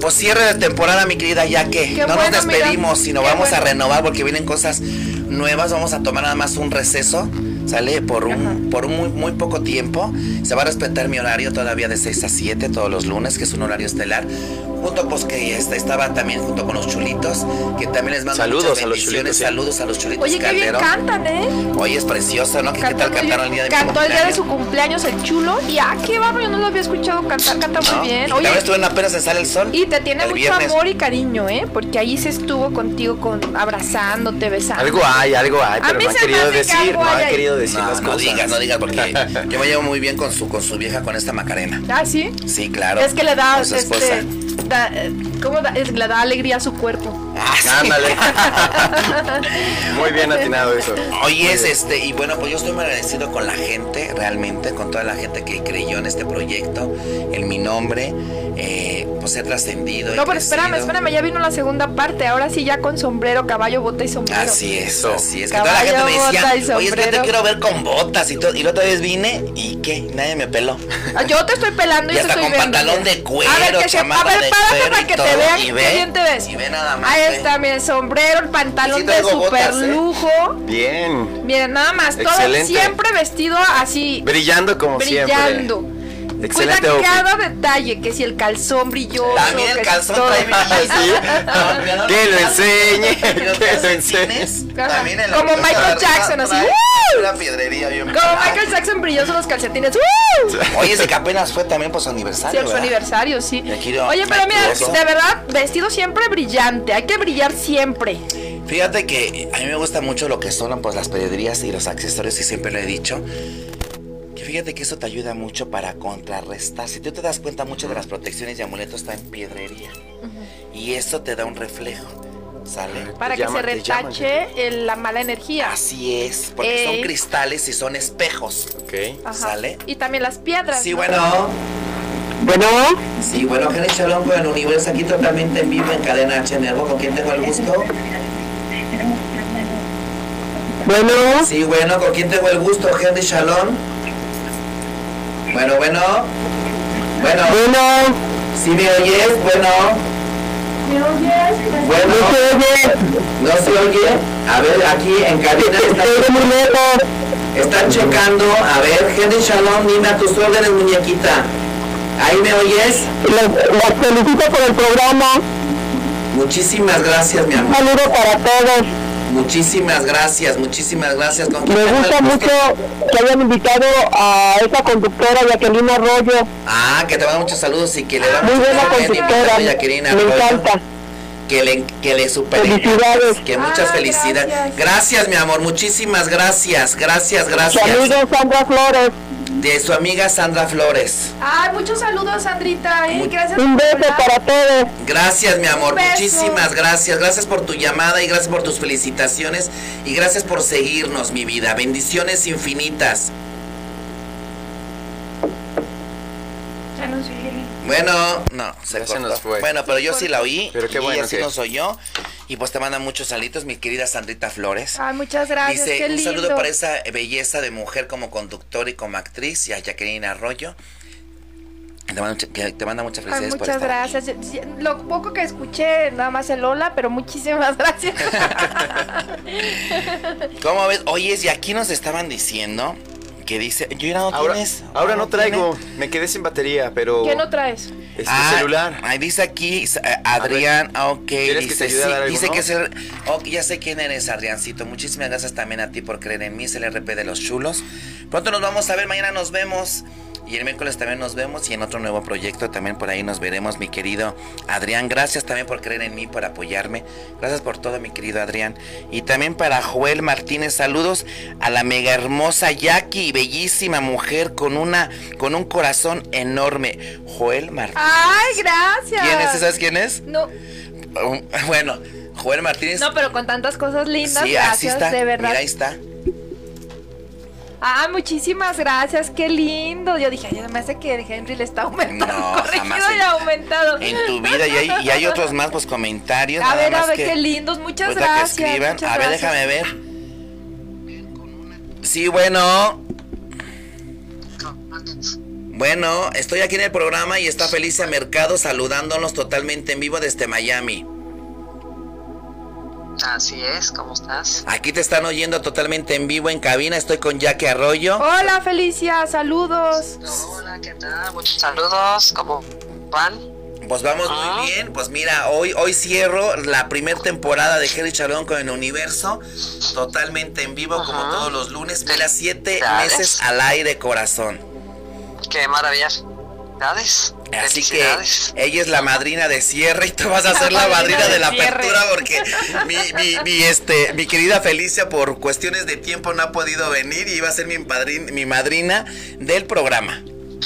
Speaker 3: Pues cierre de temporada, mi querida Yaque.
Speaker 4: Qué
Speaker 3: no
Speaker 4: bueno,
Speaker 3: nos despedimos,
Speaker 4: mira.
Speaker 3: sino
Speaker 4: Qué
Speaker 3: vamos a
Speaker 4: bueno.
Speaker 3: renovar porque vienen cosas nuevas. Vamos a tomar nada más un receso. Sale por un, por un muy, muy poco tiempo. Se va a respetar mi horario todavía de 6 a 7 todos los lunes, que es un horario estelar. Junto, pues que este, estaba también junto con los chulitos, que también les mando
Speaker 5: Saludos
Speaker 3: muchas
Speaker 5: a los
Speaker 3: bendiciones.
Speaker 5: chulitos, sí.
Speaker 3: Saludos a los chulitos.
Speaker 4: Oye, qué bien
Speaker 3: Caldero.
Speaker 4: cantan, ¿eh?
Speaker 3: Oye, es precioso, ¿no? ¿Qué, qué tal cantaron el día de mi
Speaker 4: Cantó el día de
Speaker 3: cumpleaños?
Speaker 4: su cumpleaños el chulo. Y ah, qué barro, yo no lo había escuchado cantar,
Speaker 3: ¿No?
Speaker 4: canta muy bien.
Speaker 3: También
Speaker 4: Oye,
Speaker 3: estuve en apenas en Sale el Sol.
Speaker 4: y te tiene
Speaker 3: el
Speaker 4: mucho
Speaker 3: viernes.
Speaker 4: amor y cariño, ¿eh? Porque ahí se estuvo contigo con abrazándote, besando.
Speaker 5: Algo hay, algo hay,
Speaker 4: A
Speaker 5: pero
Speaker 4: mí
Speaker 5: no han
Speaker 4: se me
Speaker 5: querido
Speaker 4: hace que
Speaker 5: decir,
Speaker 4: algo
Speaker 5: no
Speaker 4: hay
Speaker 5: han
Speaker 4: ahí.
Speaker 5: querido decir
Speaker 3: No,
Speaker 5: las
Speaker 3: no
Speaker 5: cosas.
Speaker 3: digas, no digas, porque yo me llevo muy bien con su, con su vieja, con esta Macarena.
Speaker 4: Ah, sí.
Speaker 3: Sí, claro.
Speaker 4: es que le da,
Speaker 3: Con su esposa.
Speaker 4: este, da, eh, ¿cómo da? Es- le da alegría a su cuerpo.
Speaker 5: Ándale. Muy bien atinado eso.
Speaker 3: Hoy es este, y bueno, pues yo estoy muy agradecido con la gente, realmente, con toda la gente que creyó en este proyecto, en mi nombre, eh, pues he trascendido. he
Speaker 4: No, pero espérame,
Speaker 3: crecido.
Speaker 4: espérame, ya vino la segunda parte. Ahora sí, ya con sombrero, caballo, bota y sombrero.
Speaker 3: Así es, así es. Que toda la gente
Speaker 4: Caballo,
Speaker 3: me
Speaker 4: bota y
Speaker 3: decía, oye, es que yo te
Speaker 4: sombrero".
Speaker 3: quiero ver con botas y todo. Y la otra vez vine y ¿qué? Nadie me peló.
Speaker 4: Ah, Yo te estoy pelando y
Speaker 3: y
Speaker 4: yo te
Speaker 3: hasta
Speaker 4: estoy
Speaker 3: con
Speaker 4: viendo.
Speaker 3: pantalón de cuero,
Speaker 4: a ver, que se-
Speaker 3: chamaco
Speaker 4: a ver,
Speaker 3: de
Speaker 4: párate
Speaker 3: cuero
Speaker 4: para
Speaker 3: y
Speaker 4: que te
Speaker 3: todo.
Speaker 4: vean
Speaker 3: Y
Speaker 4: qué
Speaker 3: ve,
Speaker 4: bien te ves.
Speaker 3: y ve nada más,
Speaker 4: Ahí
Speaker 3: ve.
Speaker 4: está, mi sombrero, el pantalón
Speaker 3: Sí
Speaker 4: de
Speaker 3: traigo
Speaker 4: super
Speaker 3: botas, ¿eh?
Speaker 4: lujo.
Speaker 5: Bien.
Speaker 4: Miren, nada más, todo
Speaker 5: Excelente.
Speaker 4: siempre vestido así.
Speaker 5: Brillando como
Speaker 4: brillando.
Speaker 5: siempre.
Speaker 6: Pues
Speaker 4: Cuida
Speaker 5: Excelente outfit.
Speaker 4: cada detalle, que si el calzón brilloso.
Speaker 3: También el
Speaker 4: que si
Speaker 3: calzón
Speaker 4: todo.
Speaker 3: trae
Speaker 5: ¿Sí? Que lo enseñe, que lo
Speaker 3: enseñe. También en la
Speaker 4: Como
Speaker 3: plaza
Speaker 4: Michael
Speaker 3: de arriba
Speaker 4: Jackson, así.
Speaker 3: trae
Speaker 4: ¡uh!
Speaker 3: Una piedrería bien
Speaker 4: Como Michael Jackson brilloso los calcetines. ¡uh!
Speaker 3: Oye, ese que apenas fue también por su aniversario.
Speaker 4: Sí, su
Speaker 3: ¿verdad?
Speaker 4: aniversario, sí.
Speaker 3: quiero-
Speaker 4: Oye, pero mira,
Speaker 3: Maravilloso.
Speaker 4: de verdad, vestido siempre brillante. Hay que brillar siempre.
Speaker 3: Fíjate que a mí me gusta mucho lo que son pues, las pedrerías y los accesorios, y siempre lo he dicho. Que fíjate que eso te ayuda mucho para contrarrestar. Si tú te das cuenta, mucho de las protecciones y amuletos está en piedrería. Y eso te da un reflejo. ¿Sale?
Speaker 4: Para que se retache el- la mala energía.
Speaker 3: Así es, porque son
Speaker 4: Ey.
Speaker 3: cristales y son espejos.
Speaker 5: Ok.
Speaker 4: Ajá.
Speaker 3: ¿Sale?
Speaker 4: Y también las piedras.
Speaker 3: Sí,
Speaker 4: ¿no?
Speaker 3: bueno.
Speaker 13: Bueno,
Speaker 3: Sí, bueno, Jerez Chalón con el universo aquí totalmente en vivo en Cadena H Nervo. ¿Con quién tengo el gusto?
Speaker 13: Bueno.
Speaker 3: Sí, bueno, ¿con quién tengo el gusto? Henry Shalom. Bueno, bueno. Bueno.
Speaker 13: Bueno.
Speaker 3: ¿Sí me oyes? Bueno.
Speaker 13: ¿Me oyes?
Speaker 3: Bueno.
Speaker 13: No se oye.
Speaker 3: ¿No se oye? A ver, aquí en cabina están, están checando. A ver, Henry Shalom, dime a tus órdenes, muñequita. ¿Ahí me oyes?
Speaker 13: Los felicito por el programa.
Speaker 3: Muchísimas gracias, mi
Speaker 13: Un
Speaker 3: amor.
Speaker 13: saludo para todos.
Speaker 3: Muchísimas gracias, muchísimas gracias. ¿Con quién
Speaker 13: Me
Speaker 3: tengo el
Speaker 13: gusta
Speaker 3: gusto?
Speaker 13: mucho que hayan invitado a esa conductora, Jacqueline Arroyo.
Speaker 3: Ah, que te manda muchos saludos y que le da
Speaker 13: Muy
Speaker 3: muchas
Speaker 13: buena
Speaker 3: gracias,
Speaker 13: conductora.
Speaker 3: mi Jacqueline
Speaker 13: Me
Speaker 3: Arroyo.
Speaker 13: encanta.
Speaker 3: Que le, que le supere.
Speaker 13: Felicidades.
Speaker 3: Que
Speaker 6: Ah,
Speaker 3: muchas felicidades. Gracias. mi amor. Muchísimas gracias. Gracias,
Speaker 13: Su
Speaker 3: gracias.
Speaker 13: amiga Sandra Flores.
Speaker 3: De su amiga Sandra Flores.
Speaker 6: Ay, muchos saludos, Sandrita, ¿eh? Gracias.
Speaker 13: Un beso para todos.
Speaker 3: Gracias, mi amor.
Speaker 6: Un beso.
Speaker 3: Muchísimas gracias. Gracias por tu llamada y gracias por tus felicitaciones. Y gracias por seguirnos, mi vida. Bendiciones infinitas.
Speaker 6: Ya nos viene.
Speaker 3: Bueno, no, se,
Speaker 5: Ya se
Speaker 3: cortó.
Speaker 5: nos fue.
Speaker 3: Bueno, pero yo sí la oí.
Speaker 5: Pero qué
Speaker 3: y
Speaker 5: bueno
Speaker 3: ella sí
Speaker 5: que-
Speaker 3: nos oyó. Y pues te manda muchos saluditos, mi querida Sandrita Flores.
Speaker 6: Ay, muchas gracias.
Speaker 3: Dice,
Speaker 6: qué
Speaker 3: un
Speaker 6: lindo.
Speaker 3: saludo para esa belleza de mujer como conductora y como actriz, y a Jacqueline Arroyo. Te manda, mucha- que te manda muchas
Speaker 6: Ay,
Speaker 3: felicidades por
Speaker 6: muchas
Speaker 3: estar aquí.
Speaker 6: gracias. Sí, Lo poco que escuché, nada más el hola, pero muchísimas gracias.
Speaker 3: ¿Cómo ves? Oye, y aquí nos estaban diciendo que dice, yo ya no
Speaker 14: Ahora,
Speaker 3: tienes.
Speaker 14: ahora no traigo, me quedé sin batería, pero
Speaker 6: ¿Qué no traes?
Speaker 14: es
Speaker 3: Ah,
Speaker 14: mi celular.
Speaker 3: Ahí dice aquí eh, Adrián, ah, ok, dice,
Speaker 14: ¿quieres que te ayude a
Speaker 3: sí,
Speaker 14: dar alguno?
Speaker 3: dice que es el, ok, ya sé quién eres, Adriancito. Muchísimas gracias también a ti por creer en mí, es el RP de los chulos. Pronto nos vamos a ver, mañana nos vemos. Y el miércoles también nos vemos y en otro nuevo proyecto también por ahí nos veremos, mi querido Adrián. Gracias también por creer en mí, por apoyarme. Gracias por todo, mi querido Adrián. Y también para Joel Martínez, saludos a la mega hermosa Jackie, bellísima mujer con una con un corazón enorme. Joel Martínez.
Speaker 6: Ay, gracias.
Speaker 3: ¿Quién es? ¿Sabes quién es?
Speaker 6: No,
Speaker 3: Um, Bueno, Joel Martínez.
Speaker 6: no, pero con tantas cosas lindas,
Speaker 3: sí,
Speaker 6: gracias,
Speaker 3: así está.
Speaker 6: de verdad.
Speaker 3: Mira, ahí está.
Speaker 6: Ah, muchísimas gracias, qué lindo. Yo dije, ay, me hace que el Henry le está aumentando.
Speaker 3: No, jamás
Speaker 6: corregido y aumentado.
Speaker 3: En tu vida y hay, y hay otros más, pues comentarios.
Speaker 6: A
Speaker 3: nada
Speaker 6: ver, a
Speaker 3: más
Speaker 6: ver,
Speaker 3: que-
Speaker 6: qué lindos. Muchas
Speaker 3: ahorita
Speaker 6: gracias.
Speaker 3: Que escriban.
Speaker 6: muchas
Speaker 3: a ver,
Speaker 6: gracias.
Speaker 3: déjame ver. Sí, bueno. Bueno, estoy aquí en el programa y está Felicia Mercado saludándonos totalmente en vivo desde Miami.
Speaker 15: Así es, ¿cómo estás?
Speaker 3: Aquí te están oyendo totalmente en vivo en cabina. Estoy con Jackie Arroyo.
Speaker 6: Hola, Felicia, saludos.
Speaker 15: Hola, ¿qué tal? Muchos saludos, ¿cómo van?
Speaker 3: Pues vamos muy bien. Pues mira, hoy, hoy cierro la primera temporada de Henry Chalón con el universo. Totalmente en vivo, como todos los lunes. Mira, siete
Speaker 15: Dale.
Speaker 3: meses al aire, corazón.
Speaker 15: Qué maravilla. Felicidades.
Speaker 3: Así que ella es la madrina de cierre y tú vas a ser la madrina de la apertura porque mi, mi- mi, este, mi querida Felicia por cuestiones de tiempo no ha podido venir y iba a ser mi, padrin- mi madrina del programa.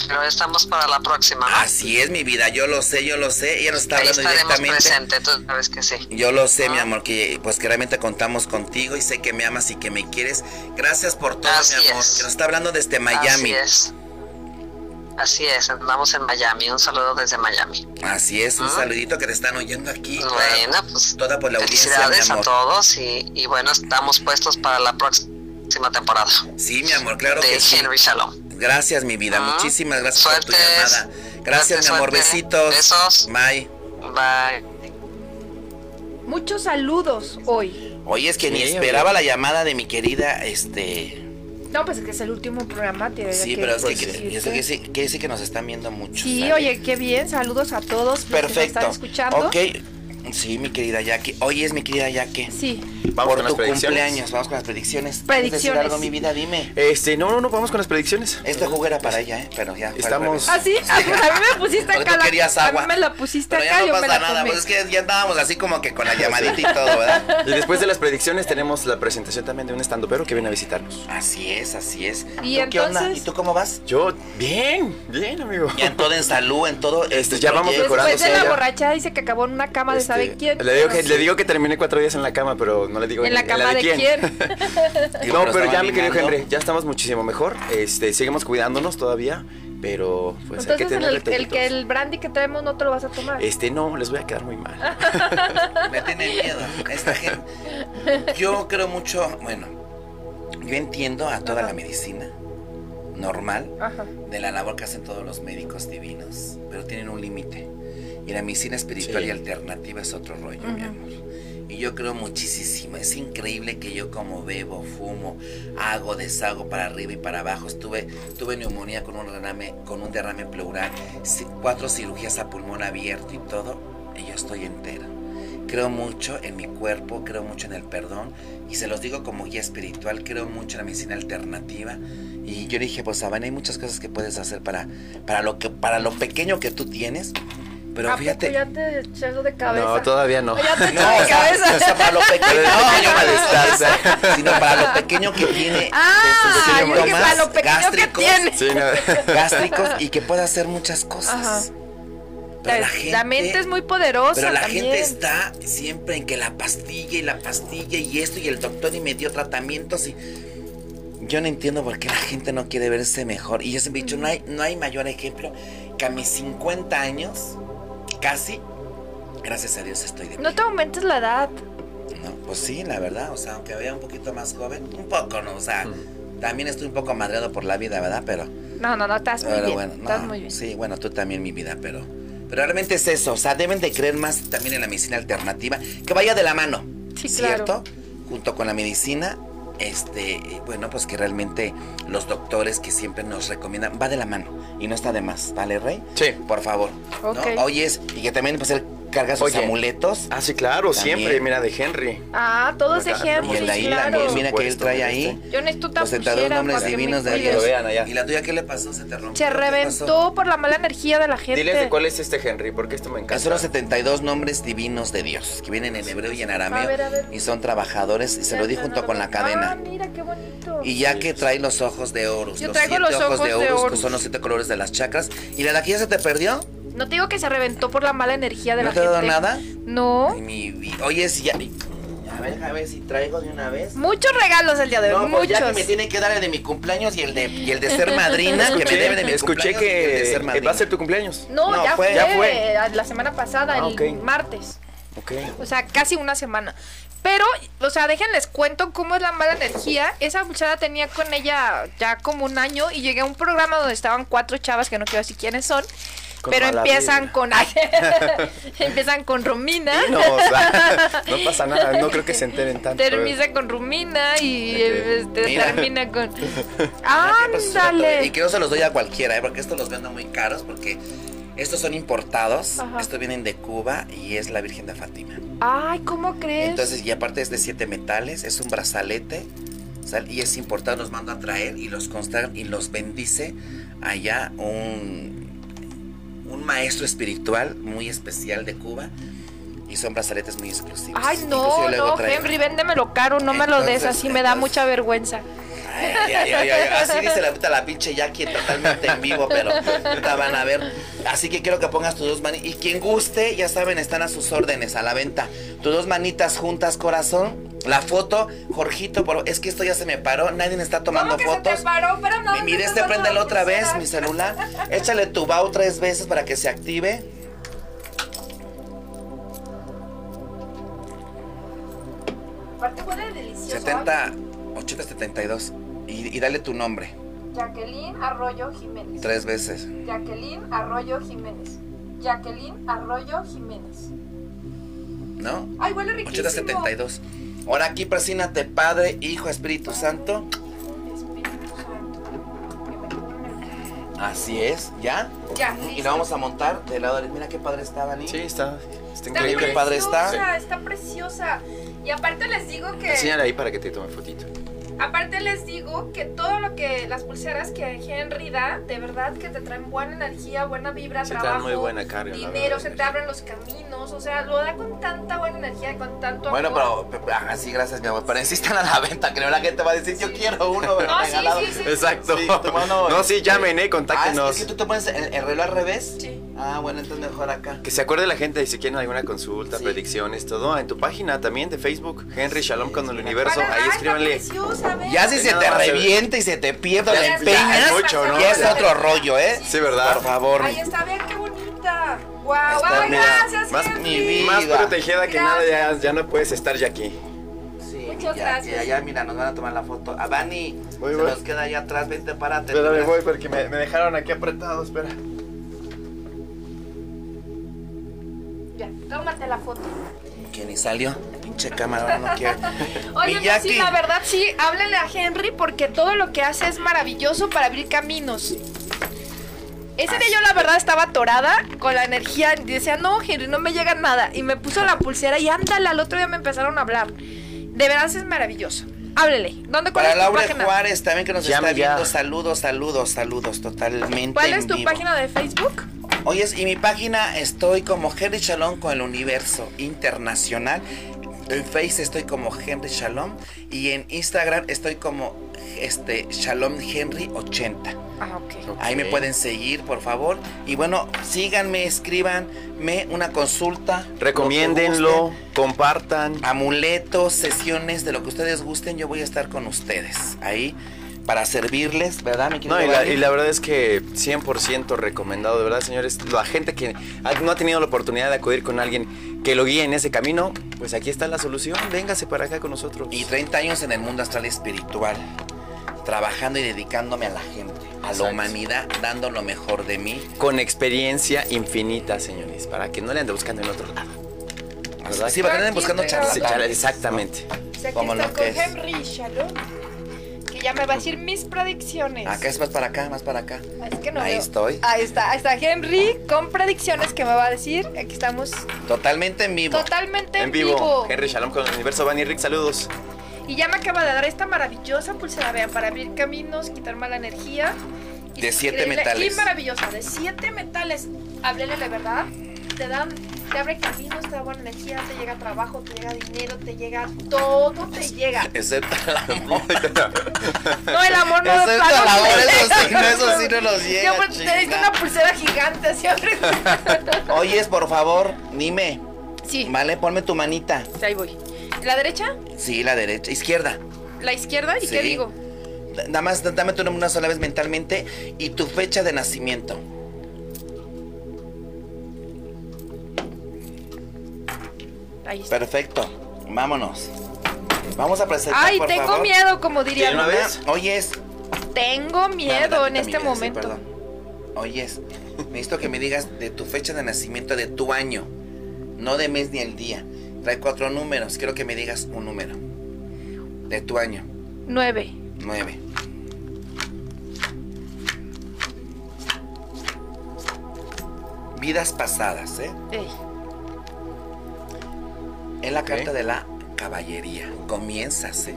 Speaker 15: Pero estamos para la próxima.
Speaker 16: Ah.
Speaker 15: ¿no?
Speaker 3: Así es mi vida, yo lo sé, yo lo sé. Ella nos Ah, está
Speaker 15: Ahí
Speaker 3: hablando
Speaker 15: estaremos
Speaker 3: directamente.
Speaker 15: presentes, tú sabes que sí.
Speaker 3: Yo lo sé,
Speaker 15: Ah.
Speaker 3: mi amor, que pues que realmente contamos contigo y sé que me amas y que me quieres. Gracias por todo, mi amor. Que nos está hablando desde Miami.
Speaker 15: Así es. Así es, andamos en Miami. Un saludo desde Miami.
Speaker 3: Así es, un
Speaker 15: Ah.
Speaker 3: saludito que te están oyendo aquí. toda-
Speaker 15: Bueno, pues
Speaker 3: toda por la audiencia, mi
Speaker 15: felicidades a
Speaker 3: amor.
Speaker 15: todos y, y bueno, estamos puestos para la próxima temporada.
Speaker 3: Sí, mi amor, claro
Speaker 15: de
Speaker 3: que sí.
Speaker 15: Henry Shalom.
Speaker 3: Gracias, mi vida.
Speaker 15: Ah.
Speaker 3: Muchísimas gracias por tu
Speaker 15: Suertes.
Speaker 3: llamada. Gracias,
Speaker 15: Suerte,
Speaker 3: mi amor.
Speaker 15: suerte.
Speaker 3: Besitos.
Speaker 15: Besos.
Speaker 3: Bye.
Speaker 15: Bye.
Speaker 6: Muchos saludos hoy.
Speaker 3: Oye, es que ni
Speaker 6: Sí, oye.
Speaker 3: esperaba la llamada de mi querida, este...
Speaker 6: No, pues es que es el último programa. tiene
Speaker 3: Sí,
Speaker 6: que
Speaker 3: pero es que,
Speaker 6: decirte.
Speaker 3: eso quiere decir- quiere decir que nos están viendo mucho.
Speaker 6: Sí,
Speaker 3: ¿sabes?
Speaker 6: oye, qué bien. Saludos a todos. los que nos
Speaker 3: Perfecto.
Speaker 6: están escuchando.
Speaker 3: Ok. Sí, mi querida Jackie. Oye, es mi querida Jackie.
Speaker 6: Sí.
Speaker 14: Vamos
Speaker 3: Por
Speaker 14: con las
Speaker 3: tu
Speaker 14: predicciones.
Speaker 3: cumpleaños, vamos con las predicciones. ¿Quieres decir
Speaker 6: Predicciones.
Speaker 3: algo, mi vida? Dime.
Speaker 14: Este, no, no, no, vamos con las predicciones.
Speaker 3: Este juego era para ella, ¿eh? Pero ya.
Speaker 14: Estamos.
Speaker 6: ¿Ah, sí? Ah, pues a mí me pusiste
Speaker 3: Porque tú
Speaker 6: acá. la-
Speaker 3: querías agua.
Speaker 6: A mí me la pusiste
Speaker 3: Pero
Speaker 6: acá.
Speaker 3: ya no
Speaker 6: yo me
Speaker 3: pasa
Speaker 6: la
Speaker 3: nada,
Speaker 6: tomé.
Speaker 3: pues es que ya andábamos así como que con la llamadita y todo, ¿verdad?
Speaker 14: Y después de las predicciones tenemos la presentación también de un estando pero que viene a visitarnos.
Speaker 3: Así es, así es.
Speaker 6: ¿Y
Speaker 3: ¿Tú qué onda?
Speaker 6: entonces?
Speaker 3: ¿Y tú cómo vas?
Speaker 14: Yo, bien, bien, amigo.
Speaker 3: Ya en todo en salud, en todo. Este,
Speaker 14: ya vamos mejorando.
Speaker 6: Después de la
Speaker 14: ya.
Speaker 6: borrachada dice que acabó en una cama de sabe quién.
Speaker 14: Este, Le digo, que,
Speaker 6: Pero
Speaker 14: le
Speaker 6: sí.
Speaker 14: digo que terminé cuatro días en la cama, pero no le digo
Speaker 6: ¿En la cama de quién?
Speaker 14: No, pero ya mi querido Henry, ya estamos muchísimo mejor. Este, seguimos cuidándonos todavía, pero pues hay que
Speaker 6: Entonces el,
Speaker 14: tener
Speaker 6: el que el brandy que traemos no te lo vas a tomar.
Speaker 14: Este, no, les voy a quedar muy mal.
Speaker 4: Ah,
Speaker 3: Me tiene miedo. Esta gente. Yo creo mucho. Bueno, yo entiendo a toda la medicina normal
Speaker 6: Ajá.
Speaker 3: de la labor que hacen todos los médicos divinos, pero tienen un límite. Mira, medicina espiritual y alternativa es otro rollo, mi amor. Y yo creo muchísimo. Es increíble que yo como bebo, fumo, hago, deshago para arriba y para abajo. Estuve, tuve neumonía con un derrame, con un derrame pleural, ci- cuatro cirugías a pulmón abierto y todo. Y yo estoy entera. Creo mucho en mi cuerpo, creo mucho en el perdón. Y se los digo como guía espiritual, creo mucho en la medicina alternativa. Y yo dije, pues Sabana, hay muchas cosas que puedes hacer para, para, lo, que, para lo pequeño que tú tienes.
Speaker 6: Ah,
Speaker 3: Pero
Speaker 6: pues,
Speaker 3: fíjate,
Speaker 4: Ah, Ya te eché eso de cabeza.
Speaker 3: no, todavía no.
Speaker 4: Ah, Ya te eché
Speaker 3: No, o
Speaker 4: de
Speaker 3: sea,
Speaker 4: cabeza.
Speaker 3: o sea, para lo pequeño, pequeño malestar, o sea, sino para lo pequeño que tiene
Speaker 4: Ah,
Speaker 3: de
Speaker 4: yo dije, para lo pequeño
Speaker 3: gástricos,
Speaker 4: que tiene.
Speaker 3: gástricos y que pueda hacer muchas
Speaker 4: Ajá.
Speaker 3: cosas.
Speaker 4: La, la mente es muy poderosa
Speaker 3: Pero la
Speaker 4: también.
Speaker 3: gente está siempre en que la pastilla y la pastilla y esto y el doctor y me dio tratamientos y yo no entiendo por qué la gente no quiere verse mejor. Y yo siempre he dicho, no hay, no hay mayor ejemplo que a mis 50 años, casi, gracias a Dios estoy de
Speaker 4: No te aumentes la edad.
Speaker 3: no, pues sí, la verdad, o sea, aunque vea un poquito más joven, un poco, ¿no? O sea, también estoy un poco madreado por la vida, ¿verdad? Pero,
Speaker 4: No, no, no, estás muy
Speaker 3: pero
Speaker 4: bien.
Speaker 3: bueno, no,
Speaker 4: estás muy bien.
Speaker 3: sí, bueno, tú también mi vida, pero, pero realmente es eso, o sea, deben de creer más también en la medicina alternativa, que vaya de la mano,
Speaker 4: Sí,
Speaker 3: ¿cierto? Junto con la medicina, este, y bueno, pues que realmente los doctores que siempre nos recomiendan, va de la mano y no está de más, ¿vale, Rey? Sí. Por favor. ¿no?
Speaker 4: Ok.
Speaker 3: Oye, es, y que también pues él carga sus
Speaker 14: Oye.
Speaker 3: amuletos. Ah, sí,
Speaker 14: claro, siempre, mira, de Henry.
Speaker 4: Ah, todos
Speaker 3: Acá,
Speaker 4: ejemplos.
Speaker 3: Y el de ahí
Speaker 4: claro.
Speaker 3: también, mira que él trae ahí.
Speaker 4: Yo necesito tan
Speaker 3: Los sentaderos
Speaker 4: pulsera
Speaker 3: nombres
Speaker 4: para que me
Speaker 3: divinos de
Speaker 4: cuides.
Speaker 3: Dios. ¿Y la tuya qué le pasó? ¿Se te rompió?
Speaker 4: Se reventó por la mala energía de la gente.
Speaker 3: Diles de cuál es este Henry, porque esto me encanta. Son los 72 nombres divinos de Dios, que vienen en hebreo y en arameo,
Speaker 4: A ver, a ver.
Speaker 3: y son trabajadores, y se lo di junto con la
Speaker 4: Ah,
Speaker 3: cadena.
Speaker 4: mira qué bonito.
Speaker 3: Y ya que trae los ojos de Horus,
Speaker 4: Yo
Speaker 3: los
Speaker 4: traigo
Speaker 3: siete
Speaker 4: los
Speaker 3: ojos de Horus, que
Speaker 4: Horus.
Speaker 3: son los siete colores de las chakras. ¿Y la de aquí ya se te perdió?
Speaker 4: No te digo que se reventó por la mala energía de
Speaker 3: ¿No
Speaker 4: la
Speaker 3: te ha
Speaker 4: gente.
Speaker 3: dado nada?
Speaker 4: No.
Speaker 3: Mi vi- Oye, si ya... A ver, a ver si traigo de una vez.
Speaker 4: Muchos regalos el día de hoy.
Speaker 3: No, pues
Speaker 4: muchos.
Speaker 3: ya que me tienen que dar el de mi cumpleaños y el de, y el de ser madrina, que me debe de mi
Speaker 14: escuché
Speaker 3: cumpleaños y el de ser
Speaker 14: que
Speaker 3: madrina.
Speaker 14: va a ser tu cumpleaños.
Speaker 4: No, ya, fue,
Speaker 14: Ya fue.
Speaker 4: La semana pasada,
Speaker 14: Ah,
Speaker 4: el
Speaker 14: ok.
Speaker 4: martes.
Speaker 14: Ok.
Speaker 4: O sea, casi una semana. Pero, o sea, déjenles cuento cómo es la mala energía. Esa muchacha tenía con ella ya como un año y llegué a un programa donde estaban cuatro chavas que no quiero decir quiénes son.
Speaker 14: Con
Speaker 4: pero
Speaker 14: mala vibra.
Speaker 4: empiezan con. empiezan con Romina.
Speaker 14: No, o sea, no pasa nada, no creo que se enteren tanto.
Speaker 4: Termina con Romina y eh, este,
Speaker 3: Mira. Ah,
Speaker 4: termina con.
Speaker 3: Y Pues
Speaker 4: ¡Ándale!
Speaker 3: que no se los doy a cualquiera, ¿eh? porque estos los vendo muy caros, porque estos son importados,
Speaker 4: Ajá.
Speaker 3: estos vienen de Cuba y es la Virgen de Fátima.
Speaker 4: ¡Ay, cómo crees!
Speaker 3: pues, Entonces, y aparte es de siete metales, es un brazalete, sal- y es importado, los mando a traer y los consagran y los bendice allá un, un maestro espiritual muy especial de Cuba. Y son brazaletes muy exclusivos.
Speaker 4: Ay,
Speaker 3: Incluso yo
Speaker 4: no,
Speaker 3: luego
Speaker 4: no,
Speaker 3: traigo.
Speaker 4: Henry, véndemelo caro, no me lo des,
Speaker 3: Entonces,
Speaker 4: así me da mucha vergüenza.
Speaker 3: Ay, ay, ay, ay, Así dice la puta la pinche Jackie totalmente en vivo, pero la van a ver. Así que quiero que pongas tus dos manitas. Y quien guste, ya saben, están a sus órdenes, a la venta. Tus dos manitas juntas, corazón. La foto, Jorgito, por- es que esto ya se me paró, nadie me está tomando fotos.
Speaker 4: paró, pero
Speaker 3: Me miré este préndelo otra vez, mi celular. Échale tu BAU tres veces para que se active.
Speaker 4: Aparte huele delicioso.
Speaker 3: 70, 80, 72. Y, y dale tu nombre
Speaker 4: Jacqueline Arroyo Jiménez.
Speaker 3: tres veces.
Speaker 4: Jacqueline Arroyo Jiménez. Jacqueline Arroyo Jiménez.
Speaker 3: ¿No?
Speaker 4: Ay, huele
Speaker 3: 872. Ahora aquí persínate, Padre, Hijo, Espíritu Santo. Así es, ¿ya?
Speaker 4: Ya,
Speaker 3: Y lo vamos a montar del lado derecho. Mira qué padre está, Dani. Sí,
Speaker 14: está.
Speaker 3: Está increíble. Qué padre está.
Speaker 4: Está preciosa. Y aparte les digo que.
Speaker 14: Enseñala ahí para que te tome fotito.
Speaker 4: Aparte les digo que todo lo que las pulseras que Henry da, de verdad que te traen buena energía, buena vibra,
Speaker 14: Se te
Speaker 4: trabajo,
Speaker 14: dan muy buena carga. la verdad.
Speaker 4: dinero, se te abren los caminos, o sea, lo da con tanta buena energía, y con tanto
Speaker 3: Bueno,
Speaker 4: amor.
Speaker 3: pero, pero- ajá, sí, gracias, mi amor. Pero sí están a la venta, creo. La gente va a decir, yo quiero uno, pero
Speaker 4: No, sí,
Speaker 3: regalado.
Speaker 4: sí, sí.
Speaker 14: Exacto.
Speaker 3: Sí, tu mano-
Speaker 14: no, sí, llamen, eh,
Speaker 3: Ah,
Speaker 14: contáctenos.
Speaker 3: es que- es que tú te pones el, el reloj al revés. Sí. Ah, bueno, entonces mejor acá.
Speaker 14: Que se acuerde la gente y si quieren alguna consulta, predicciones, todo, Ah, en tu página también de Facebook, Henry Shalom con el universo, ahí escríbanle.
Speaker 3: Ya si
Speaker 14: Sí,
Speaker 3: se
Speaker 14: no,
Speaker 3: te
Speaker 14: se-
Speaker 3: revienta y se te pierde
Speaker 14: Ya-
Speaker 3: la
Speaker 14: ya
Speaker 3: empeñas,
Speaker 14: es mucho, ¿no?
Speaker 3: ya es otro rollo, ¿eh?
Speaker 14: Sí, ¿verdad?
Speaker 3: Por favor.
Speaker 4: Ahí está, vean qué bonita. Guau,
Speaker 14: Está,
Speaker 4: ay,
Speaker 14: mira,
Speaker 4: gracias,
Speaker 14: más,
Speaker 4: Henry.
Speaker 14: más protegida que nada, ya, ya no puedes estar ya aquí.
Speaker 3: Sí,
Speaker 4: Muchas
Speaker 3: ya,
Speaker 4: gracias.
Speaker 3: Ya, ya, mira, nos van a tomar la foto. A Bani, se
Speaker 14: voy.
Speaker 3: nos queda allá atrás, vente, párate.
Speaker 14: Espera, me
Speaker 3: Mira.
Speaker 14: voy porque me, me dejaron aquí apretado, espera.
Speaker 4: Ya, tómate la foto.
Speaker 3: Que ni salió. Pinche cámara, no quiere.
Speaker 4: Oye,
Speaker 3: Mi
Speaker 4: no, sí,
Speaker 3: Jackie.
Speaker 4: la verdad sí, háblenle a Henry porque todo lo que hace es maravilloso para abrir caminos. Ese día yo la verdad estaba atorada con la energía y decía, no, Henry, no me llega nada. Y me puso la pulsera y ándale, al otro día me empezaron a hablar. De verdad sí es maravilloso. Háblele. ¿Dónde cuál
Speaker 3: Para
Speaker 4: es tu
Speaker 3: Laura
Speaker 4: página?
Speaker 3: Juárez también que nos
Speaker 14: Llame
Speaker 3: está
Speaker 14: ya.
Speaker 3: viendo. Saludos, saludos, saludos. Totalmente.
Speaker 4: ¿Cuál
Speaker 3: en
Speaker 4: es tu
Speaker 3: vivo.
Speaker 4: página de Facebook?
Speaker 3: Oye, y mi página estoy como Henry Shalom con el universo internacional. En Face estoy como Henry Shalom. Y en Instagram estoy como este, Shalom Henry 80.
Speaker 4: Ah, ok.
Speaker 3: Ahí me pueden seguir, por favor. Y bueno, síganme, escríbanme una consulta.
Speaker 14: Recomiéndenlo, compartan.
Speaker 3: Amuletos, sesiones, de lo que ustedes gusten, yo voy a estar con ustedes. Ahí para servirles, ¿verdad? mi
Speaker 14: No,
Speaker 3: querido
Speaker 14: y la,
Speaker 3: Vali?
Speaker 14: y la verdad es que 100% recomendado, de verdad, señores. La gente que ha- no ha tenido la oportunidad de acudir con alguien que lo guíe en ese camino, pues aquí está la solución. Véngase para acá con nosotros.
Speaker 3: Y 30 años en el mundo astral espiritual, trabajando y dedicándome a la gente, a
Speaker 14: Exacto.
Speaker 3: la humanidad, dando lo mejor de mí.
Speaker 14: Con experiencia infinita, señores, para que no le ande buscando en otro lado. ¿Verdad?
Speaker 3: Sí, para que no anden buscando
Speaker 14: Sí,
Speaker 3: charlatanes,
Speaker 14: charla- Exactamente.
Speaker 4: O sea, aquí
Speaker 3: Como
Speaker 4: estoy
Speaker 3: lo
Speaker 4: con
Speaker 3: que es.
Speaker 4: Henry Shalom. Que ya me va a decir mis predicciones.
Speaker 3: Acá Ah, es más para acá, más para acá.
Speaker 4: Ah, es que no
Speaker 3: Ahí
Speaker 4: veo.
Speaker 3: estoy.
Speaker 4: Ahí está, ahí está Henry con predicciones que me va a decir. Aquí estamos
Speaker 3: Totalmente en vivo.
Speaker 4: totalmente
Speaker 14: En vivo. Henry Shalom con el universo Van y Rick, saludos.
Speaker 4: Y ya me acaba de dar esta maravillosa pulsera, vean, para abrir caminos, quitar mala energía.
Speaker 3: De siete
Speaker 4: Increíble
Speaker 3: metales.
Speaker 4: Y maravillosa, de siete metales. Háblele la verdad. Te dan, te abre caminos, te da buena energía, te llega trabajo, te llega dinero, te llega todo, te llega.
Speaker 3: Excepto el amor.
Speaker 4: No, el amor no
Speaker 3: Excepto
Speaker 4: de plano,
Speaker 3: el amor, eso
Speaker 4: no llega.
Speaker 3: sí, no, eso sí no nos llega,
Speaker 4: Siempre pues, te diste
Speaker 3: chinga.
Speaker 4: una pulsera gigante, siempre.
Speaker 3: Oyes, por favor, dime.
Speaker 4: Sí.
Speaker 3: Vale, ponme tu manita.
Speaker 4: Ahí voy. ¿La derecha?
Speaker 3: Sí, la derecha, izquierda.
Speaker 4: ¿La izquierda? ¿Y qué
Speaker 3: Sí.
Speaker 4: digo?
Speaker 3: D- Nada más, d- dame tu nombre una sola vez mentalmente y tu fecha de nacimiento.
Speaker 4: Ahí está.
Speaker 3: Perfecto, vámonos. Vamos a presentar.
Speaker 4: Ay,
Speaker 3: por
Speaker 4: tengo
Speaker 3: favor.
Speaker 4: miedo, como diría
Speaker 3: ¿De una
Speaker 4: mamá.
Speaker 3: vez? Oyes.
Speaker 4: Tengo miedo en
Speaker 3: Dame
Speaker 4: este
Speaker 3: mi dedo, sí,
Speaker 4: momento.
Speaker 3: perdón. Oyes, necesito que me digas de tu fecha de nacimiento, de tu año, no de mes ni el día. Trae cuatro números, quiero que me digas un número. De tu año,
Speaker 4: Nueve.
Speaker 3: nueve. Vidas pasadas, ¿eh?
Speaker 4: Ey.
Speaker 3: Es la carta de la caballería. Comienzas, ¿eh?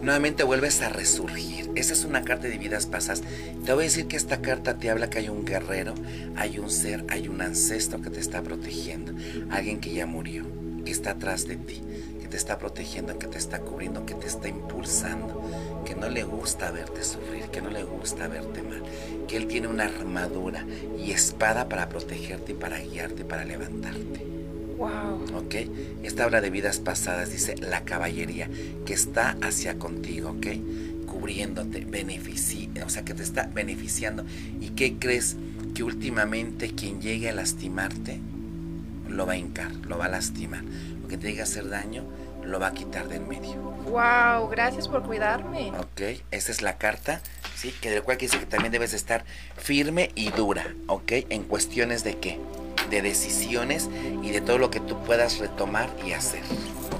Speaker 3: Nuevamente vuelves a resurgir. Esa es una carta de vidas pasadas. Te voy a decir que esta carta te habla que hay un guerrero, hay un ser, hay un ancestro que te está protegiendo. Alguien que ya murió, que está atrás de ti, que te está protegiendo, que te está cubriendo, que te está impulsando, que no le gusta verte sufrir, que no le gusta verte mal, que él tiene una armadura y espada para protegerte y para guiarte y para levantarte.
Speaker 4: Wow.
Speaker 3: ¿ok? Esta habla de vidas pasadas, dice la caballería, que está hacia contigo, ¿ok? Cubriéndote, benefici o sea, que te está beneficiando. ¿Y qué crees? Que últimamente quien llegue a lastimarte, lo va a hincar, lo va a lastimar. Lo que te llegue a hacer daño, lo va a quitar del medio,
Speaker 4: Wow, gracias por cuidarme.
Speaker 3: ¿ok? Esa es la carta, ¿sí? Que del cual quiere decir que también debes estar firme y dura, ¿ok? En cuestiones de qué? De decisiones y de todo lo que tú puedas retomar y hacer,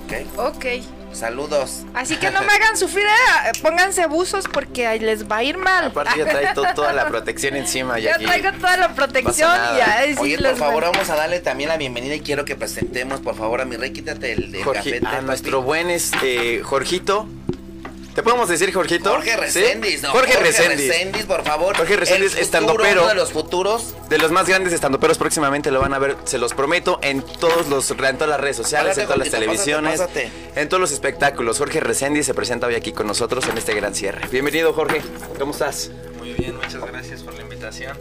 Speaker 3: ¿ok?
Speaker 4: Ok.
Speaker 3: Saludos.
Speaker 4: Así que no me hagan sufrir, eh, pónganse buzos porque ahí les va a ir mal.
Speaker 14: Aparte ya trae to- toda la protección encima,
Speaker 4: Ya
Speaker 14: Jackie.
Speaker 4: traigo toda la protección
Speaker 3: nada.
Speaker 4: y ahí sí
Speaker 3: Oye, por
Speaker 4: les va-
Speaker 3: favor, vamos a darle también la bienvenida y quiero que presentemos, por favor, a mi rey, quítate el, el
Speaker 14: Jorge-
Speaker 3: gafete,
Speaker 14: a
Speaker 3: papi.
Speaker 14: nuestro buen este, Jorgito. ¿Te podemos decir Jorgito?
Speaker 3: Jorge
Speaker 14: ¿Sí?
Speaker 3: Reséndiz, no,
Speaker 14: Jorge, Reséndiz.
Speaker 3: por favor.
Speaker 14: Jorge Reséndiz,
Speaker 3: El futuro,
Speaker 14: estandopero.
Speaker 3: Uno de los futuros.
Speaker 14: De los más grandes estandoperos próximamente lo van a ver, se los prometo, en todos los en todas las redes sociales,
Speaker 3: Pásate,
Speaker 14: en todas las
Speaker 3: Jorgito,
Speaker 14: televisiones,
Speaker 3: pásate,
Speaker 14: en todos los espectáculos. Jorge Reséndiz se presenta hoy aquí con nosotros en este gran cierre. Bienvenido, Jorge. ¿Cómo estás?
Speaker 16: Muy bien, muchas gracias por la invitación.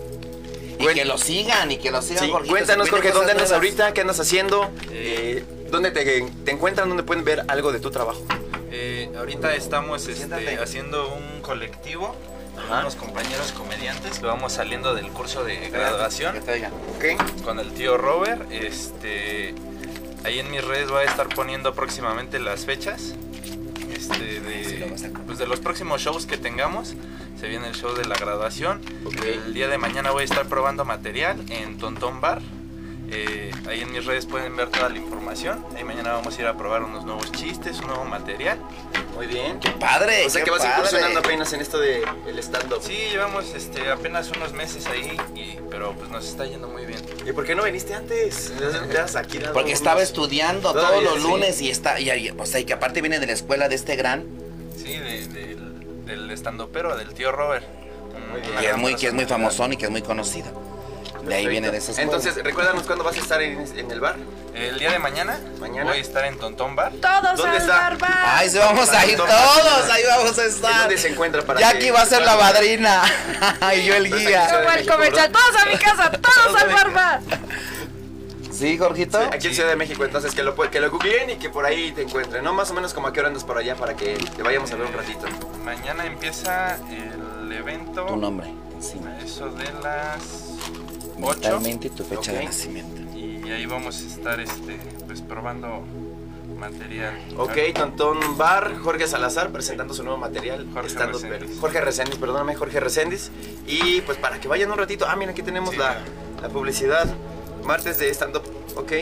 Speaker 3: Y que lo sigan, y que lo sigan,
Speaker 14: Sí,
Speaker 3: Jorgito,
Speaker 14: cuéntanos,
Speaker 3: se
Speaker 14: Jorge, ¿dónde
Speaker 3: vienen cosas
Speaker 14: andas
Speaker 3: nuevas.
Speaker 14: ahorita? ¿Qué andas haciendo? Eh, ¿Dónde te, te encuentran? ¿Dónde pueden ver algo de tu trabajo?
Speaker 16: Eh, ahorita estamos este, haciendo un colectivo con unos compañeros comediantes que vamos saliendo del curso de graduación
Speaker 14: Eh,
Speaker 16: con el tío Robert. Este, ahí en mis redes voy a estar poniendo próximamente las fechas este, de, pues, de los próximos shows que tengamos. Se viene el show de la graduación. El día de mañana voy a estar probando material en Tontón Bar. Eh, ahí en mis redes pueden ver toda la información. Ahí mañana vamos a ir a probar unos nuevos chistes, un nuevo material.
Speaker 14: Muy bien. ¡Qué padre!
Speaker 16: O sea
Speaker 14: qué
Speaker 16: que vas
Speaker 14: padre.
Speaker 16: incursionando
Speaker 14: apenas en esto del stand-up.
Speaker 16: Sí, llevamos este, apenas unos meses ahí, y- pero pues nos está yendo muy bien.
Speaker 14: ¿Y por qué no viniste antes? Ya has aquí dado
Speaker 3: Porque
Speaker 14: unos-
Speaker 3: estaba estudiando todos
Speaker 14: Todavía
Speaker 3: los
Speaker 14: sí.
Speaker 3: lunes y está, y, y- o sea, y que aparte viene de la escuela de este gran,
Speaker 16: Sí, de- del- del estandopero, del tío Robert. Mm, Muy
Speaker 3: que es muy, que es muy famosón y que es muy conocido. De ahí viene de esas
Speaker 14: Entonces, recuérdanos cuándo vas a estar en, en el bar.
Speaker 16: El día de mañana.
Speaker 14: Mañana.
Speaker 16: Voy a estar en Tontón Bar.
Speaker 6: Todos
Speaker 14: ¿Dónde
Speaker 6: al
Speaker 14: está?
Speaker 6: barba.
Speaker 3: Ay, sí, vamos a ir
Speaker 14: Tontón
Speaker 3: todos,
Speaker 14: Bar.
Speaker 3: ahí vamos a
Speaker 14: ¿En
Speaker 3: estar.
Speaker 14: dónde se encuentra para
Speaker 3: Ya
Speaker 14: que-
Speaker 3: aquí va a ser la
Speaker 14: para-
Speaker 3: madrina. y yo el guía.
Speaker 6: Como el comercial, todos a mi casa, todos al barba.
Speaker 3: Sí, Jorgito.
Speaker 14: aquí en Ciudad de México, entonces que lo, pu- que lo googleen y que por ahí te encuentren, ¿no? Más o menos como a qué hora andas por allá para que te vayamos a ver un ratito.
Speaker 16: Mañana empieza el evento.
Speaker 14: Tu nombre,
Speaker 16: Eso de las 8.
Speaker 3: Totalmente y tu fecha de nacimiento.
Speaker 16: Y ahí vamos a estar este, pues, probando material.
Speaker 14: Ok, Tontón Bar, Jorge Salazar presentando su nuevo material. Jorge Jorge Reséndiz, perdóname, Jorge Reséndiz. Y pues para que vayan un ratito. Ah, mira, aquí tenemos la, la publicidad. Martes de stand-up. Ok.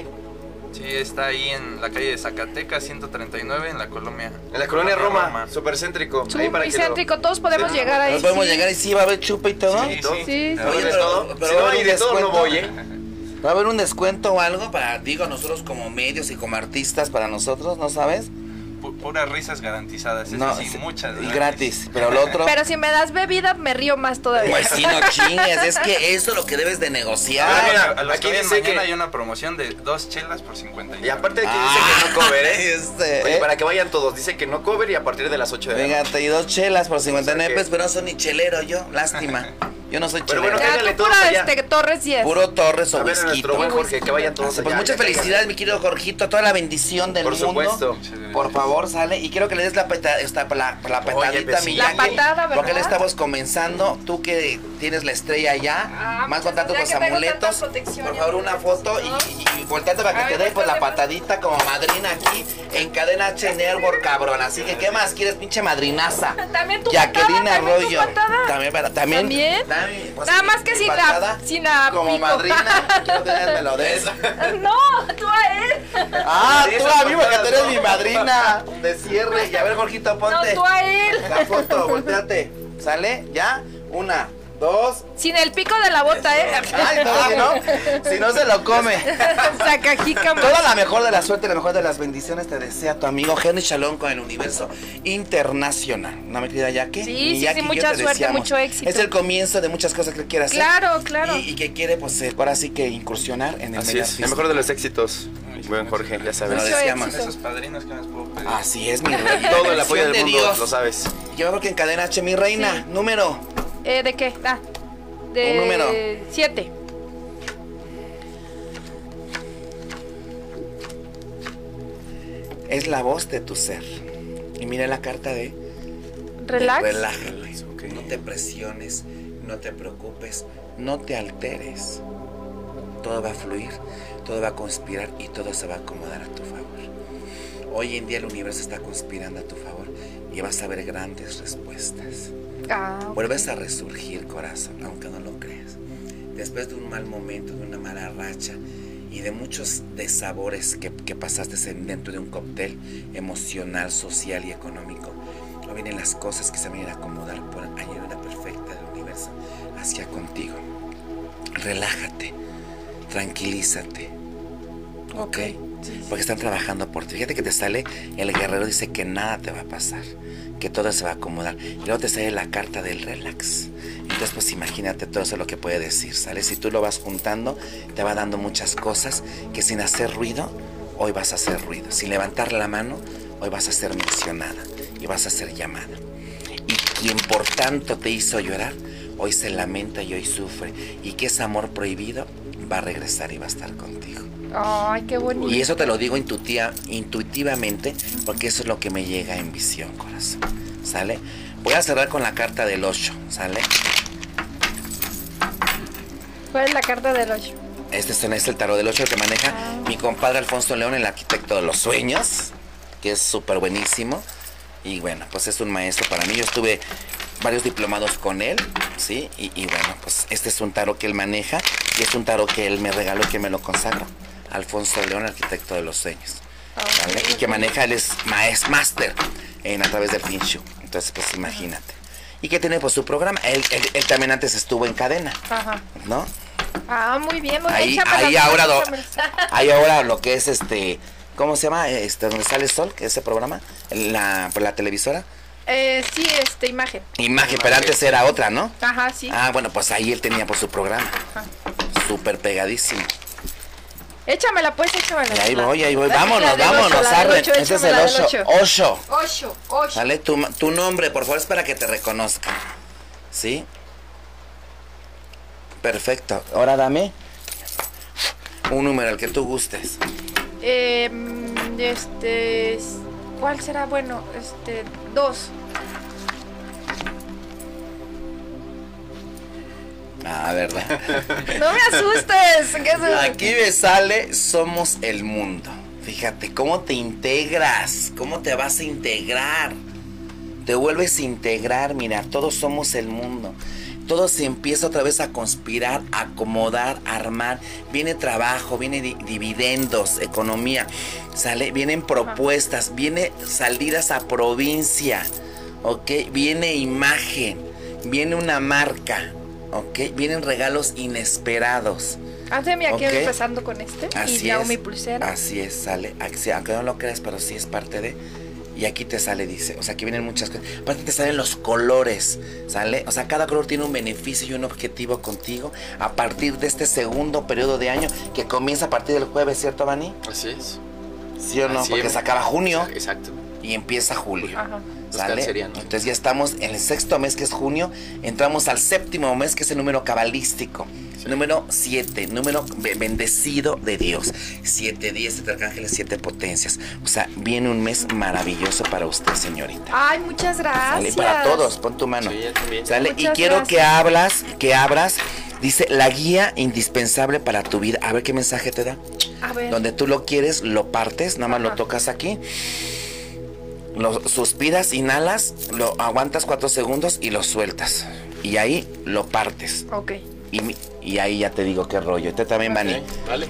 Speaker 16: Sí, está ahí en la calle de Zacatecas 139 en la colonia.
Speaker 14: En la colonia Roma, súper céntrico.
Speaker 6: Muy céntrico, todos podemos llegar ahí.
Speaker 3: Nos podemos
Speaker 6: sí.
Speaker 3: llegar y sí va a haber chupa y todo.
Speaker 16: Sí, sí.
Speaker 6: Sí,
Speaker 3: Oye,
Speaker 14: sí.
Speaker 3: pero-
Speaker 14: todo.
Speaker 3: pero
Speaker 14: Si
Speaker 3: va a
Speaker 14: no hay
Speaker 3: haber un
Speaker 14: de todo, no
Speaker 3: descuento.
Speaker 14: voy, ¿eh?
Speaker 3: Va a haber un descuento o algo para, digo, nosotros como medios y como artistas, para nosotros, ¿no sabes?
Speaker 16: Pu- puras risas garantizadas.
Speaker 3: No,
Speaker 16: No, sí,
Speaker 3: sí,
Speaker 16: muchas.
Speaker 3: Y gratis. Pero lo otro.
Speaker 6: Pero si me das bebida, me río más todavía.
Speaker 3: Pues sí, no chingues, es que eso es lo que debes de negociar.
Speaker 16: Ah, mira, a los que vayan mañana hay una promoción de dos chelas por 50.
Speaker 14: Y aparte de que
Speaker 3: Ah.
Speaker 14: dice que no cover, ¿eh?
Speaker 3: Este,
Speaker 14: Oye,
Speaker 3: ¿eh?
Speaker 14: para que vayan todos. Dice que no cover y a partir de las 8 de la
Speaker 3: Venga,
Speaker 14: noche.
Speaker 3: te di dos chelas por 59
Speaker 14: que-
Speaker 3: pesos, pero no soy ni chelero yo, lástima. Yo no soy
Speaker 14: Pero
Speaker 3: chelero.
Speaker 14: bueno,
Speaker 6: Ya, tú pura este, Torres 10.
Speaker 3: Puro Torres o
Speaker 14: A ver, a
Speaker 3: Whisky.
Speaker 14: nuestro buen Jorge, que vayan todos
Speaker 3: Pues
Speaker 14: allá,
Speaker 3: muchas
Speaker 14: que caigan.
Speaker 3: felicidades, mi querido Jorgito, toda la bendición del
Speaker 14: Por
Speaker 3: mundo.
Speaker 14: supuesto.
Speaker 3: Por favor, sale. Y quiero que le des la, peta- esta- la, la petadita,
Speaker 14: pues sí.
Speaker 3: mi
Speaker 14: La
Speaker 3: Jackie,
Speaker 6: patada, ¿verdad?
Speaker 3: Porque le estamos comenzando. Tú que tienes la estrella allá,
Speaker 6: Ah,
Speaker 3: más
Speaker 6: pues,
Speaker 3: contacto con los amuletos. Por favor, una foto y, y, y volteate para que te dé pues, la patadita como madrina aquí en Cadena H Network, cabrón. Así que, ¿qué más quieres, pinche madrinaza?
Speaker 6: También tu
Speaker 3: Jacqueline
Speaker 6: patada, también tu
Speaker 3: Arroyo.
Speaker 6: patada.
Speaker 3: También, para- también.
Speaker 6: ¿También?
Speaker 3: Dame, pues,
Speaker 6: Nada más que
Speaker 3: mi
Speaker 6: sin la,
Speaker 3: patada
Speaker 6: sin la
Speaker 3: Como
Speaker 6: pico.
Speaker 3: madrina, quiero tenerme lo de eso.
Speaker 6: no, tú a él.
Speaker 3: Ah, tú la misma que tú eres
Speaker 14: no.
Speaker 3: mi madrina. De cierre. Y a ver, Jorgito, ponte.
Speaker 6: No, tú a él.
Speaker 3: La foto, volteate. ¿Sale? Ya. Una, dos.
Speaker 6: Sin el pico de la bota, ¿eh?
Speaker 3: Ay, no, si no, si no se lo come.
Speaker 6: Saca jícama.
Speaker 3: Toda la mejor de la suerte, la mejor de las bendiciones te desea tu amigo Henry Shalom con el universo internacional. ¿No me querida Jackie?
Speaker 6: Sí,
Speaker 3: Mi
Speaker 6: sí, sí,
Speaker 3: Jackie, yo
Speaker 6: mucha
Speaker 3: te
Speaker 6: suerte,
Speaker 3: deseamos.
Speaker 6: mucho éxito.
Speaker 3: Es el comienzo de muchas cosas que quieras hacer.
Speaker 6: Claro, claro.
Speaker 3: Y, y que quiere, pues, eh, ahora sí que incursionar en el
Speaker 14: Así
Speaker 3: medio
Speaker 14: es, el
Speaker 3: artístico.
Speaker 14: mejor de los éxitos. Buen Jorge, ya sabes.
Speaker 3: Lo deseamos.
Speaker 16: Esos padrinos que nos puedo pedir.
Speaker 3: Así es, mi rey.
Speaker 14: Todo el apoyo
Speaker 3: Bendición
Speaker 14: del
Speaker 3: de
Speaker 14: mundo,
Speaker 3: Dios.
Speaker 14: lo sabes.
Speaker 3: Yo creo que en cadena H, mi reina, número.
Speaker 6: Eh, ¿De qué? Ah,
Speaker 3: Un número.
Speaker 6: de 7.
Speaker 3: Es la voz de tu ser. Y mira la carta de
Speaker 6: Relax.
Speaker 3: relájate. No te presiones, no te preocupes, no te alteres. Todo va a fluir, todo va a conspirar y todo se va a acomodar a tu favor. Hoy en día el universo está conspirando a tu favor y vas a ver grandes respuestas.
Speaker 6: Ah, ok.
Speaker 3: Vuelves a resurgir, corazón, aunque no lo creas. Después de un mal momento, de una mala racha y de muchos desabores que, que pasaste en- dentro de un cóctel emocional, social y económico, no vienen las cosas que se vienen a acomodar por ayuda perfecta del universo hacia contigo. Relájate, tranquilízate. Ok. Porque están trabajando por ti. Fíjate que te sale el guerrero, dice que nada te va a pasar, que todo se va a acomodar. Y luego te sale la carta del relax. Entonces, pues imagínate todo eso lo que puede decir, ¿sale? Si tú lo vas juntando, te va dando muchas cosas que sin hacer ruido, hoy vas a hacer ruido. Sin levantar la mano, hoy vas a ser mencionada y vas a ser llamada. Y quien por tanto te hizo llorar, hoy se lamenta y hoy sufre. Y que ese amor prohibido va a regresar y va a estar contigo.
Speaker 6: Ay, qué bonito.
Speaker 3: Y eso te lo digo intuitiva- intuitivamente porque eso es lo que me llega en visión, corazón. ¿Sale? Voy a cerrar con la carta del 8, ¿sale?
Speaker 6: ¿Cuál es la carta del 8?
Speaker 3: Este es, es el tarot del 8 que maneja mi compadre Alfonso León, el arquitecto de los sueños, que es súper buenísimo. Y bueno, pues es un maestro para mí. Yo estuve varios diplomados con él, ¿sí? Y, y bueno, pues este es un tarot que él maneja y es un tarot que él me regaló y que me lo consagra. Alfonso León, arquitecto de los sueños.
Speaker 6: Ah,
Speaker 3: ¿vale? Y que maneja, él es maes- máster en a través del Pinshu. Entonces, pues imagínate. Y que tiene pues su programa. Él, él- él también antes estuvo en cadena,
Speaker 6: Ajá.
Speaker 3: ¿no?
Speaker 6: Ah, muy bien. pues, Muy
Speaker 3: Ahí-
Speaker 6: bien chámela,
Speaker 3: ahí
Speaker 6: chámela,
Speaker 3: ahora lo-
Speaker 6: chámela.
Speaker 3: Hay ahora lo que es este, ¿cómo se llama? Este, donde sale el sol, que ese programa, la, por la televisora.
Speaker 6: Eh, sí, este, imagen.
Speaker 3: Imagen, pero antes era otra, ¿no?
Speaker 6: Ajá, sí.
Speaker 3: Ah, bueno, pues ahí él tenía por su programa.
Speaker 6: Ajá.
Speaker 3: Súper pegadísimo.
Speaker 6: Échamela, pues, échamela.
Speaker 3: Y ahí voy, ahí voy.
Speaker 6: La- la
Speaker 3: Vámonos,
Speaker 6: del ocho,
Speaker 3: vámonos,
Speaker 6: la del
Speaker 3: Arden.
Speaker 6: ocho,
Speaker 3: Este es el Ah.
Speaker 6: échamela del
Speaker 3: 8.
Speaker 6: ocho.
Speaker 3: 8.
Speaker 6: Ocho, ocho.
Speaker 3: ¿Sale? Tu, ma- tu nombre, por favor, es para que te reconozca. ¿Sí? Perfecto. Ahora dame un número, el que tú gustes.
Speaker 6: Eh, mm, este. s- ¿Cuál será bueno? Este, dos.
Speaker 3: Ah, ¿verdad?
Speaker 6: No me asustes. ¿qué es eso?
Speaker 3: Aquí me sale Somos el Mundo. Fíjate, ¿cómo te integras? ¿Cómo te vas a integrar? Te vuelves a integrar, mira, todos somos el mundo. Todo se empieza otra vez a conspirar, a acomodar, a armar. Viene trabajo, viene di- dividendos, economía, sale, vienen propuestas, viene salidas a provincia, ¿ok? Viene imagen, viene una marca, ¿ok? Vienen regalos inesperados.
Speaker 6: Ah, sí, mira, aquí
Speaker 3: Ok.
Speaker 6: empezando con este. y
Speaker 3: Así
Speaker 6: ya hago
Speaker 3: es.
Speaker 6: mi pulsera.
Speaker 3: Así es, sale. Axi- Aunque no lo creas, pero sí es parte de. Y aquí te sale, dice. O sea, aquí vienen muchas cosas. Aparte te salen los colores, ¿sale? O sea, cada color tiene un beneficio y un objetivo contigo a partir de este segundo periodo de año que comienza a partir del jueves, ¿cierto, Vani?
Speaker 16: Así es.
Speaker 3: ¿Sí o no?
Speaker 16: Así
Speaker 3: Porque
Speaker 16: es.
Speaker 3: se acaba junio
Speaker 16: Exacto.
Speaker 3: y empieza julio.
Speaker 6: Ajá.
Speaker 16: Los
Speaker 3: ¿sale?
Speaker 16: cancerianos.
Speaker 3: Entonces ya estamos en el sexto mes que es junio, entramos al séptimo mes que es el número cabalístico. Número 7, número be- bendecido de Dios. Siete días, siete arcángeles, siete potencias. O sea, viene un mes maravilloso para usted, señorita.
Speaker 6: Ay, muchas
Speaker 3: ¿Sale?
Speaker 6: gracias.
Speaker 3: Para todos, pon tu mano. ¿Sale? Y
Speaker 6: Muchas
Speaker 3: quiero que
Speaker 6: gracias.
Speaker 3: hablas, que abras. Dice, la guía indispensable para tu vida. A ver qué mensaje te da.
Speaker 6: A ver.
Speaker 3: Donde tú lo quieres, lo partes, nada más lo tocas aquí. Lo suspiras, inhalas, lo aguantas cuatro segundos y lo sueltas. Y ahí lo partes.
Speaker 6: Ok.
Speaker 3: Y, mi- y ahí ya te digo qué rollo. Este también, Vani.
Speaker 16: Vale.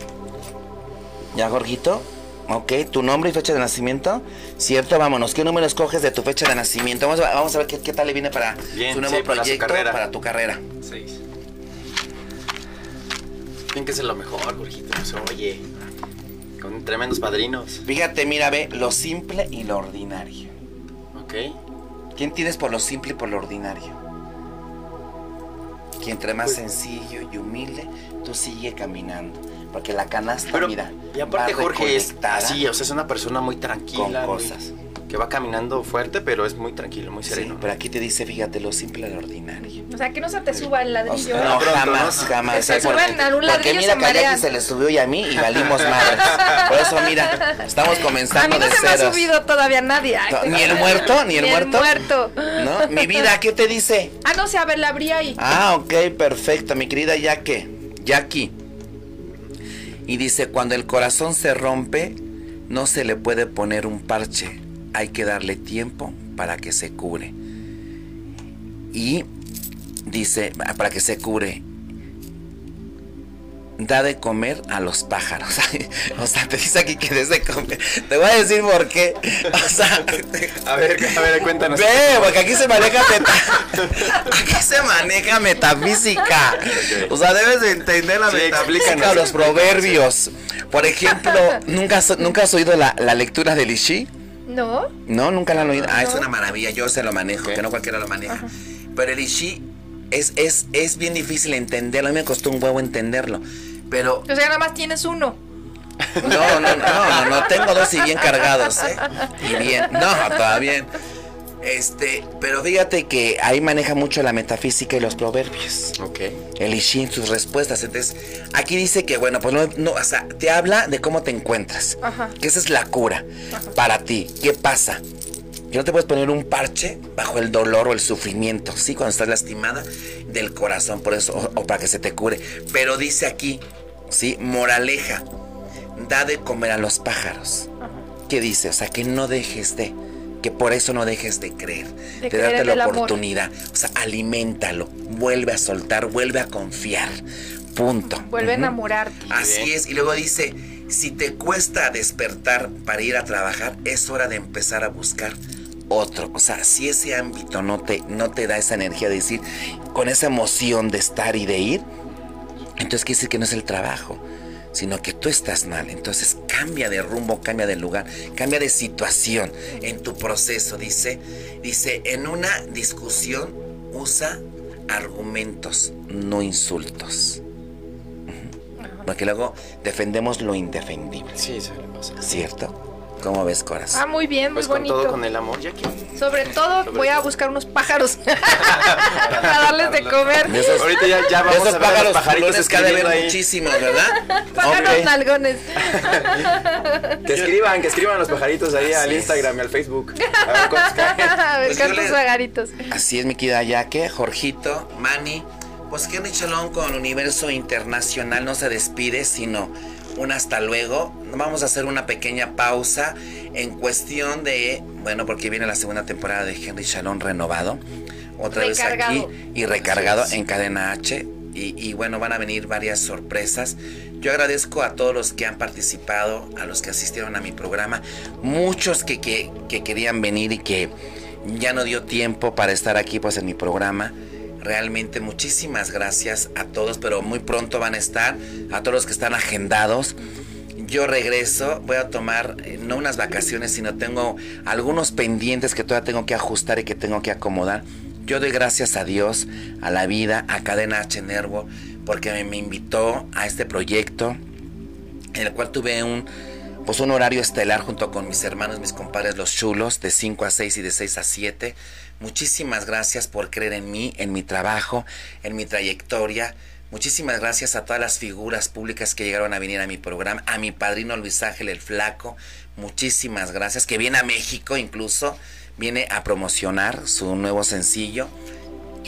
Speaker 3: Ya, Jorgito. Ok, tu nombre y fecha de nacimiento. Cierto, vámonos. ¿Qué número escoges de tu fecha de nacimiento? Vamos a, vamos a ver qué, qué tal le viene para
Speaker 16: Bien,
Speaker 3: su nuevo
Speaker 16: sí, para su
Speaker 3: proyecto, para,
Speaker 16: carrera.
Speaker 3: tu carrera.
Speaker 16: Seis. Tienen que ser lo mejor, Jorgito. Pues, oye, con tremendos padrinos.
Speaker 3: Fíjate, mira, ve lo simple y lo ordinario.
Speaker 16: Ok.
Speaker 3: ¿Quién tienes por lo simple y por lo ordinario? Que entre más
Speaker 16: Pues-
Speaker 3: sencillo y humilde, tú sigue caminando. Porque la canasta, mira.
Speaker 16: Y aparte
Speaker 3: va
Speaker 16: Jorge es
Speaker 3: recolectada.
Speaker 16: así, o sea, es una persona muy tranquila.
Speaker 3: Con
Speaker 16: muy-
Speaker 3: cosas.
Speaker 16: que va caminando fuerte, pero es muy tranquilo, muy
Speaker 3: Sí,
Speaker 16: sereno.
Speaker 3: pero aquí te dice, fíjate, lo simple y lo ordinario.
Speaker 6: O sea, que no se te suba el
Speaker 3: O
Speaker 6: ladrillo.
Speaker 3: sea, no,
Speaker 16: Pronto,
Speaker 3: jamás,
Speaker 16: ¿no?
Speaker 3: jamás. ¿eh?
Speaker 6: Se
Speaker 3: porque,
Speaker 6: suben a un
Speaker 3: porque
Speaker 6: ladrillo y se
Speaker 3: mira que a Jackie
Speaker 6: marean.
Speaker 3: se le subió y a mí y valimos madres. Por eso, mira, estamos
Speaker 6: A mí
Speaker 3: comenzando
Speaker 6: no
Speaker 3: de
Speaker 6: se me ha
Speaker 3: ceros.
Speaker 6: subido todavía nadie. Ay,
Speaker 3: No,
Speaker 6: te-
Speaker 3: ni el muerto, ni el muerto.
Speaker 6: muerto.
Speaker 3: ¿No? Mi vida, ¿qué te dice?
Speaker 6: Ah, no sé, a ver, la abrí ahí.
Speaker 3: Ah, ok, perfecto, mi querida Yaque, Jackie. Y dice, cuando el corazón se rompe, no se le puede poner un parche. Hay que darle tiempo para que se cure. Y dice, ah, para que se cure. Da de comer a los pájaros. o sea, te dice aquí que des de comer. Te voy a decir por qué. O sea,
Speaker 16: A ver, a ver, cuéntanos.
Speaker 3: Ve, porque aquí se maneja meta- aquí se maneja metafísica. O sea, debes de entender la
Speaker 16: Sí,
Speaker 3: metafísica,
Speaker 16: explícanos,
Speaker 3: los proverbios. Por ejemplo, ¿nunca has, nunca has oído la, la lectura del Ishi?
Speaker 6: No.
Speaker 3: No, nunca la han oído. Ah, es una maravilla, yo se lo manejo, que no cualquiera lo maneja. Pero el Ishi es, es, es bien difícil entenderlo, a mí me costó un huevo entenderlo. Pero
Speaker 6: O sea, nada más tienes uno.
Speaker 3: no, no, no, no, no, tengo dos y bien cargados, ¿eh? Y bien, no, todavía bien. Este, pero fíjate que ahí maneja mucho la metafísica y los proverbios.
Speaker 16: Ok.
Speaker 3: El Ishin, sus respuestas. Entonces, aquí dice que, bueno, pues no, no, o sea, te habla de cómo te encuentras.
Speaker 6: Ajá.
Speaker 3: Que esa es la cura
Speaker 6: Ajá.
Speaker 3: para ti. ¿Qué pasa? Que no te puedes poner un parche bajo el dolor o el sufrimiento, ¿sí? Cuando estás lastimada del corazón, por eso, o, o para que se te cure. Pero dice aquí, ¿sí? Moraleja, da de comer a los pájaros. ¿Qué dice? O sea, que no dejes de, que que por eso no dejes de creer, de,
Speaker 6: De creer
Speaker 3: darte
Speaker 6: en el
Speaker 3: la
Speaker 6: amor.
Speaker 3: oportunidad. O sea, aliméntalo, vuelve a soltar, vuelve a confiar. Punto.
Speaker 6: Vuelve a
Speaker 3: Ujú.
Speaker 6: enamorarte.
Speaker 3: Así es, y luego dice, si te cuesta despertar para ir a trabajar, es hora de empezar a buscar otro. O sea, si ese ámbito no te, no te da esa energía de decir, con esa emoción de estar y de ir, entonces quiere decir que no es el trabajo, sino que tú estás mal. Entonces cambia de rumbo, cambia de lugar, cambia de situación en tu proceso. Dice, dice, en una discusión usa argumentos, no insultos. Ujú. Porque luego defendemos lo indefendible. Sí, se le pasa. ¿Cierto? ¿Cómo ves, corazón?
Speaker 6: Ah, muy bien, muy
Speaker 3: Pues con
Speaker 6: bonito.
Speaker 3: todo
Speaker 14: Con el amor, ya que.
Speaker 6: Sobre todo voy a buscar unos pájaros para darles de comer.
Speaker 3: De esos-
Speaker 14: Ahorita ya- ya
Speaker 3: de
Speaker 14: vamos
Speaker 3: esos
Speaker 14: a ver a los
Speaker 3: pájaros
Speaker 14: pajaritos
Speaker 3: culones que ha de haber
Speaker 14: escribiendo ahí.
Speaker 3: muchísimos, ¿verdad?
Speaker 6: Pájaros
Speaker 14: Ok.
Speaker 6: nalgones.
Speaker 14: Que escriban, que escriban los pajaritos ahí al Instagram y al Facebook. A ver cuántos caen.
Speaker 6: A ver,
Speaker 3: Pues yo
Speaker 6: cantos
Speaker 3: le-
Speaker 6: vagaritos.
Speaker 3: Así es, mi querida Yaque, Jorgito, Manny. Pues Henry Chalón con Universo Internacional no se despide, sino un hasta luego. Vamos a hacer una pequeña pausa en cuestión de, bueno, porque viene la segunda temporada de Henry Chalón renovado. Otra vez
Speaker 6: Recargado.
Speaker 3: aquí y recargado en cadena H. Y, y bueno, van a venir varias sorpresas. Yo agradezco a todos los que han participado, a los que asistieron a mi programa, muchos que, que, que querían venir y que ya no dio tiempo para estar aquí pues en mi programa. Realmente muchísimas gracias a todos, pero muy pronto van a estar, a todos los que están agendados. Yo regreso, voy a tomar eh, no unas vacaciones, sino tengo algunos pendientes que todavía tengo que ajustar y que tengo que acomodar. Yo doy gracias a Dios, a la vida, a Cadena H Nervo, porque me- me invitó a este proyecto en el cual tuve un, pues un horario estelar junto con mis hermanos, mis compadres, los chulos, de 5 a 6 y de 6 a 7. Muchísimas gracias por creer en mí, en mi trabajo, en mi trayectoria. Muchísimas gracias a todas las figuras públicas que llegaron a venir a mi programa, a mi padrino Luis Ángel el Flaco. Muchísimas gracias, que viene a México incluso, viene a promocionar su nuevo sencillo.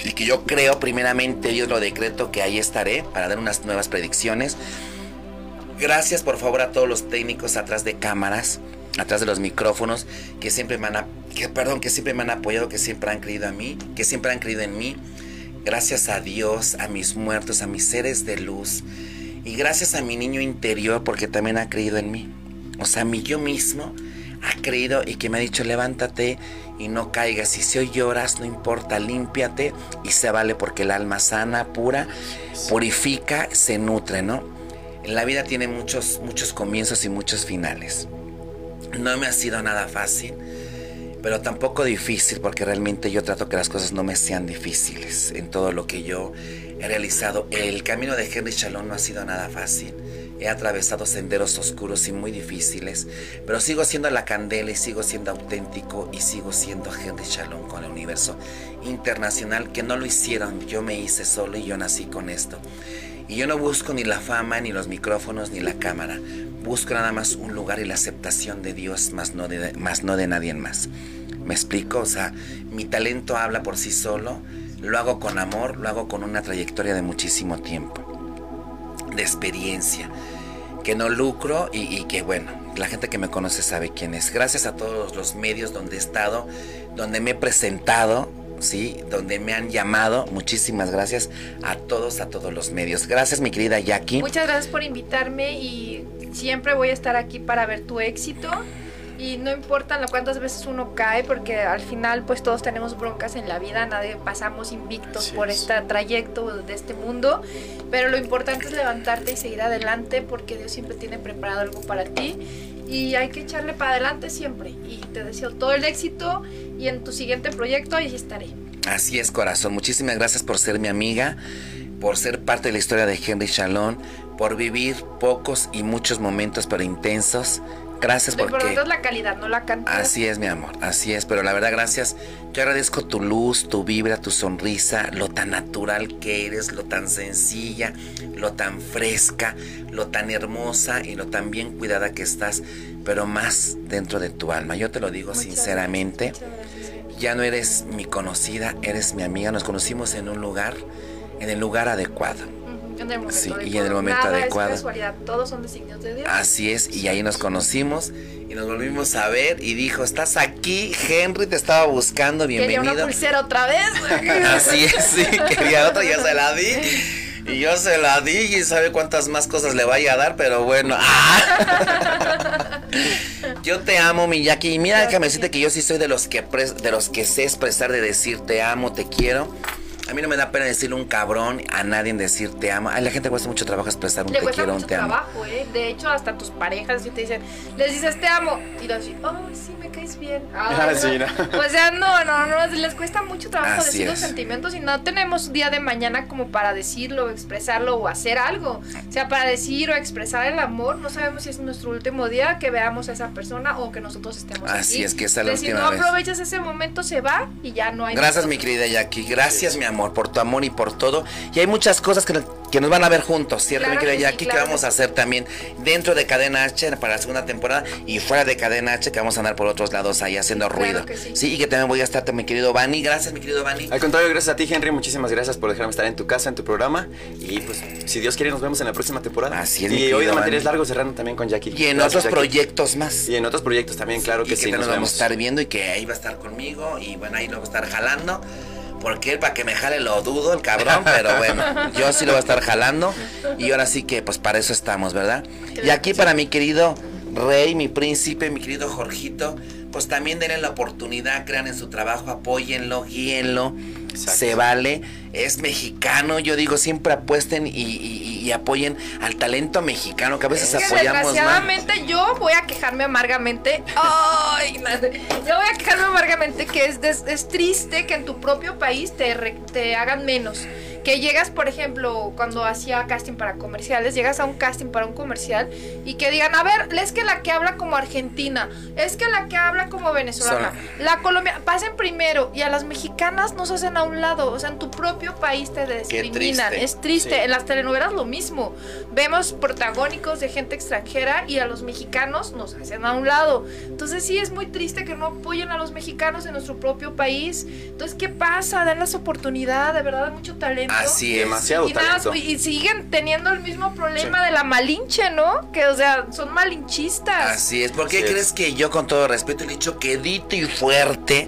Speaker 3: Y que yo creo, primeramente, Dios lo decreto, que ahí estaré para dar unas nuevas predicciones. Gracias por favor a todos los técnicos atrás de cámaras, atrás de los micrófonos, que siempre me han, ap- que, perdón, que siempre me han apoyado, que siempre han creído a mí, que siempre han creído en mí. Gracias a Dios, a mis muertos, a mis seres de luz. Y gracias a mi niño interior porque también ha creído en mí. O sea, mi yo mismo ha creído y que me ha dicho levántate y no caigas. Y si hoy lloras, no importa, límpiate y se vale porque el alma sana, pura, purifica, se nutre, ¿no? La vida tiene muchos, muchos comienzos y muchos finales. No me ha sido nada fácil, pero tampoco difícil, porque realmente yo trato que las cosas no me sean difíciles en todo lo que yo he realizado. El camino de Henry Chalón no ha sido nada fácil. He atravesado senderos oscuros y muy difíciles, pero sigo siendo la candela y sigo siendo auténtico y sigo siendo Henry Chalón con el universo internacional, que no lo hicieron, yo me hice solo y yo nací con esto. Y yo no busco ni la fama, ni los micrófonos, ni la cámara. Busco nada más un lugar y la aceptación de Dios, más no de, más no de nadie más. ¿Me explico? O sea, mi talento habla por sí solo. Lo hago con amor, lo hago con una trayectoria de muchísimo tiempo, de experiencia, que no lucro y, y que bueno, la gente que me conoce sabe quién es. Gracias a todos los medios donde he estado, donde me he presentado, ¿sí? Donde me han llamado. Muchísimas gracias a todos, a todos los medios. Gracias, mi querida Jackie.
Speaker 6: Muchas gracias por invitarme y siempre voy a estar aquí para ver tu éxito. Y no importa lo cuántas veces uno cae, porque al final pues todos tenemos broncas en la vida, nadie pasamos invictos
Speaker 4: Así
Speaker 6: por
Speaker 4: es.
Speaker 6: este trayecto de este mundo, pero lo importante es levantarte y seguir adelante porque Dios siempre tiene preparado algo para ti y hay que echarle para adelante siempre. Y te deseo todo el éxito y en tu siguiente proyecto ahí estaré.
Speaker 3: Así es, corazón. Muchísimas gracias por ser mi amiga, por ser parte de la historia de Henry Chalón, por vivir pocos y muchos momentos, pero intensos. Gracias
Speaker 6: Lo
Speaker 3: porque...
Speaker 6: importante es la calidad, no la cantidad.
Speaker 3: Así es, mi amor, así es. Pero la verdad, gracias. Yo agradezco tu luz, tu vibra, tu sonrisa, lo tan natural que eres, lo tan sencilla, lo tan fresca, lo tan hermosa y lo tan bien cuidada que estás, pero más dentro de tu alma. Yo te lo digo sinceramente. Ya no eres mi conocida, eres mi amiga. Nos conocimos en un lugar, en el lugar adecuado.
Speaker 4: En el momento
Speaker 3: Sí,
Speaker 4: adecuado.
Speaker 3: y en el momento
Speaker 4: Nada
Speaker 3: adecuado. Ah,
Speaker 4: Es casualidad, todos son designios de Dios.
Speaker 3: Así es, y ahí nos conocimos y nos volvimos a ver y dijo, estás aquí, Henry, te estaba buscando,
Speaker 4: Quería una
Speaker 3: bienvenido.
Speaker 4: pulsera otra vez.
Speaker 3: Así es, sí, quería otra, yo se la di. Y yo se la di y sabe cuántas más cosas le vaya a dar, pero bueno. ¡Ah! yo te amo, mi Jackie. Y mira, déjame decirte que yo sí soy de los que pres- de los que sé expresar de decir te amo, te quiero. A mí no me da pena decirle un cabrón a nadie en decir te amo. A la gente le cuesta mucho trabajo expresar un
Speaker 4: Le
Speaker 3: te
Speaker 4: cuesta
Speaker 3: quiero, un
Speaker 4: mucho
Speaker 3: te amo.
Speaker 4: trabajo, ¿eh? De hecho, hasta tus parejas sí te dicen, les dices te amo. Y los dicen, oh, sí, me caes bien. Ah,
Speaker 3: sí,
Speaker 4: no.
Speaker 3: no.
Speaker 4: O sea, no, no, no, les cuesta mucho trabajo
Speaker 3: Así
Speaker 4: decir los
Speaker 3: es.
Speaker 4: sentimientos y no tenemos día de mañana como para decirlo, expresarlo o hacer algo. O sea, para decir o expresar el amor, no sabemos si es nuestro último día que veamos a esa persona o que nosotros estemos
Speaker 3: Así
Speaker 4: aquí.
Speaker 3: es, que esa es la
Speaker 4: Entonces,
Speaker 3: última
Speaker 4: Si
Speaker 3: vez.
Speaker 4: no aprovechas ese momento, se va y ya no hay.
Speaker 3: Gracias, mi querida Jackie. Gracias, mi amor, por tu amor y por todo. Y hay muchas cosas que, no- que nos van a ver juntos, ¿cierto,
Speaker 4: Claro
Speaker 3: mi querida
Speaker 4: que sí,
Speaker 3: Jackie?
Speaker 4: claro
Speaker 3: que vamos
Speaker 4: que
Speaker 3: a hacer también dentro de Cadena H para la segunda temporada y fuera de Cadena H, que vamos a andar por otros lados ahí haciendo ruido.
Speaker 14: que sí.
Speaker 3: y que también voy a estar, mi querido Vani. Gracias, mi querido Vani.
Speaker 14: Al contrario, gracias a ti, Henry. Muchísimas gracias por dejarme estar en tu casa, en tu programa. Y pues, si Dios quiere, nos vemos en la próxima temporada. Así
Speaker 3: es, mi
Speaker 14: Y
Speaker 3: querido
Speaker 14: hoy de
Speaker 3: Vani.
Speaker 14: materiales largos cerrando también con Jackie.
Speaker 3: Y en
Speaker 14: Gracias,
Speaker 3: otros proyectos más.
Speaker 14: Y en otros proyectos también, claro que,
Speaker 3: y que
Speaker 14: sí.
Speaker 3: te
Speaker 14: Nos
Speaker 3: nos vamos a
Speaker 14: vemos.
Speaker 3: estar viendo y que ahí va a estar conmigo y bueno, ahí lo va a estar jalando. Porque él para que me jale lo dudo, el cabrón, pero bueno, yo sí lo voy a estar jalando. Y ahora sí que pues para eso estamos, ¿verdad? Y aquí para mi querido rey, mi príncipe, mi querido Jorgito, pues también denle la oportunidad, crean en su trabajo, apóyenlo, guíenlo, se vale. Es mexicano, yo digo, siempre apuesten y, y- y apoyen al talento mexicano, que a veces
Speaker 4: Es que
Speaker 3: apoyamos mal.
Speaker 4: desgraciadamente yo voy a quejarme amargamente. Ay, madre. Yo voy a quejarme amargamente que es, des- es triste que en tu propio país te, re- te hagan menos. Que llegas, por ejemplo, cuando hacía casting para comerciales, llegas a un casting para un comercial y que digan, a ver, es que la que habla como argentina, es que la que habla como venezolana, la colombiana, pasen primero y a las mexicanas nos hacen a un lado, o sea, en tu propio país te discriminan,
Speaker 9: triste.
Speaker 4: es triste,
Speaker 9: Sí.
Speaker 4: en las telenovelas lo mismo, vemos protagónicos de gente extranjera y a los mexicanos nos hacen a un lado, entonces sí es muy triste que no apoyen a los mexicanos en nuestro propio país, entonces ¿qué pasa? Dan las oportunidades, de verdad, hay mucho talento.
Speaker 3: Así es.
Speaker 14: Demasiado
Speaker 4: Y, nada más,
Speaker 14: talento.
Speaker 4: y siguen teniendo el mismo problema de la malinche, ¿no? Que, o sea, son malinchistas.
Speaker 3: Así es, ¿por qué
Speaker 4: Así es.
Speaker 3: crees que yo con todo respeto he dicho quedito y fuerte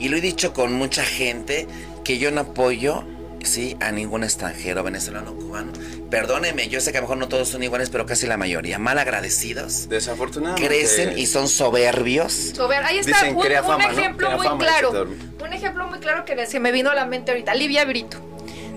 Speaker 3: y lo he dicho con mucha gente que yo no apoyo sí a ningún extranjero venezolano cubano? Perdóneme, yo sé que a lo mejor no todos son iguales, pero casi la mayoría mal agradecidos.
Speaker 14: Desafortunadamente.
Speaker 3: Crecen y son soberbios.
Speaker 4: Sober- Ahí está
Speaker 3: Dicen,
Speaker 4: un,
Speaker 3: crea
Speaker 4: un
Speaker 3: fama, ¿no?
Speaker 4: ejemplo
Speaker 3: Crea
Speaker 4: muy
Speaker 3: fama,
Speaker 4: claro.
Speaker 3: dice
Speaker 4: Un ejemplo muy claro que se me vino a la mente ahorita. Livia Brito.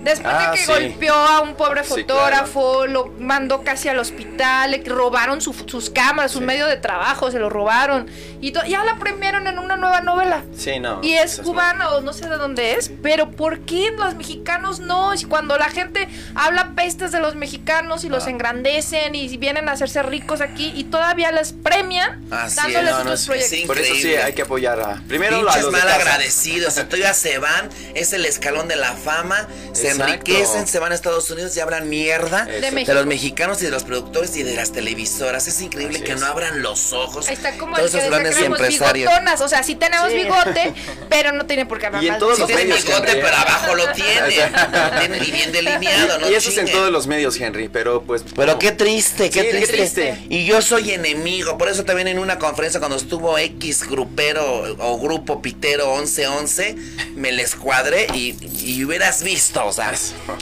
Speaker 4: Después
Speaker 9: Ah,
Speaker 4: de que
Speaker 9: sí.
Speaker 4: golpeó a un pobre
Speaker 9: Sí,
Speaker 4: fotógrafo, lo mandó casi al hospital, le robaron su- sus cámaras, su medio de trabajo, se lo robaron. Y to- ya la premiaron en una nueva novela.
Speaker 14: Sí, no.
Speaker 4: Y es
Speaker 14: eso
Speaker 4: cubana o no sé de dónde es, pero ¿por qué los mexicanos no? Si cuando la gente habla pestes de los mexicanos y
Speaker 3: Ah.
Speaker 4: los engrandecen y vienen a hacerse ricos aquí y todavía les premian
Speaker 3: Así es,
Speaker 4: dándoles
Speaker 3: no, no,
Speaker 4: otros
Speaker 3: es-
Speaker 4: proyectos.
Speaker 3: es
Speaker 14: Por eso sí
Speaker 3: Increíble.
Speaker 14: hay que apoyar a. Primero a
Speaker 3: Pinches
Speaker 14: los de
Speaker 3: mal
Speaker 14: casa.
Speaker 3: agradecidos, entonces ya se van, es el escalón de la fama, se
Speaker 14: Exacto.
Speaker 3: enriquecen, se van a Estados Unidos y hablan mierda
Speaker 14: De
Speaker 3: de,
Speaker 4: México.
Speaker 3: los mexicanos y de los productores y de las televisoras. Es increíble que no abran los ojos.
Speaker 4: Ahí está como
Speaker 3: Todos
Speaker 4: el que
Speaker 3: esos grandes
Speaker 4: tenemos
Speaker 3: empresarios.
Speaker 4: bigotonas, o sea, sí tenemos
Speaker 3: Sí.
Speaker 4: bigote, pero no tiene por qué hablar
Speaker 14: Y en
Speaker 4: mal.
Speaker 14: todos
Speaker 4: Sí
Speaker 14: los
Speaker 4: tiene
Speaker 14: medios.
Speaker 4: bigote,
Speaker 14: Henry, ¿eh?
Speaker 4: pero
Speaker 3: abajo lo tiene.
Speaker 14: Exacto.
Speaker 3: Tiene y bien delineado, no
Speaker 14: Y eso es en
Speaker 3: chinguen.
Speaker 14: todos los medios, Henry, pero pues.
Speaker 3: Pero qué triste, qué,
Speaker 14: Sí,
Speaker 3: triste. Y yo soy enemigo. Por eso también en una conferencia cuando estuvo X grupero o grupo pitero 1111, me les cuadré y, y hubieras visto, o sea,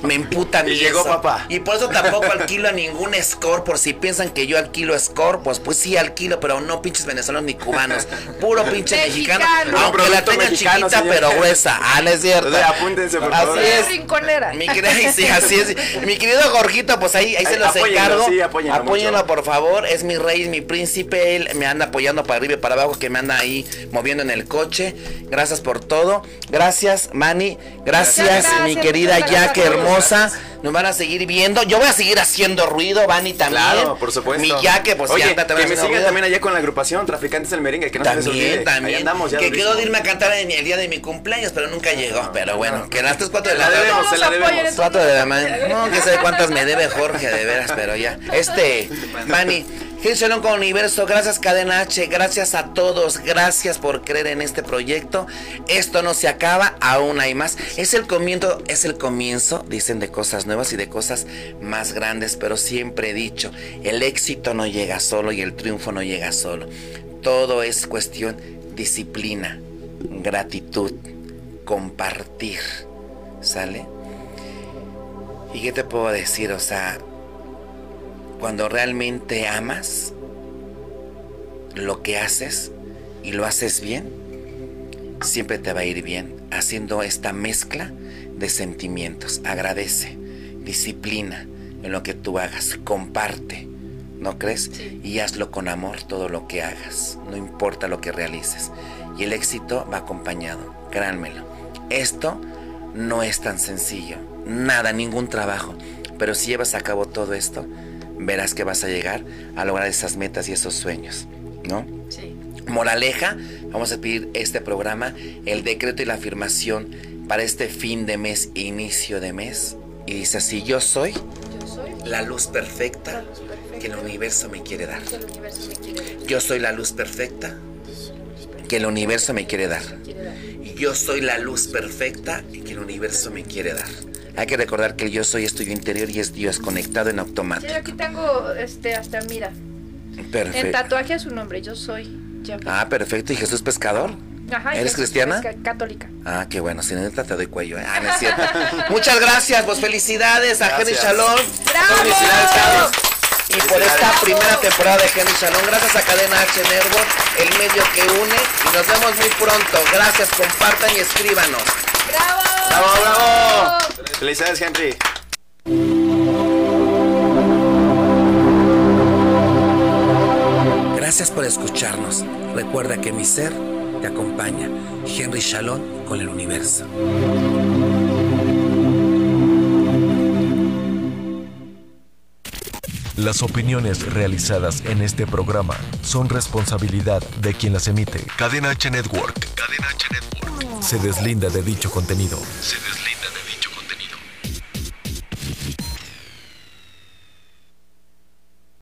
Speaker 3: me emputa a mí
Speaker 14: Y llegó
Speaker 3: eso.
Speaker 14: papá.
Speaker 3: Y por eso tampoco alquilo a ningún score, por si piensan que yo alquilo score, pues pues sí alquilo, pero no pinches venezolanos ni cubanos. Puro pinche mexicano.
Speaker 4: Mexicano.
Speaker 3: Aunque la
Speaker 14: Producto
Speaker 3: tenga
Speaker 14: mexicano,
Speaker 3: chiquita,
Speaker 14: señor.
Speaker 3: pero gruesa. Ah, no es cierto.
Speaker 14: O sea, apúntense, por favor.
Speaker 3: Así es.
Speaker 4: Rinconera.
Speaker 3: Mi querida- sí, así es. Mi querido Jorgito, pues ahí, ahí se
Speaker 14: Ay,
Speaker 3: los
Speaker 14: apóyenlo,
Speaker 3: encargo.
Speaker 14: sí, apóyenlo
Speaker 3: Apóyenlo,
Speaker 14: mucho.
Speaker 3: por favor. Es mi rey, es mi príncipe. Él me anda apoyando para arriba y para abajo, que me anda ahí moviendo en el coche. Gracias por todo. Gracias, Manny. Gracias,
Speaker 14: Muchas gracias,
Speaker 3: mi querida
Speaker 14: muchas gracias
Speaker 3: Jack,
Speaker 14: a todos.
Speaker 3: hermosa. Nos van a seguir viendo. Yo voy a seguir haciendo ruido, Vanny también.
Speaker 14: Claro, por supuesto.
Speaker 3: Mi Jack, pues
Speaker 14: Oye,
Speaker 3: ya anda
Speaker 14: que me
Speaker 3: haciendo
Speaker 14: sigan
Speaker 3: ruido.
Speaker 14: también allá con la agrupación Traficantes del Merengue, que no se les olvide.
Speaker 3: También,
Speaker 14: Ahí
Speaker 3: también.
Speaker 14: andamos ya.
Speaker 3: que quedó
Speaker 14: durísimo.
Speaker 3: de irme a cantar en el día de mi cumpleaños, pero nunca llegó. Pero bueno, que a las 3, 4 de la
Speaker 14: La
Speaker 3: tarde.
Speaker 14: debemos, se la debemos.
Speaker 3: 4 de la mañana. No, que sé cuántas me debe Jorge, de veras, pero ya. Este, Manny, Gil Shalom con Universo, gracias Cadena H, gracias a todos, gracias por creer en este proyecto. Esto no se acaba, aún hay más. Es el comienzo, es el comienzo, dicen, de cosas nuevas y de cosas más grandes, pero siempre he dicho, el éxito no llega solo y el triunfo no llega solo. Todo es cuestión disciplina, gratitud, compartir, ¿sale? ¿Y qué te puedo decir? O sea, cuando realmente amas lo que haces y lo haces bien, siempre te va a ir bien haciendo esta mezcla de sentimientos. Agradece, disciplina en lo que tú hagas, comparte, ¿no crees? Y hazlo con amor todo lo que hagas, no importa lo que realices. Y el éxito va acompañado, créanmelo. Esto no es tan sencillo, nada, ningún trabajo. Pero si llevas a cabo todo esto, verás que vas a llegar a lograr esas metas y esos sueños, ¿no?
Speaker 4: Sí.
Speaker 3: Moraleja, vamos a pedir este programa, el decreto y la afirmación para este fin de mes, inicio de mes. Y dice así, yo soy la luz perfecta que el universo me quiere dar. Yo soy la luz perfecta que el universo me quiere dar. Y yo soy la luz perfecta que el universo me quiere dar. Hay que recordar que el yo soy es tuyo interior y es Dios conectado en automático.
Speaker 6: Yo aquí tengo, este, hasta mira. En
Speaker 3: Perfecto.
Speaker 6: tatuaje a su nombre, yo soy. ya.
Speaker 3: Ah, perfecto. ¿Y Jesús Pescador?
Speaker 6: Ajá, y
Speaker 3: ¿Eres
Speaker 6: Jesús
Speaker 3: cristiana?
Speaker 6: es ca- católica.
Speaker 3: Ah, qué bueno. Sin neta te doy cuello. ¿eh? Ah, no es cierto. Muchas gracias. Pues felicidades a Henry Shalom. Felicidades, Carlos. Y por esta primera temporada de Henry Shalom. Gracias a Cadena H Network, el medio que une. Y nos vemos muy pronto. Gracias. Compartan y escríbanos.
Speaker 14: ¡Bravo, bravo! Felicidades, Henry.
Speaker 3: Gracias por escucharnos. Recuerda que mi ser te acompaña. Henry Shalom con el universo.
Speaker 1: Las opiniones realizadas en este programa son responsabilidad de quien las emite. Cadena H Network. Cadena H Network. Se deslinda de dicho contenido.
Speaker 16: Se desliga.